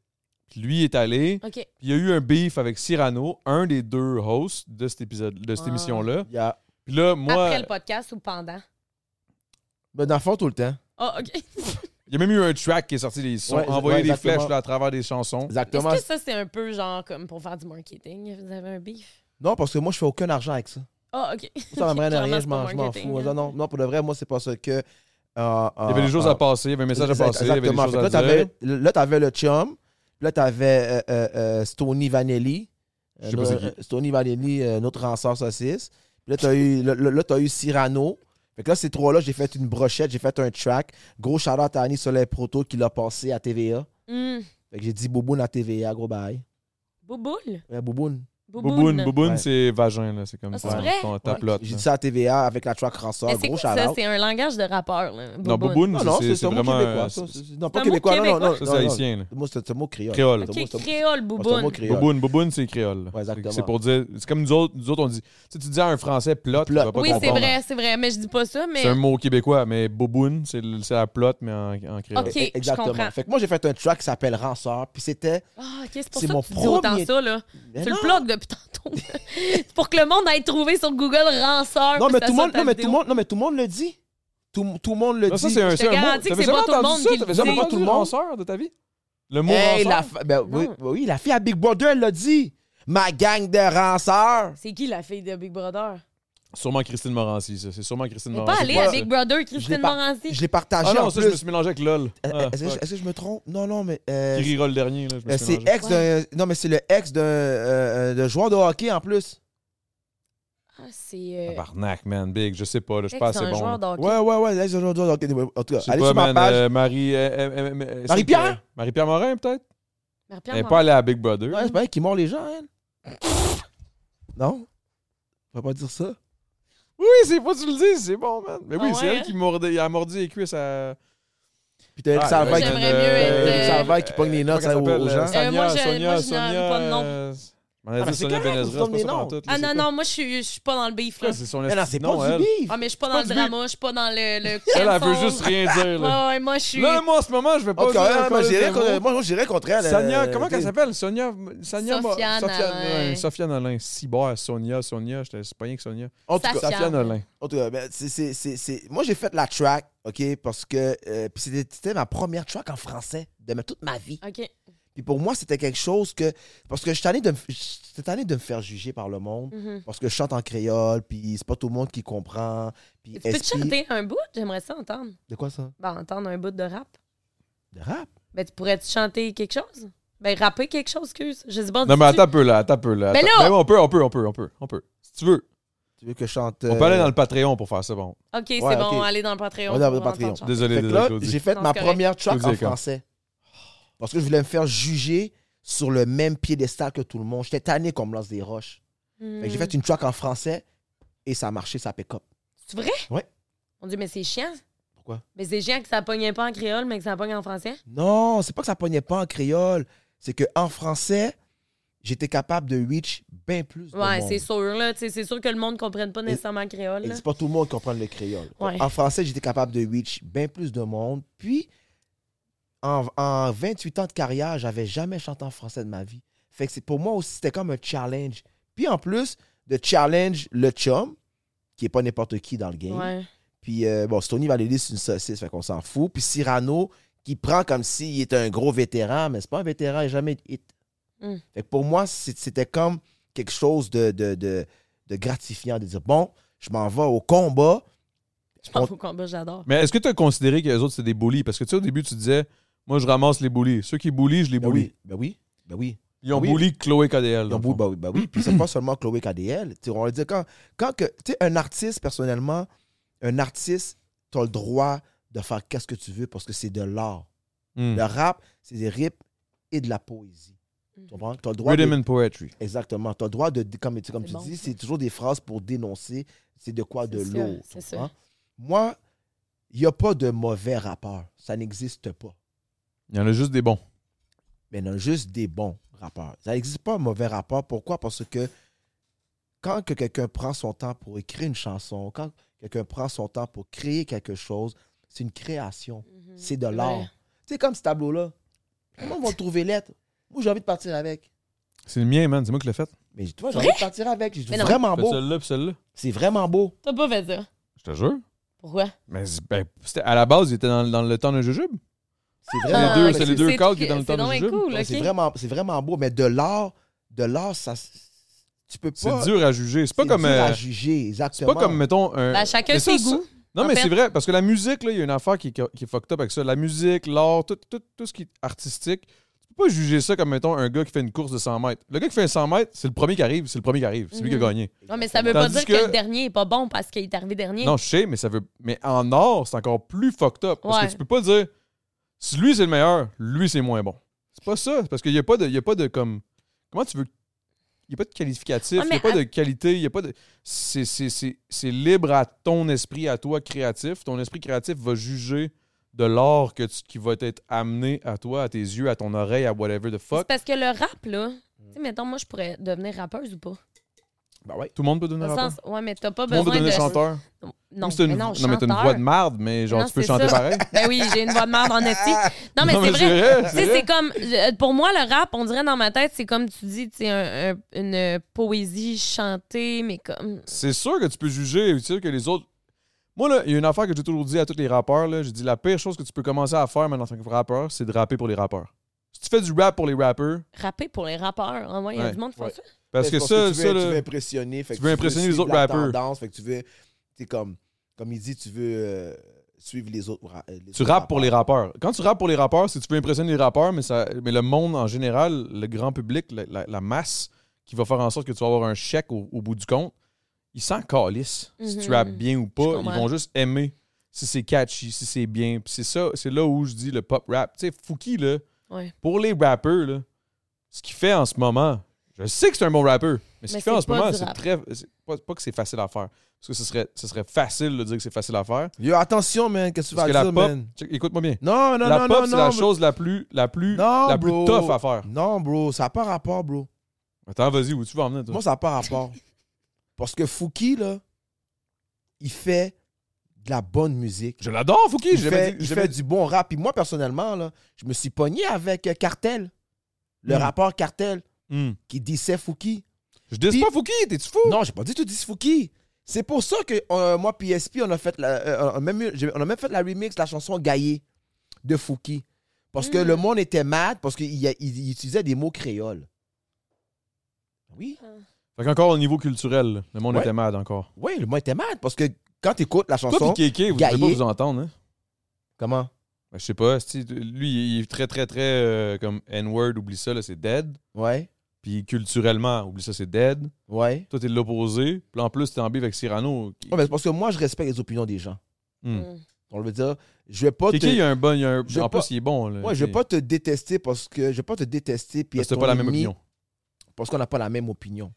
S1: Puis lui est allé.
S2: Ok.
S1: Puis il y a eu un beef avec Cyrano, un des deux hosts de cet épisode, de
S3: Ah.
S1: cette
S2: Wow.
S1: émission-là.
S3: Il y a-
S1: Puis là, moi,
S2: Après le podcast ou pendant?
S3: Ben, dans le fond, tout le temps.
S2: Ah, ok. Est-ce
S1: il y a même eu un track qui est sorti. Ils se sont
S3: Ouais,
S1: envoyés
S3: ouais,
S1: des
S3: exactement.
S1: flèches là, à travers des chansons.
S3: Exactement.
S2: que ça, c'est un peu genre comme pour faire du marketing? Vous avez un beef?
S3: Non, parce que moi, je fais aucun argent avec ça.
S2: Ah, ok.
S3: Ça m'amène
S2: Clairement,
S3: à rien,
S2: c'est
S3: je m'en
S2: pas
S3: je m'en
S2: marketing,
S3: fous.
S2: hein.
S3: Non, non, non, pour de vrai, moi, c'est parce que. euh,
S1: Il y avait des
S3: euh,
S1: choses
S3: euh,
S1: à passer, il y avait un message à
S3: exact-
S1: passer, il y avait des
S3: exactement.
S1: choses
S3: Fait que
S1: à
S3: là,
S1: dire.
S3: t'avais- Là, t'avais le chum, puis là, t'avais euh, euh, euh, Stoney Vanelli.
S1: Je sais pas c'est qui.
S3: Euh, Stoney Vanelli, euh, notre ranceur saucisse. Puis là, t'as eu, là, là, t'as eu Cyrano. Fait que là, ces trois-là, j'ai fait une brochette, j'ai fait un track. Gros shout-out à Annie Soleil Proto qui l'a passé à TVA.
S2: Hum.
S3: Fait que j'ai dit Bouboune à TVA, gros bail.
S2: Bouboule?
S3: Ouais, Bouboune.
S1: Bouboune,
S2: Bouboune.
S1: bouboune,
S3: Ouais.
S1: c'est vagin, là. C'est comme
S2: Ah, c'est
S1: ça.
S2: vrai?
S1: Ton
S3: Ouais.
S1: taplotte.
S3: J'ai
S1: là.
S3: dit ça à TVA avec la track Ransom.
S2: Mais c'est
S3: Ah, Gros
S2: quoi ça?
S3: shout-out.
S2: C'est un langage de rappeur, là.
S1: Non, bouboune,
S3: Non,
S1: c'est-
S3: non,
S1: c'est
S3: c'est
S1: c'est
S3: un mot
S1: vraiment.
S3: québécois.
S1: euh,
S3: ça.
S1: Ça,
S3: C'est- Non, pas
S2: un mot
S3: québécois. Non, non,
S2: québécois.
S3: non.
S1: c'est
S3: non, non.
S1: haïtien, là.
S3: Moi, C'est c'est un mot créole.
S1: Créole.
S3: C'est un mot-
S2: OK,
S3: c'est un mot-
S2: créole,
S3: c'est un mot
S2: bouboune.
S3: créole.
S1: Bouboune, bouboune, c'est créole. là.
S3: Ouais, exactement.
S1: C'est pour dire. C'est comme nous autres, nous autres on dit. Tu sais, tu dis à un français plot.
S3: Plot.
S2: Oui, c'est
S3: comprendre.
S2: vrai, c'est vrai. Mais je dis pas ça, mais...
S1: C'est un mot québécois, mais bouboune, c'est le- c'est la plotte, mais en, en créole.
S2: Ok.
S3: Eh, eh,
S2: je
S3: Exactement.
S2: comprends.
S3: Fait que moi, j'ai fait un track qui s'appelle Ransom. Puis c'était.
S2: Ah, OK, c'est pour
S3: C'est
S2: ça
S3: mon
S2: que tu dis autant
S3: premier-
S2: ça, là.
S3: Mais
S2: tu
S3: non.
S2: le plugues depuis tantôt. c'est pour que le monde aille trouver sur Google Ranceur.
S3: Non,
S2: puis
S3: mais
S2: ça
S3: tout
S2: sorte
S3: le monde-
S2: ta
S3: non, mais tout
S2: vidéo.
S3: le monde- non, mais tout le monde le dit. Tout tout le monde le
S1: Non, ça,
S3: dit.
S1: c'est un,
S2: Je te
S1: c'est un mot.
S2: garantis que
S1: T'avais
S2: c'est pas
S1: jamais
S2: tout le
S1: entendu
S2: monde
S1: ça?
S2: qui le
S1: T'avais jamais
S2: dit.
S1: entendu le ranceur de ta vie? Le mot
S3: Hey, la
S1: ranceur?
S3: fa- ben oui,
S2: Non.
S3: ben oui, la fille à Big Brother l'a dit. Ma gang de ranceurs.
S2: C'est qui la fille de Big Brother?
S1: Sûrement Christine Morancy, ça. C'est sûrement Christine
S2: On est
S1: Morancy.
S2: pas allé
S1: Ouais.
S2: à Big Brother,
S3: Je l'ai
S2: Christine
S3: par-
S2: Morancy.
S3: Je l'ai partagé
S1: Ah non,
S3: en
S1: ça,
S3: plus.
S1: je me suis mélangé avec LOL.
S3: Euh,
S1: Ah,
S3: Est-ce que,
S1: fuck.
S3: est-ce que je me trompe? Non, non, mais. euh,
S1: Qui rira le dernier, là? Je me
S3: euh,
S1: suis
S3: c'est
S1: mélangé.
S3: ex d'un. Non, mais c'est le ex d'un euh, euh, de joueur de hockey en plus.
S2: Ah, c'est. euh,
S1: Tabarnak, man, big. Je sais pas, là. Je suis
S2: Ex
S1: pas assez
S2: d'un
S1: bon.
S2: joueur
S1: là.
S2: de hockey.
S3: Ouais, ouais, ouais, l'ex d'un joueur de hockey. Anyway, En tout cas,
S1: Je sais
S3: allez
S1: pas,
S3: sur ma
S1: man.
S3: page.
S1: euh, Marie. euh, euh, euh, euh,
S3: Marie-Pierre?
S1: c'est que- Marie-Pierre Morin, peut-être?
S2: Marie-Pierre
S1: Elle est
S2: Morin.
S1: pas allée à Big Brother.
S3: Ouais, c'est pas elle qui mord les gens, elle. non? On va pas dire ça.
S1: Oui, c'est pas tu le dis, c'est bon, man. Mais oui,
S2: Ah
S1: c'est
S2: ouais,
S1: elle
S2: hein?
S1: qui mordait, elle a mordu les cuisses à.
S3: Puis
S1: Ah,
S3: t'as Eric Salvaille qui-
S2: J'aimerais mieux être,
S3: Eric
S2: euh,
S3: Salvaille qui pogne les notes
S1: comment
S3: aux
S1: qu'elle
S3: aux
S1: s'appelle,
S3: gens.
S1: euh, Sonia,
S2: Euh, moi, j'ai-
S1: Sonia,
S2: moi, je n'ai
S1: Sonia,
S2: pas de nom.
S1: euh, On a
S3: Ah, mais
S1: dit
S3: c'est
S1: Sonia
S3: correct,
S1: Benezra,
S3: on se donne
S1: c'est
S3: des
S1: pas ça
S3: noms.
S1: pantoute, là,
S2: Ah
S1: c'est
S2: non,
S1: quoi?
S2: non, moi, je suis je suis pas dans le beef, là.
S1: Ouais, C'est son
S3: Mais non, Ah, c'est
S1: non,
S3: pas
S1: elle.
S3: du bif.
S2: Ah, mais je suis pas
S1: pas
S2: dans le
S1: du
S2: drama, je suis pas dans le. le
S1: Elle, elle veut
S2: cancel.
S1: juste rien dire, là.
S2: Ouais, ouais, moi, Ah, je suis.
S1: Là, moi, en ce moment, je vais pas
S3: Ok,
S1: dire
S3: ouais,
S1: encore
S3: hein, moi,
S1: le
S3: j'irais
S1: mot.
S3: contre- moi, j'irais contre elle.
S1: Sonia,
S3: euh,
S1: comment qu'elle
S3: t'sais.
S1: s'appelle? Sonia... Sonia... Mo-
S2: Sofiane Alain.
S1: ouais, Sofiane Alain. Cyber, Sonia, Sonia. J'étais c'est pas rien que Sonia.
S3: En tout cas,
S2: Sophia.
S1: Sofiane Alain.
S3: En tout cas, ben, c'est- c'est- c'est- c'est- moi j'ai fait la track, OK, parce que euh, puis c'était c'était ma première track en français de ma- toute ma vie.
S2: OK.
S3: Puis pour moi, c'était quelque chose que parce que je suis tanné de me- j'étais tanné de me faire juger par le monde
S2: Mhm.
S3: parce que je chante en créole, puis c'est pas tout le monde qui comprend, puis
S2: Tu peux te
S3: SP-
S2: chanter un bout? J'aimerais ça entendre.
S3: De quoi ça
S2: Ben, entendre un bout de rap.
S3: De rap
S2: Ben, tu pourrais-tu chanter quelque chose? Ben, rapper quelque chose, excuse. Je dis bon,
S1: Non, mais attends
S2: dis-tu-
S1: un peu, là. Attends un peu, là.
S2: Mais
S1: attends.
S2: là!
S1: Mais on peut, on peut, on peut, on peut. On peut. Si tu veux.
S3: Tu veux que je chante euh,
S1: On peut aller dans le Patreon pour faire ça, bon.
S2: OK, c'est
S3: Ouais,
S2: bon,
S3: ok.
S2: allez dans le Patreon.
S3: On est dans le
S2: pour entendre
S3: Patreon.
S2: chanter.
S1: Désolé, désolé,
S3: là,
S1: Claudie.
S3: j'ai fait
S2: Non,
S3: ma
S2: c'est correct.
S3: première track
S1: Claudie
S3: en
S1: est comme-
S3: français parce que je voulais me faire juger sur le même piédestal que tout le monde. J'étais tanné qu'on me lance des roches.
S2: Hmm.
S3: Fait que J'ai fait une track en français et ça a marché, ça a pick up.
S2: C'est vrai?
S3: Ouais.
S2: On dit, mais c'est chiant.
S3: Pourquoi?
S2: Mais c'est chiant que ça pognait pas en créole, mais que ça pogne en français.
S3: Non, c'est pas que ça pognait pas en créole. C'est que en français, j'étais capable de reach bien plus. de
S2: Ouais,
S3: monde.
S2: c'est sûr, là. Tu sais, C'est sûr que le monde comprenne pas nécessairement créole.
S3: Et
S2: là.
S3: c'est pas tout le monde qui comprend le créole.
S2: Ouais.
S3: En français, j'étais capable de reach bien plus de monde. Puis, en, en 28 ans de carrière, j'avais jamais chanté en français de ma vie. Fait que c'est, pour moi aussi, c'était comme un challenge. Puis en plus, de challenge le chum, qui est pas n'importe qui dans le game.
S2: Ouais.
S3: Puis euh, bon, Stony Valéry, c'est une saucisse, fait qu'on s'en fout. Puis Cyrano, qui prend comme s'il était un gros vétéran, mais c'est pas un vétéran, il n'a jamais été.
S2: Mm.
S3: Fait que pour moi, c'est- c'était comme quelque chose de, de, de, de gratifiant de dire bon, je m'en vais au combat.
S2: Je m'en fous au combat, j'adore.
S1: Mais est-ce que tu as considéré que les autres, c'est des bullies? Parce que tu sais, au début, tu disais, moi, je ramasse les bullies. Ceux qui bullient, je les
S3: Ben
S1: bully.
S3: oui, ben oui, ben oui.
S1: Ils ont
S3: Oui.
S1: bully Chloé KDL.
S3: Ils
S1: dans le
S3: ont beau-
S1: fond.
S3: ben oui, ben oui. Puis c'est pas seulement Chloé KDL. Tu sais, on va dire quand, quand que, tu sais, un artiste, personnellement, un artiste, tu as le droit de faire qu'est-ce que tu veux parce que c'est de l'art.
S1: Hmm.
S3: Le rap, c'est des rips et de la poésie.
S2: Mm.
S3: Tu comprends? T'as le droit
S1: Rhythm
S3: de-
S1: and Poetry.
S3: Exactement. Tu as le droit de, comme, tu- comme
S2: C'est
S3: tu
S2: bon,
S3: dis,
S2: ça.
S3: c'est toujours des phrases pour dénoncer c'est de quoi de
S2: C'est sûr,
S3: l'eau.
S2: c'est sûr.
S3: Moi, il n'y a pas de mauvais rappeur. Ça n'existe pas.
S1: Il y en a juste des bons.
S3: Mais il y en a juste des bons rappeurs. Ça n'existe pas un mauvais rappeur. Pourquoi? Parce que quand que quelqu'un prend son temps pour écrire une chanson, quand quelqu'un prend son temps pour créer quelque chose, c'est une création.
S2: Mhm.
S3: C'est de
S2: C'est
S3: l'art.
S2: vrai.
S3: Tu sais, comme ce tableau-là. Comment on va le trouver l'être? Moi, j'ai envie de partir avec.
S1: C'est le mien, man. C'est moi qui l'ai fait.
S3: Mais tu vois, j'ai envie de partir avec. J'ai
S2: Mais
S3: dit,
S2: non.
S3: vraiment
S1: Fais
S3: beau.
S1: Celle-là, puis celle-là.
S3: C'est vraiment beau.
S2: T'as pas fait ça.
S1: Ah Je te jure.
S2: Pourquoi?
S1: Mais c'est- ben, c'était- à la base, il était dans, dans le temps d'un jujube.
S3: C'est
S1: C'est les
S3: vraiment,
S1: deux,
S3: c'est-
S1: c'est les deux
S2: c'est-
S1: cadres qui étaient dans le
S2: Ah. c'est
S1: temps du
S2: donc
S1: jujube.
S2: cool,
S3: non, c'est
S2: ok.
S3: vraiment, c'est vraiment beau, mais de l'art, de l'art, ça, tu peux pas.
S1: C'est dur à juger. C'est pas
S3: c'est
S1: comme.
S3: dur à
S1: euh,
S3: juger,
S1: C'est
S3: exactement.
S1: pas comme, mettons, un.
S2: Ben, chacun
S1: Mais ça,
S2: ses
S1: ça-
S2: goûts.
S1: Non,
S2: en
S1: mais
S2: fait.
S1: c'est vrai, parce que la musique, là, il y a une affaire qui, qui est fucked up avec ça. La musique, l'art, tout, tout, tout ce qui est artistique. Tu peux pas juger ça comme, mettons, un gars qui fait une course de 100 mètres. Le gars qui fait un 100 mètres, c'est le premier qui arrive, c'est le premier qui arrive. C'est lui qui a
S2: Mhm.
S1: gagné.
S2: Non, mais ça veut pas
S1: Tandis
S2: dire que...
S1: que-
S2: le dernier est pas bon parce qu'il est arrivé dernier.
S1: Non, je sais, mais ça veut. Mais en art, c'est encore plus fucked up. Parce
S2: Ouais.
S1: que tu peux pas dire si lui c'est le meilleur, lui c'est moins bon. C'est pas ça. Parce qu'il y a pas de. il Y a pas de comme. Comment tu veux. Il n'y a pas de qualificatif,
S2: Ouais,
S1: il n'y
S2: mais
S1: a pas
S2: à-
S1: de qualité, il y a pas de. c'est- C'est c'est- c'est libre à ton esprit, à toi créatif. Ton esprit créatif va juger de l'art que tu- qui va être amené à toi, à tes yeux, à ton oreille, à whatever the
S2: C'est
S1: fuck. Mm.
S2: parce que le rap, là, tu sais, mettons, moi, je pourrais devenir rappeuse ou pas?
S3: Ben ouais.
S1: Tout le monde peut donner
S2: Dans le
S1: rappeur.
S2: sens, ouais, mais t'as pas
S1: Tout le monde peut
S2: besoin de.
S1: donner chanteur.
S2: Non,
S1: c'est une-
S2: mais non,
S1: non, mais t'as une
S2: chanteur.
S1: voix de marde, mais genre,
S2: Non,
S1: tu peux
S2: c'est
S1: chanter
S2: ça.
S1: pareil.
S2: Ben oui, j'ai une voix de merde en esti. Non, mais c'est vrai.
S1: vrai.
S2: Tu
S1: c'est
S2: sais,
S1: vrai.
S2: c'est comme. euh, Pour moi, le rap, on dirait dans ma tête, c'est comme tu dis, tu sais, un- un- une poésie chantée, mais comme.
S1: C'est sûr que tu peux juger, c'est sûr que les autres. Moi, là, il y a une affaire que j'ai toujours dit à tous les rappeurs. Là. J'ai dit la pire chose que tu peux commencer à faire maintenant en tant que rappeur, c'est de rapper pour les rappeurs. Si tu fais du rap pour les rappeurs,
S2: Rappé pour les rappeurs. En vrai, il y a
S1: Ouais.
S2: du monde qui
S3: Ouais.
S2: fait ça.
S1: parce que
S3: Parce
S1: ça,
S3: tu veux,
S1: ça,
S3: tu
S1: là-
S3: veux impressionner. fait
S1: tu
S3: que
S1: veux impressionner les
S3: suivre
S1: autres
S3: la
S1: rappeurs.
S3: tendance, fait que tu veux, t'sais, comme, comme il dit, tu veux euh, suivre les autres. ra- euh, les
S1: tu
S3: autres
S1: rappes pour les rappeurs. Quand tu rappes pour les rappeurs, c'est que tu veux impressionner les rappeurs, mais, ça, mais le monde en général, le grand public, la, la- la masse qui va faire en sorte que tu vas avoir un chèque au, au bout du compte, ils s'en calissent si tu
S2: Mhm.
S1: rappes bien ou
S2: Je
S1: pas. Ils
S2: comprends.
S1: vont juste aimer si c'est catchy, si c'est bien. Puis c'est ça, c'est là où je dis le pop rap. Tu sais, Fouki, là,
S2: Ouais.
S1: pour les rappeurs, là, ce qu'il fait en ce moment, je sais que c'est un bon rappeur, mais ce
S2: Mais
S1: qu'il fait en
S2: c'est
S1: ce
S2: pas
S1: moment,
S2: du
S1: c'est
S2: rap.
S1: très. c'est Pas, pas que c'est facile à faire. Parce que ce serait, ce serait facile de dire que c'est facile à faire.
S3: Yo, attention, man, qu'est-ce que tu
S1: Parce
S3: vas
S1: que la
S3: dire,
S1: pop.
S3: man?
S1: Check, Écoute-moi bien.
S3: Non, non,
S1: la
S3: non,
S1: pop,
S3: non,
S1: c'est
S3: non.
S1: la
S3: bro.
S1: chose la plus, la plus,
S3: non,
S1: la plus
S3: bro.
S1: tough à faire.
S3: Non, bro, ça n'a pas rapport, bro.
S1: Attends, vas-y, où tu vas en venir, toi?
S3: Moi, ça n'a pas rapport. Parce que Fouki, là, il fait de la bonne musique.
S1: je l'adore, Fouki.
S3: il
S1: j'ai
S3: fait,
S1: jamais dit-
S3: il
S1: jamais
S3: fait
S1: dit-
S3: du bon rap. Puis moi, personnellement, là, je me suis pogné avec euh, Cartel, le
S1: Mm.
S3: rappeur Cartel,
S1: Hmm.
S3: qui disait Fouki.
S1: Je dis
S3: Puis-
S1: pas Fouki, t'es-tu fou?
S3: Non, j'ai pas dit tout dis Fouki. C'est pour ça que euh, moi, PSP, on a, fait la, euh, on, a même, eu- j'ai- on a même fait la remix, la chanson Gaillé de Fouki. Parce que
S1: Hmm.
S2: Mm.
S3: le monde était mad parce qu'il y a- il- il utilisait des mots créoles. Oui.
S1: Fait qu'encore au niveau culturel, là, le monde
S3: Ouais.
S1: était mad encore.
S3: Oui, le monde était mad parce que quand tu écoutes la chanson.
S1: Toi, pis Kéké, vous ne
S3: Gaillé.
S1: pouvez pas vous entendre, hein?
S3: Comment
S1: Ben, je sais pas, c'est- lui, il est très, très, très euh, comme N-word, oublie ça, là, c'est dead.
S3: Ouais.
S1: Puis culturellement, oublie ça, c'est dead.
S3: Ouais.
S1: Toi, t'es de l'opposé. Puis en plus, t'es en bif avec Cyrano. qui-
S3: Ouais, mais c'est parce que moi, je respecte les opinions des gens.
S1: Hmm.
S2: Mm.
S3: On veut dire, je vais pas
S1: Kéké, il y
S3: te.
S1: a un bon. il y a un-
S3: Je
S1: En
S3: veux pas-
S1: plus, il est bon. Là,
S3: Ouais, je
S1: T'sais,
S3: vais pas te détester parce que je vais pas te détester puis
S1: Parce
S3: être
S1: que t'as
S3: ton
S1: pas la même
S3: ennemi
S1: opinion.
S3: parce qu'on n'a pas la même opinion.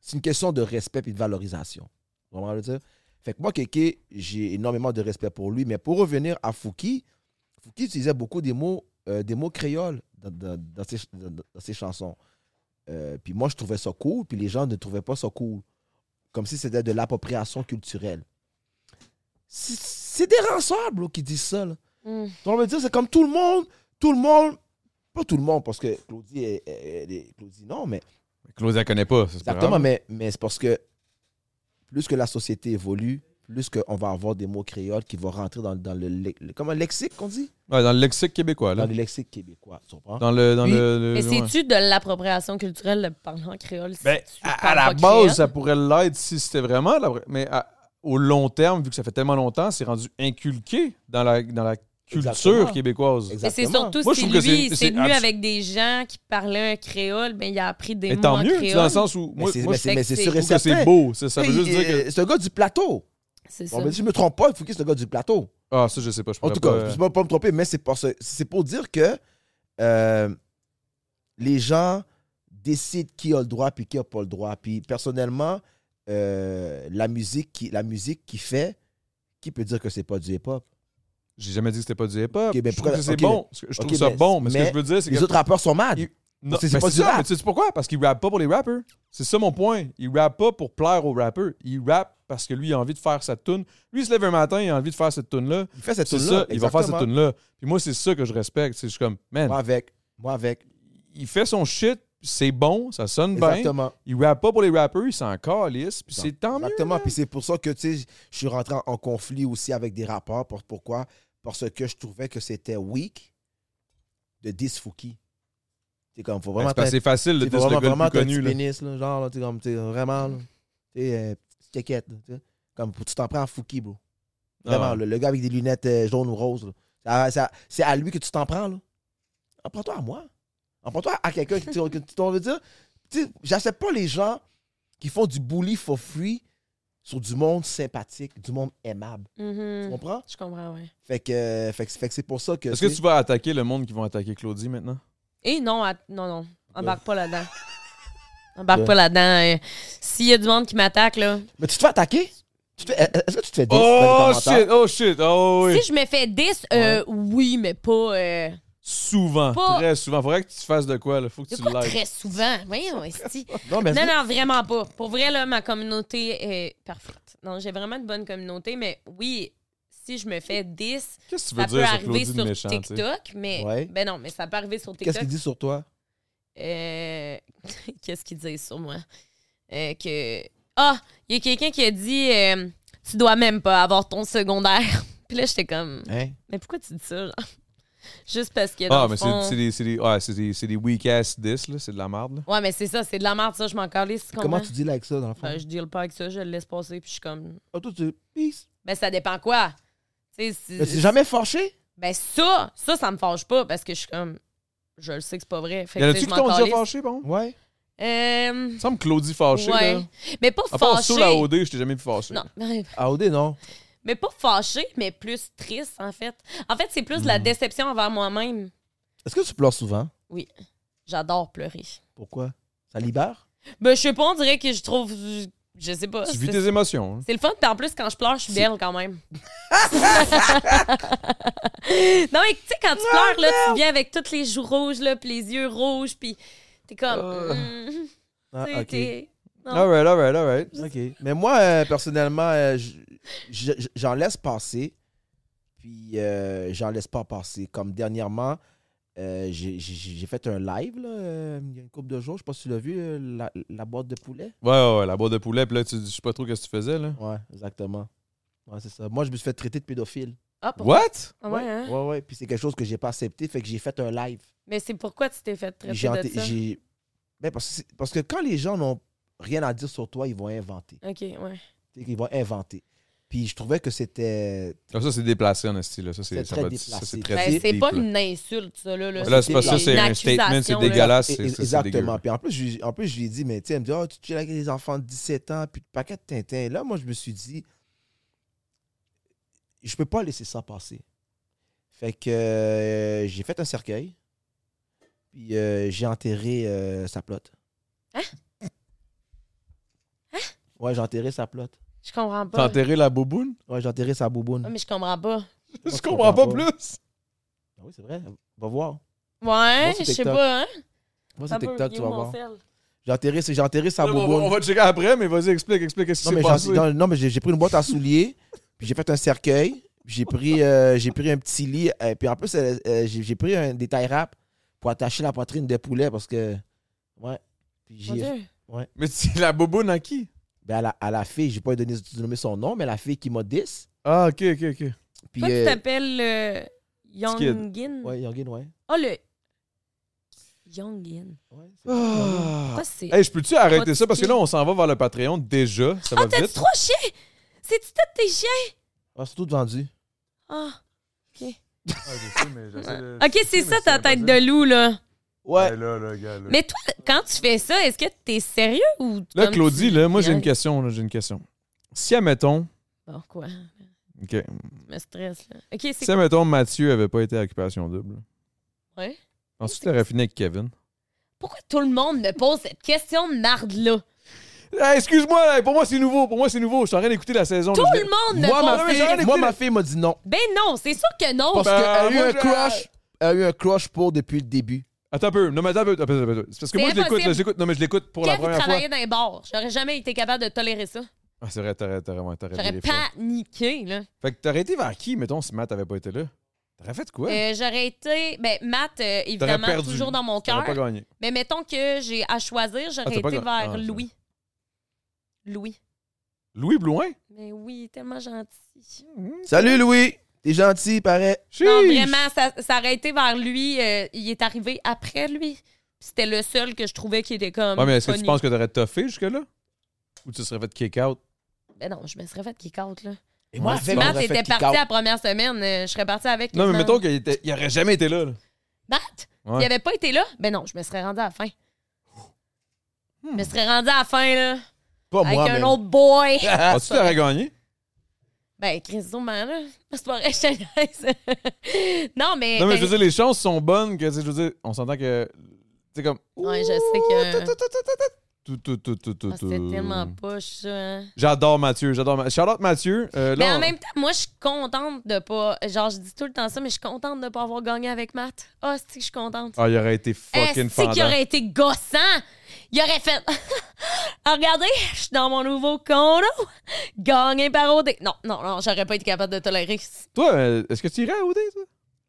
S3: C'est une question de respect et de valorisation. Vous comprenez ce que je veux dire? Fait que moi, Kéké, j'ai énormément de respect pour lui. Mais pour revenir à Fouki, Fouki utilisait beaucoup des mots, euh, des mots créoles dans, dans- dans ses, ch- dans- dans ses chansons. Euh, puis moi, je trouvais ça cool, puis les gens ne trouvaient pas ça cool. Comme si c'était de l'appropriation culturelle. C'est- C'est dérangeant, bro, qui dit ça. là.
S1: Euh,
S2: Mm.
S3: Donc, on va dire, c'est comme tout le monde, tout le monde, pas tout le monde, parce que Claudie, est- est- elle est- Claudie non, mais
S1: Claudia connaît pas. c'est pas grave.
S3: exactement, mais, mais c'est parce que plus que la société évolue, plus qu'on va avoir des mots créoles qui vont rentrer dans, dans le, le- le- comment, lexique qu'on dit
S1: Ouais, dans le lexique québécois, là.
S3: Dans le lexique québécois, tu comprends
S1: Dans le. Dans
S3: Puis-
S1: le, le-
S2: Mais
S1: ouais.
S2: c'est-tu de l'appropriation culturelle de parler en créole? si
S1: Ben,
S2: tu
S1: à, à
S2: parles
S1: la
S2: pas
S1: base,
S2: créole?
S1: ça pourrait l'être si c'était vraiment. la vraie- mais à- au long terme, vu que ça fait tellement longtemps, c'est rendu inculqué dans la, dans la culture
S3: Exactement.
S1: québécoise.
S2: Mais c'est
S3: Exactement.
S2: surtout
S1: Moi, je
S2: si
S1: trouve que c'est-
S2: lui,
S1: c'est
S2: c'est venu
S1: abs-
S2: avec des gens qui parlaient un créole, ben il a appris des
S1: Mais
S2: mots
S1: tant
S2: en
S1: mieux, tu sais, dans le
S2: créole.
S1: sens où.
S3: Mais
S1: Moi,
S3: c'est-
S1: moi,
S3: mais
S1: je
S3: c'est mais c'est
S2: je
S3: sûr et
S1: trouve que c'est
S3: certain.
S1: beau. Ça, ça veut
S3: Il-
S1: juste dire que.
S3: euh, C'est un gars du plateau.
S2: C'est ça.
S3: Bon, mais si je me trompe pas, il faut qu'il c'est un gars du plateau.
S1: Ah, ça, je sais pas. Je
S3: En
S1: pourrais
S3: tout
S1: pas- euh,
S3: cas, je ne peux pas me tromper, mais c'est pour, c'est pour dire que euh, les gens décident qui a le droit puis qui n'a pas le droit. Puis personnellement, euh, la musique qui la musique qui fait, qui peut dire que c'est pas du hip-hop?
S1: J'ai jamais dit que c'était pas du hip-hop.
S3: Ok, ben
S1: je trouve
S3: pourquoi-
S1: que c'est
S3: ok, ben,
S1: bon. Je trouve
S3: ok,
S1: ça
S3: mais-
S1: bon, mais, ce
S3: mais
S1: que je veux dire, c'est que.
S3: Les autres rappeurs sont mad.
S1: Il-
S3: parce que c'est
S1: ben,
S3: pas du
S1: ça,
S3: rap.
S1: mais tu sais pourquoi? Parce qu'ils rappent pas pour les rappers. C'est ça mon point. Ils rappent pas pour plaire aux rappers. Ils rappent parce que lui, il a envie de faire sa tune. Lui, il se lève un matin, il a envie de faire cette tune là
S3: Il fait cette
S1: C'est
S3: tune-là.
S1: ça, il va faire cette
S3: exactement.
S1: tune-là. Puis moi, c'est ça que je respecte. C'est juste comme, man,
S3: Moi avec. Moi avec.
S1: il fait son shit, c'est bon, ça sonne bien.
S3: Exactement.
S1: Il rappe pas pour les rappers, il s'en calisse, puis c'est tant mieux. Ben, hein.
S3: Exactement. Puis c'est pour ça que tu sais, je suis rentré en- en conflit aussi avec des rappeurs. Pour- pourquoi? Parce que je trouvais que c'était weak de 10 Fouki. C'est comme, faut
S1: Ben,
S3: vraiment
S1: c'est parce que c'est facile de
S3: T'sais,
S1: dire
S3: vraiment,
S1: le gars le
S3: vraiment,
S1: plus
S3: t'as un
S1: connu.
S3: petit
S1: là.
S3: pénis, là, genre, là, t'sais, comme, t'sais, vraiment, là, t'sais, euh, petite caquette, là, t'sais. Comme, tu t'en prends à Fouki, bro. Vraiment,
S1: Ah.
S3: là, le gars avec des lunettes euh, jaunes ou roses, là. Ça- ça- c'est à lui que tu t'en prends, là. En prends-toi à moi. En prends-toi à quelqu'un qui, que tu t'en veux dire. T'sais, j'accepte pas les gens qui font du bully for free sur du monde sympathique, du monde aimable. Tu
S2: Mhm.
S3: comprends?
S2: Je comprends, ouais.
S3: Fait que, euh, fait que, fait que c'est pour ça que.
S1: Est-ce que
S3: t'sais,
S1: tu vas
S2: Eh,
S1: attaquer le monde qui vont attaquer Claudie maintenant?
S2: Et non, att- non, non. Embarque pas là-dedans. Embarque
S3: Ouais.
S2: pas là-dedans. euh. S'il y a du monde qui m'attaque, là.
S3: Mais tu te fais attaquer? Tu te fais- Est-ce que tu te fais 10 dans
S1: Oh
S3: les commentaires?
S1: shit, oh shit, oh oui.
S2: Si je me fais 10, euh, oui, mais pas. euh,
S1: Souvent,
S2: Pas-
S1: très souvent. Faudrait que tu fasses de quoi, là. Faut que
S2: de
S1: tu
S2: quoi
S1: l'aides.
S2: très souvent. Voyons, esti.
S3: Non, mais
S2: Non, non, vraiment pas. Pour vrai, là, ma communauté est parfaite. Non, j'ai vraiment une bonne communauté, mais oui, si je me fais 10,
S1: Qu'est-ce que tu veux
S2: ça peut
S1: dire sur
S2: arriver
S1: Claudie
S2: sur
S1: le méchant, tu sais?
S2: TikTok, mais.
S3: Ouais.
S2: Ben non, mais ça peut arriver sur TikTok.
S3: qu'est-ce qu'il dit sur toi?
S2: Euh, Qu'est-ce qu'ils disent sur moi? Euh, que. Ah, il y a quelqu'un qui a dit euh, Tu dois même pas avoir ton secondaire. Puis là, j'étais comme
S3: Hein?
S2: Mais pourquoi tu dis ça, genre? Juste parce que. Dans
S1: Ah,
S2: le
S1: mais c'est
S2: fond-
S1: c'est des, c'est des, ouais, c'est des, c'est des weak ass dis, là. C'est de la merde, là.
S2: Ouais, mais c'est ça, c'est de la merde, ça, je m'en calisse. tu
S3: Comment
S2: comprends?
S3: tu dis là avec ça, dans le fond?
S2: Ben, je deal pas avec ça, je le laisse passer, puis je suis comme.
S3: Ah, toi, tu. Peace.
S2: Mais ça dépend quoi? Tu sais, c'est-
S3: Mais tu t'es jamais fâché?
S2: Ben ça, ça, ça me fâche pas parce que je suis comme. Je le sais que c'est pas vrai. Fait
S1: Y en
S2: que, tu
S1: a-tu
S2: sais,
S1: qui
S2: je m'en
S1: t'ont déjà
S2: calisse.
S1: fâché, bon?
S3: Ouais.
S2: Euh,
S1: Il me semble Claudie fâchée,
S2: ouais.
S1: là.
S2: Mais pas
S1: À part
S2: fâché.
S1: sur la OD, je t'ai jamais vu fâché.
S2: Non,
S3: AOD, non.
S2: Mais pas fâché, mais plus triste, en fait. En fait, c'est plus de la déception envers moi-même.
S3: Est-ce que tu pleures souvent?
S2: J'adore pleurer.
S3: Pourquoi? Ça libère?
S2: Ben, je sais pas, on dirait que je trouve. Je sais pas.
S1: Tu
S2: C'est
S1: vis tes émotions. hein.
S2: c'est le fun, puis en plus, quand je pleure, je suis
S3: C'est-
S2: belle quand même. non, mais tu sais, quand tu pleures, là, tu viens avec tous les joues rouges, là, puis les yeux rouges, puis t'es comme.
S1: Euh.
S2: hmm,
S3: Ah,
S2: tu sais,
S3: ok.
S2: t'es- Non.
S1: All right, all right, all right.
S3: OK. Mais moi, euh, personnellement, euh, j- j- j'en laisse passer. Puis, euh, j'en laisse pas passer. Comme dernièrement, euh, j'ai- j'ai j'ai fait un live là, euh, il y a une couple de jours. Je sais pas si tu l'as vu, euh, la, la boîte de poulet.
S1: Ouais, ouais, ouais, la boîte de poulet, puis là, tu, je sais pas trop qu'est-ce que tu faisais, là.
S3: Ouais, exactement. Ouais, c'est ça. Moi, je me suis fait traiter de pédophile.
S2: Ah, pour-
S1: What?
S2: Ah ouais, hein?
S3: ouais, ouais. Puis c'est quelque chose que j'ai pas accepté. Fait que j'ai fait un live.
S2: Mais c'est pourquoi tu t'es fait
S3: Puis
S2: traiter
S3: j'ai enté-
S2: de ça.
S3: j'ai- Ben, parce, que c'est- parce que quand les gens n'ont rien à dire sur toi, ils vont inventer.
S2: Ok, ouais.
S3: Ils vont inventer. Puis je trouvais que c'était
S1: Ah, ça, c'est déplacé, en esti, là. Ça,
S3: C'est
S1: c'est ça
S3: très
S1: va-
S3: déplacé.
S1: ça, c'est
S2: Ben,
S1: très
S2: c'est
S1: deep,
S2: pas
S1: là.
S2: une insulte, ça, là. là.
S1: Là, c'est pas ça,
S2: Une
S1: c'est un
S2: accusation,
S1: statement, c'est
S2: là.
S1: dégueulasse.
S3: Et-
S1: c'est- c'est- c'est
S3: e- Exactement.
S1: dégueu.
S3: Puis en plus, je, lui- en plus, je lui ai dit, mais tu sais, elle me dit, Ah, tu chilles avec les enfants de 17 ans, puis de paquet de Tintin. Et là, moi, je me suis dit, je peux pas laisser ça passer. Fait que euh, j'ai fait un cercueil, puis euh, j'ai enterré euh, sa plotte.
S2: Hein?
S3: Ouais, j'ai enterré sa plotte.
S2: Je comprends
S1: T'as
S2: pas.
S1: enterré la bouboune?
S3: Ouais, j'ai enterré sa bouboune.
S2: Ah, mais je comprends pas.
S1: Je comprends pas plus.
S3: Ah oui, c'est vrai. Va voir.
S2: Ouais,
S3: sur
S2: je sais
S3: TikTok.
S2: pas, hein?
S3: Va
S2: Ça
S3: sur TikTok, tu vas voir.
S2: Cell.
S3: J'ai enterré, j'ai enterré sa
S1: Là, on, va,
S3: bouboune.
S1: on va checker après, mais vas-y, explique, explique ce
S3: Non,
S1: qui s'est
S3: mais
S1: passé.
S3: j'en- non, non, mais j'ai j'ai pris une boîte à souliers, puis j'ai fait un cercueil, puis j'ai pris, euh, j'ai pris un petit lit, et puis en plus, euh, euh, j'ai j'ai pris un, des tailles rap pour attacher la poitrine de poulet parce que. Ouais. Puis
S2: Mon
S3: j'ai.
S2: Dieu.
S1: Mais c'est la bouboune à qui?
S3: Ben à, la, à la fille, j'ai pas donné nommé son nom, mais la fille qui m'a 10.
S1: Ah, ok, ok, ok.
S3: Puis.
S2: Toi, tu
S3: euh,
S2: t'appelles euh, Youngin.
S3: ouais, Yorgin, ouais.
S2: Oh, le. Youngin.
S3: Ouais, c'est-
S1: Ah.
S2: Pourquoi c'est.
S1: Hey, je peux-tu arrêter ça? Parce que
S2: Fatigué.
S1: là, on s'en va vers le Patreon déjà. Ça
S2: Ah,
S1: va
S2: t'as-tu
S1: vite.
S2: trois chiens? C'est-tu tous tes chiens?
S3: Ah, c'est tout vendu.
S2: Ah.
S1: Ah,
S2: Ok, c'est ça ta tête de loup, là.
S3: Ouais.
S1: Là, là, gars, là.
S2: Mais toi, quand tu fais ça, est-ce que t'es sérieux ou.
S1: Là,
S2: comme
S1: Claudie,
S2: tu-
S1: là, moi, j'ai
S2: Ouais.
S1: une question. là, J'ai une question. Si, admettons,
S2: Bon, quoi?
S1: OK.
S2: Je me stresse, là. Ok, c'est.
S1: si, admettons, Mathieu avait pas été à Occupation Double,
S2: Ouais.
S1: ensuite, tu aurais fini avec Kevin.
S2: Pourquoi tout le monde me pose cette question de marde-là?
S1: Hey, Excuse-moi, là, pour moi, c'est nouveau. Pour moi, c'est nouveau. Je suis en train d'écouter la saison.
S2: Tout
S1: là, je
S2: le
S1: l'ai-
S2: monde me
S3: Moi,
S2: pose.
S3: ma
S1: mais j'en ai
S3: fille, moi,
S1: écouté-
S3: ma fille m'a dit non.
S2: Ben non, c'est sûr que non.
S3: Parce
S1: Ben,
S3: qu'elle a
S1: moi,
S3: eu un
S1: je-
S3: crush. Elle a eu un crush pour depuis le début.
S1: Attends un peu. Non, mais attends un peu. attends un peu, attends un peu. C'est parce que
S2: C'est
S1: moi, je l'écoute.
S2: impossible.
S1: là, je l'écoute. Non, mais je l'écoute pour la
S2: Quand il
S1: première fois.
S2: travaillait dans les bars, j'aurais jamais été capable de tolérer ça.
S1: Ah, c'est vrai, t'aurais t'aurais- ouais, t'aurais
S2: J'aurais
S1: viré fort.
S2: paniqué, là.
S1: Fait que t'aurais été vers qui, mettons, si Matt avait pas été là? T'aurais fait quoi?
S2: Euh, j'aurais été. Ben, Matt, euh, évidemment,
S1: perdu.
S2: toujours dans mon
S1: T'aurais
S2: cœur.
S1: pas gagné.
S2: Mais mettons que j'ai à choisir,
S1: Ah,
S2: j'aurais
S1: t'as pas
S2: été
S1: gagné.
S2: vers
S1: Ah,
S2: Louis. Louis.
S1: Louis Blouin?
S2: Mais oui, tellement gentil.
S3: Salut, Louis. T'es gentil, paraît.
S2: Non,
S1: Chiche!
S2: vraiment, ça, ça aurait été vers lui. euh, il est arrivé après lui. Puis C'était le seul que je trouvais qui était comme.
S1: Ouais, mais est-ce que
S2: funny.
S1: tu penses que t'aurais toffé jusque-là? Ou tu te serais fait kick-out?
S2: Ben non, je me serais fait kick-out, là.
S3: Et moi,
S1: Ouais,
S3: la fille
S1: Bon,
S2: Matt
S3: m'aurait fait
S2: était
S3: kick
S2: parti
S3: out.
S2: la première semaine. euh, je serais partie avec.
S1: Non, mais
S2: quasiment.
S1: mettons qu'il était- il aurait jamais été là. là.
S2: Matt,
S1: Ouais.
S2: il avait pas été là, ben non, je me serais rendu à la fin.
S1: Hmm.
S2: Je me serais rendu à la fin, là,
S3: Pas
S2: avec
S3: moi,
S2: un
S3: mais-
S2: autre boy.
S1: Ah, tu t'aurais gagné?
S2: ben, Chris Zouman, là. C'est pas vrai, je te niaise. Non, mais.
S1: Non, mais
S2: ben,
S1: je veux dire, les chances sont bonnes que, tu sais, je veux dire, on s'entend que. Tu sais, comme.
S2: Ouais, je
S1: ouh,
S2: sais que-
S1: ta, ta, ta, ta, ta, ta. Tout, tout, tout, tout, tout,
S2: Ah, C'était
S1: tout.
S2: tellement poche, ça. hein.
S1: J'adore Mathieu, j'adore Mathieu. Charlotte Mathieu. euh, là,
S2: Mais
S1: on-
S2: en même temps, moi, je suis contente de pas. Genre, je dis tout le temps ça, mais je suis contente de pas avoir gagné avec Matt. Ah, c'est que je suis contente.
S1: Ah, il aurait été fucking
S2: Est-ce
S1: pendant.
S2: Eh, qu'il aurait été gossant? Il aurait fait. Ah, regardez, je suis dans mon nouveau condo. Gagné par OD. Non, non, non, j'aurais pas été capable de tolérer.
S1: Toi, euh, est-ce que tu irais à OD, ça?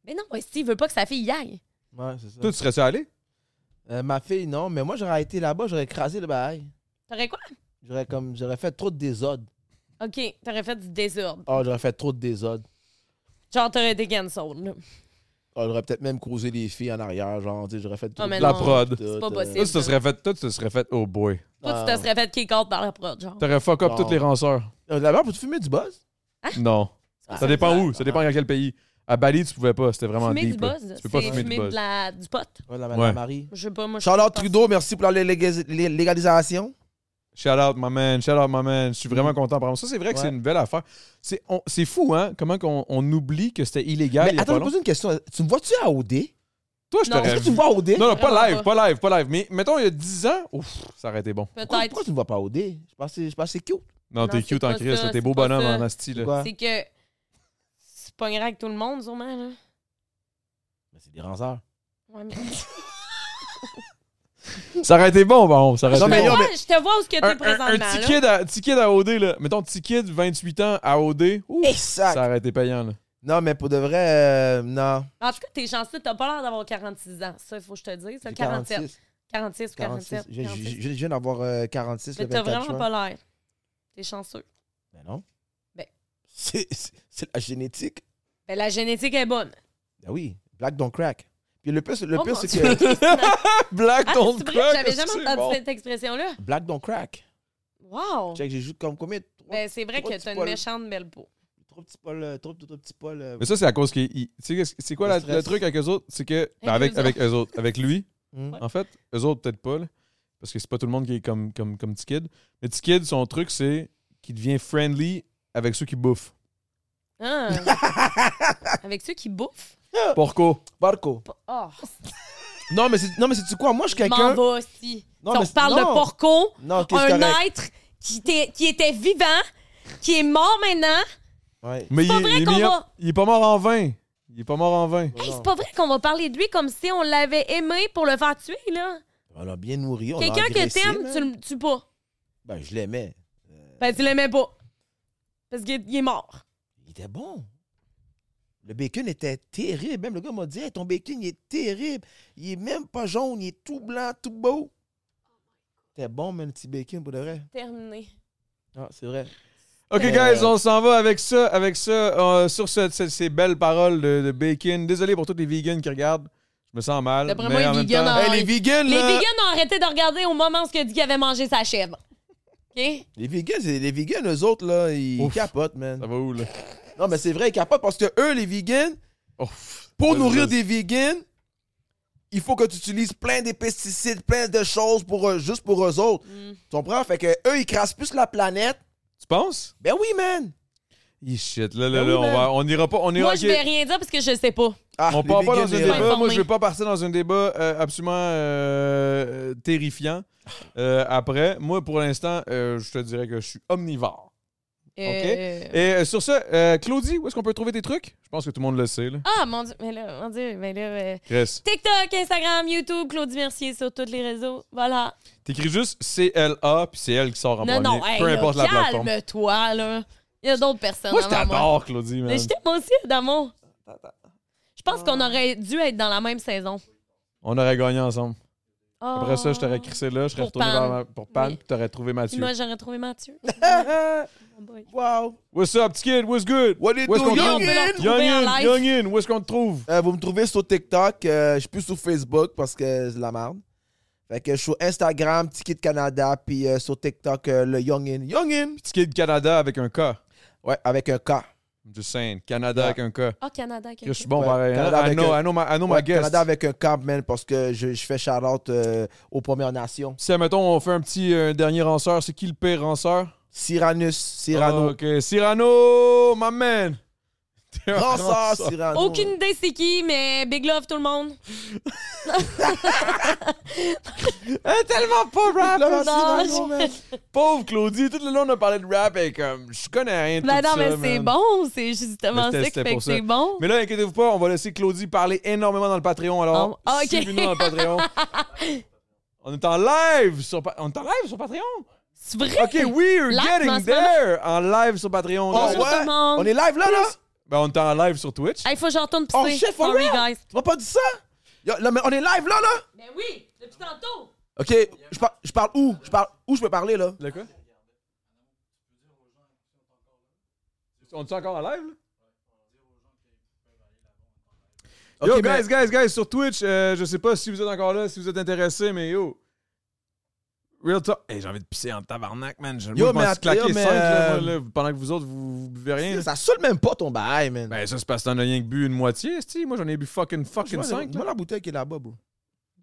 S2: Mais non, ouais, s'il veut pas que sa fille y aille.
S3: Ouais, c'est ça.
S1: Toi, tu serais-tu allé?
S3: Euh, ma fille, non, mais moi, j'aurais été là-bas, j'aurais écrasé le bail.
S2: T'aurais quoi?
S3: J'aurais comme, j'aurais fait trop de désordre.
S2: OK, t'aurais fait du désordre.
S3: Ah, j'aurais fait trop de désordre.
S2: Genre, t'aurais été cancelled. là.
S3: Ah, j'aurais peut-être même causé les filles en arrière, genre, tu sais, j'aurais fait trop
S2: Ah, mais
S3: de
S1: La
S2: non,
S1: prod.
S2: C'est pas
S3: Tout, euh,
S2: possible.
S1: Toi, tu te serais fait, toi, tu te serais fait, oh boy.
S2: Toi, tu
S3: Ah.
S2: te serais fait kick out par la prod, genre.
S1: T'aurais fuck up
S3: Non.
S1: toutes les ranceurs.
S3: Euh, D'abord, peux-tu fumer du buzz?
S1: Non.
S3: Ah,
S1: Ça dépend
S3: ouais.
S1: où, ça dépend dans quel pays. À Bali, tu pouvais pas, c'était vraiment
S2: Fumer du
S1: deep. là.
S2: buzz,
S1: Tu peux pas
S2: c'est
S1: fumer du buzz.
S2: de la, du pot.
S3: Ouais, la
S1: Ouais.
S3: Madame Marie.
S2: Je sais pas, moi. je
S3: Charlotte
S2: pense-
S3: Trudeau, merci pour la lég- lég- légalisation.
S1: Shout out, my man. Shout out, my man. Je suis vraiment content. Par contre, ça, c'est vrai que
S3: Ouais.
S1: c'est une belle affaire. C'est, on- c'est fou, hein? Comment qu'on, on oublie que c'était illégal il y
S3: Mais
S1: a
S3: attends,
S1: pas Euh,
S3: je
S1: longtemps.
S3: pose une question. Tu me vois-tu à OD? Est-ce
S1: Toi, je
S2: Non.
S1: t'aurais
S3: que tu
S1: vu.
S3: me vois à OD?
S1: Non, non, pas
S2: Vraiment
S1: live, pas live, pas live. Mais mettons, il y a 10 ans, ouf, ça aurait été bon.
S3: pourquoi,
S2: Peut-être.
S3: pourquoi tu me vois pas à OD? Je pense que je pense que c'est cute.
S1: Non,
S2: Non,
S1: t'es
S2: c'est
S1: cute en
S2: pas
S1: Christ.
S2: ça,
S1: là. T'es
S2: c'est
S1: beau
S2: pas
S1: bonhomme
S2: ça.
S1: en asti, là.
S3: Quoi?
S2: C'est que. C'est pas grave avec tout le monde, sûrement, là.
S3: Mais C'est des ranzards.
S2: Ouais, mais.
S1: Ça aurait été bon, bon. Ça aurait
S3: Non,
S1: été
S3: mais
S1: bon.
S3: yo,
S2: Ouais, je te vois où ce que t'es
S1: Un, un,
S2: présentement,
S1: un
S2: là.
S1: petit, kid à, petit kid à OD, là. Mettons, petit kid, 28 ans, à OD. Ouf,
S3: Exact.
S1: ça aurait été payant, là.
S3: Non, mais pour de vrai, euh, non.
S2: En tout cas, t'es chanceux, t'as pas l'air d'avoir 46 ans. Ça, il faut que je te dise.
S3: J'ai
S2: 47. 46 ou
S3: 46.
S2: 47.
S3: Je, je-
S2: 46.
S3: je- je viens d'avoir euh, 46.
S2: Mais
S3: le
S2: t'as
S3: 24
S2: vraiment
S3: juin.
S2: pas l'air. T'es chanceux.
S3: Ben non.
S2: Ben.
S3: C'est c'est- c'est la génétique.
S2: Ben, la génétique est bonne.
S3: Ben oui. Black don't crack. Puis le pire, le
S2: Oh
S3: pire
S2: mon
S3: c'est
S2: Dieu.
S3: que
S1: Black
S2: Ah,
S1: ton
S2: c'est vrai,
S1: crack,
S2: j'avais
S1: est-ce que
S2: jamais
S1: c'est
S2: entendu
S1: bon?
S2: cette expression-là.
S3: Black don't crack.
S2: Wow!
S3: Check, j'ai juste comme combien? Trois,
S2: Ben, c'est vrai
S3: Trois
S2: que
S3: petits
S2: t'as une
S3: poils.
S2: méchante belle peau.
S3: trois petits pols. euh, Trois, trois, trois petits pols. euh,
S1: Mais ça, c'est à cause qu'ils. ils- Tu sais, qu'est-ce- c'est quoi
S3: Le
S1: la- le
S3: stress.
S1: truc avec eux autres? C'est que. ben,
S2: Avec
S1: avec,
S2: eux
S1: avec eux autres. Avec lui.
S3: hmm.
S2: Ouais.
S1: En fait, eux autres, peut-être pas, là, parce que c'est pas tout le monde qui est comme, comme, comme T-Kid. Mais T-Kid, son truc, c'est qu'il devient friendly avec ceux qui bouffent.
S2: Ah. Avec ceux qui bouffent?
S1: Porco.
S3: Porco.
S2: Pas- Oh,
S3: Non, mais c'est- non, mais c'est-tu quoi? Moi, je suis
S2: je m'en
S3: quelqu'un.
S2: va aussi.
S3: Non,
S2: Si
S3: mais
S2: on
S3: c'est-
S2: parle de
S3: non.
S2: porco,
S3: Non, ok, c'est
S2: un
S3: correct.
S2: être qui était, qui était vivant, qui est mort maintenant.
S3: Ouais.
S1: Mais il,
S2: pas
S1: est-
S2: vrai
S1: il est
S2: qu'on
S1: mis en-
S2: va-
S1: il est pas mort en vain. Il est pas mort en vain.
S2: Hey, c'est pas vrai qu'on va parler de lui comme si on l'avait aimé pour le faire tuer, là.
S3: On l'a bien nourri. on l'a
S2: Quelqu'un que
S3: engraissé,
S2: t'aimes,
S3: man.
S2: tu le tues pas.
S3: Ben, je l'aimais. Euh,
S2: Ben, tu l'aimais pas. Parce qu'il est- il est mort.
S3: Il était bon. Le bacon était terrible. Même le gars m'a dit Hey, ton bacon, il est terrible. Il est même pas jaune, il est tout blanc, tout beau. C'était bon, même, le petit bacon, pour de vrai.
S2: Terminé.
S3: Ah, c'est vrai.
S1: Ok,
S3: Euh,
S1: guys, on s'en va avec ça. Avec ça euh, sur ce- ce- ces belles paroles de, de Bacon. Désolé pour tous les vegans qui regardent. Je me sens mal.
S2: D'après
S1: mais
S2: moi,
S1: en
S2: les
S1: même
S2: vegans
S1: temps-
S2: en- Ah,
S3: Hey, les vegans,
S2: Les
S3: là.
S2: vegans ont arrêté de regarder au moment où il a dit qu'il avait mangé sa chèvre. OK?
S3: Les vegans, c'est- les vegans, eux autres, là, ils
S1: Ouf.
S3: capotent,
S1: Ça
S3: man.
S1: va où, là?
S3: Non, mais c'est vrai, ils capotent parce que eux, les vegans,
S1: Ouf.
S3: pour
S1: Vas-y,
S3: nourrir
S1: vas-y.
S3: des vegans, il faut que tu utilises plein de pesticides, plein de choses pour eux- juste pour eux autres.
S2: Mm.
S3: Tu comprends? Fait que eux, ils crassent plus la planète.
S1: Tu penses?
S3: Ben oui, man!
S1: Ih, shit, là, là,
S3: Ben
S1: là,
S3: oui,
S1: on
S3: man.
S1: va. On ira pas. On ira
S2: Moi,
S1: ok.
S2: je vais rien dire parce que je sais pas.
S3: Ah,
S1: On
S3: les
S1: part pas
S3: vegans,
S1: dans un
S3: les-
S1: débat.
S2: informés.
S1: Moi, je vais pas partir dans un débat euh, absolument euh, terrifiant euh, après. Moi, pour l'instant, euh, je te dirais que je suis omnivore.
S2: Euh,
S1: Et euh, sur ce, euh, Claudie, où est-ce qu'on peut trouver tes trucs? Je pense que tout le monde le sait. Là.
S2: Ah, mon Dieu, mais là, mon Dieu, mais là... euh,
S1: Chris,
S2: TikTok, Instagram, YouTube, Claudie Mercier sur tous les réseaux. Voilà.
S1: t'écris juste CLA, puis c'est elle qui sort en
S2: non,
S1: premier.
S2: non, hey,
S1: Ah, peu
S2: là,
S1: importe la plateforme.
S2: calme-toi, là. Il y a d'autres personnes.
S1: Moi, je
S2: avant
S1: t'adore, Claudie, man.
S2: Mais je t'aime aussi, Adamo. Je pense qu'on aurait dû être dans la même saison.
S1: On aurait gagné ensemble. Après ça, je t'aurais
S2: Oh.
S1: crissé là, je serais
S2: Pour
S1: retourné
S2: Pan.
S1: vers ma- pour Pan,
S2: Oui.
S1: puis t'aurais trouvé
S2: Puis
S1: Mathieu.
S2: moi, j'aurais trouvé Mathieu. Oh boy.
S3: wow!
S1: What's up, petit kid? What's good?
S3: What it
S1: Où est-ce
S3: do,
S1: qu'on te
S2: Youngin?
S1: trouve?
S2: Trouver en
S1: Youngin,
S2: live.
S1: Youngin, où est-ce qu'on te trouve?
S3: Euh, vous me trouvez sur TikTok. euh, je suis plus sur Facebook parce que c'est de la merde. Fait que je suis sur Instagram, Ticket Canada, puis euh, sur TikTok, euh, le Youngin. Youngin!
S1: Petit kid Canada avec un K.
S3: Ouais, avec un K.
S1: I'm just saying. Canada
S3: Ouais.
S1: avec un K.
S2: Ah, Canada,
S1: Je
S2: quelqu'un.
S1: suis bon,
S3: Ouais,
S1: pareil. hein?
S3: Canada
S1: I
S3: avec
S1: know,
S3: un-
S1: I know my, I know my
S3: Ouais,
S1: guest.
S3: Canada avec un K, man, parce que je, je fais shout-out euh, aux Premières Nations.
S1: Si, mettons, on fait un petit euh, dernier ranceur, c'est qui le pire ranceur? Oh,
S3: Cyranus, Cyrano.
S1: Ah, ok, Cyrano, my man.
S3: Brasseur Cyrano.
S2: Aucune idée c'est qui, mais big love tout le monde.
S1: Elle est Eh, tellement pas rap!
S2: Non,
S3: Là, Cyrano, man.
S1: Pauvre Claudie, tout le long on a parlé de rap et comme je connais rien de
S2: Ben
S1: tout
S2: non,
S1: ça,
S2: mais c'est
S1: man.
S2: bon, c'est justement
S1: Mais
S2: ça
S1: c'était-
S2: qui
S1: c'était
S2: fait
S1: pour
S2: que
S1: ça.
S2: c'est bon.
S1: Mais là, inquiétez-vous pas, on va laisser Claudie parler énormément dans le Patreon. Alors,
S2: Oh, ah, ok.
S1: suivez-nous dans le Patreon. on est en live sur Pa- on est en live sur Patreon.
S2: C'est vrai?
S1: Ok, we're
S2: Live en
S1: getting
S2: ce
S1: there en live sur Patreon.
S3: Oh,
S2: Bonjour
S3: ouais?
S2: tout le monde.
S3: On est live là, là?
S1: Ben, on est en live sur Twitch.
S2: Hey, faut que je retourne pisser.
S3: Oh, shit, for
S2: Sorry,
S3: real?
S2: guys.
S3: Tu m'as pas dit ça? Yo, là, mais on est live là, là?
S2: Ben oui, depuis tantôt.
S3: OK, je, par- je parle où? Je parle où je peux parler, là?
S1: Le quoi? On est encore en live? là?
S3: OK,
S1: yo,
S3: mais-
S1: guys, guys, guys, sur Twitch, euh, je sais pas si vous êtes encore là, si vous êtes intéressés, mais yo. Real talk. Hey, j'ai envie de pisser en tabarnak, man. Je,
S3: Yo,
S1: moi, je m'en
S3: mais
S1: suis claqué
S3: attends, yo, mais,
S1: cinq, là,
S3: euh,
S1: moi, là, pendant que vous autres, vous, vous buvez rien.
S3: Ça saoule même pas ton bail, man.
S1: Ben, ça, c'est parce que t'en as rien que bu une moitié, esti. Moi, j'en ai bu fucking fucking
S3: moi, la-
S1: 5.
S3: moi, la bouteille qui est là-bas, bro.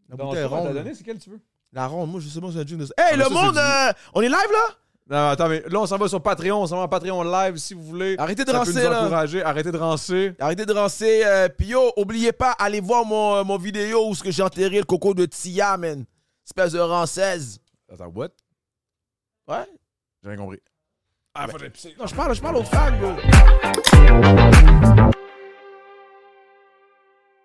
S3: La bouteille est ronde. là.
S1: c'est quelle tu veux?
S3: La ronde, moi, je sais pas si c'est un drink de ça.
S1: Ah,
S3: Hey,
S1: mais
S3: le
S1: ça, c'est
S3: monde,
S1: du-
S3: euh, on est live, là?
S1: Non, attends, mais là, on s'en va sur Patreon. On s'en va en Patreon live si vous voulez.
S3: Arrêtez de
S1: Ça peut
S3: rancer,
S1: nous
S3: là.
S1: encourager. Arrêtez de rancer.
S3: Arrêtez de rancer. euh, Puis yo, oubliez pas, allez voir mon, euh, mon vidéo où ce que j'ai enterré le coco de Tia, man. Espèce de ranceuse.
S1: Attends, what?
S3: Ouais?
S1: ben, J'ai rien compris. Ah, faut que j'aille pisser.
S3: Non, je parle, je parle aux fans, bro.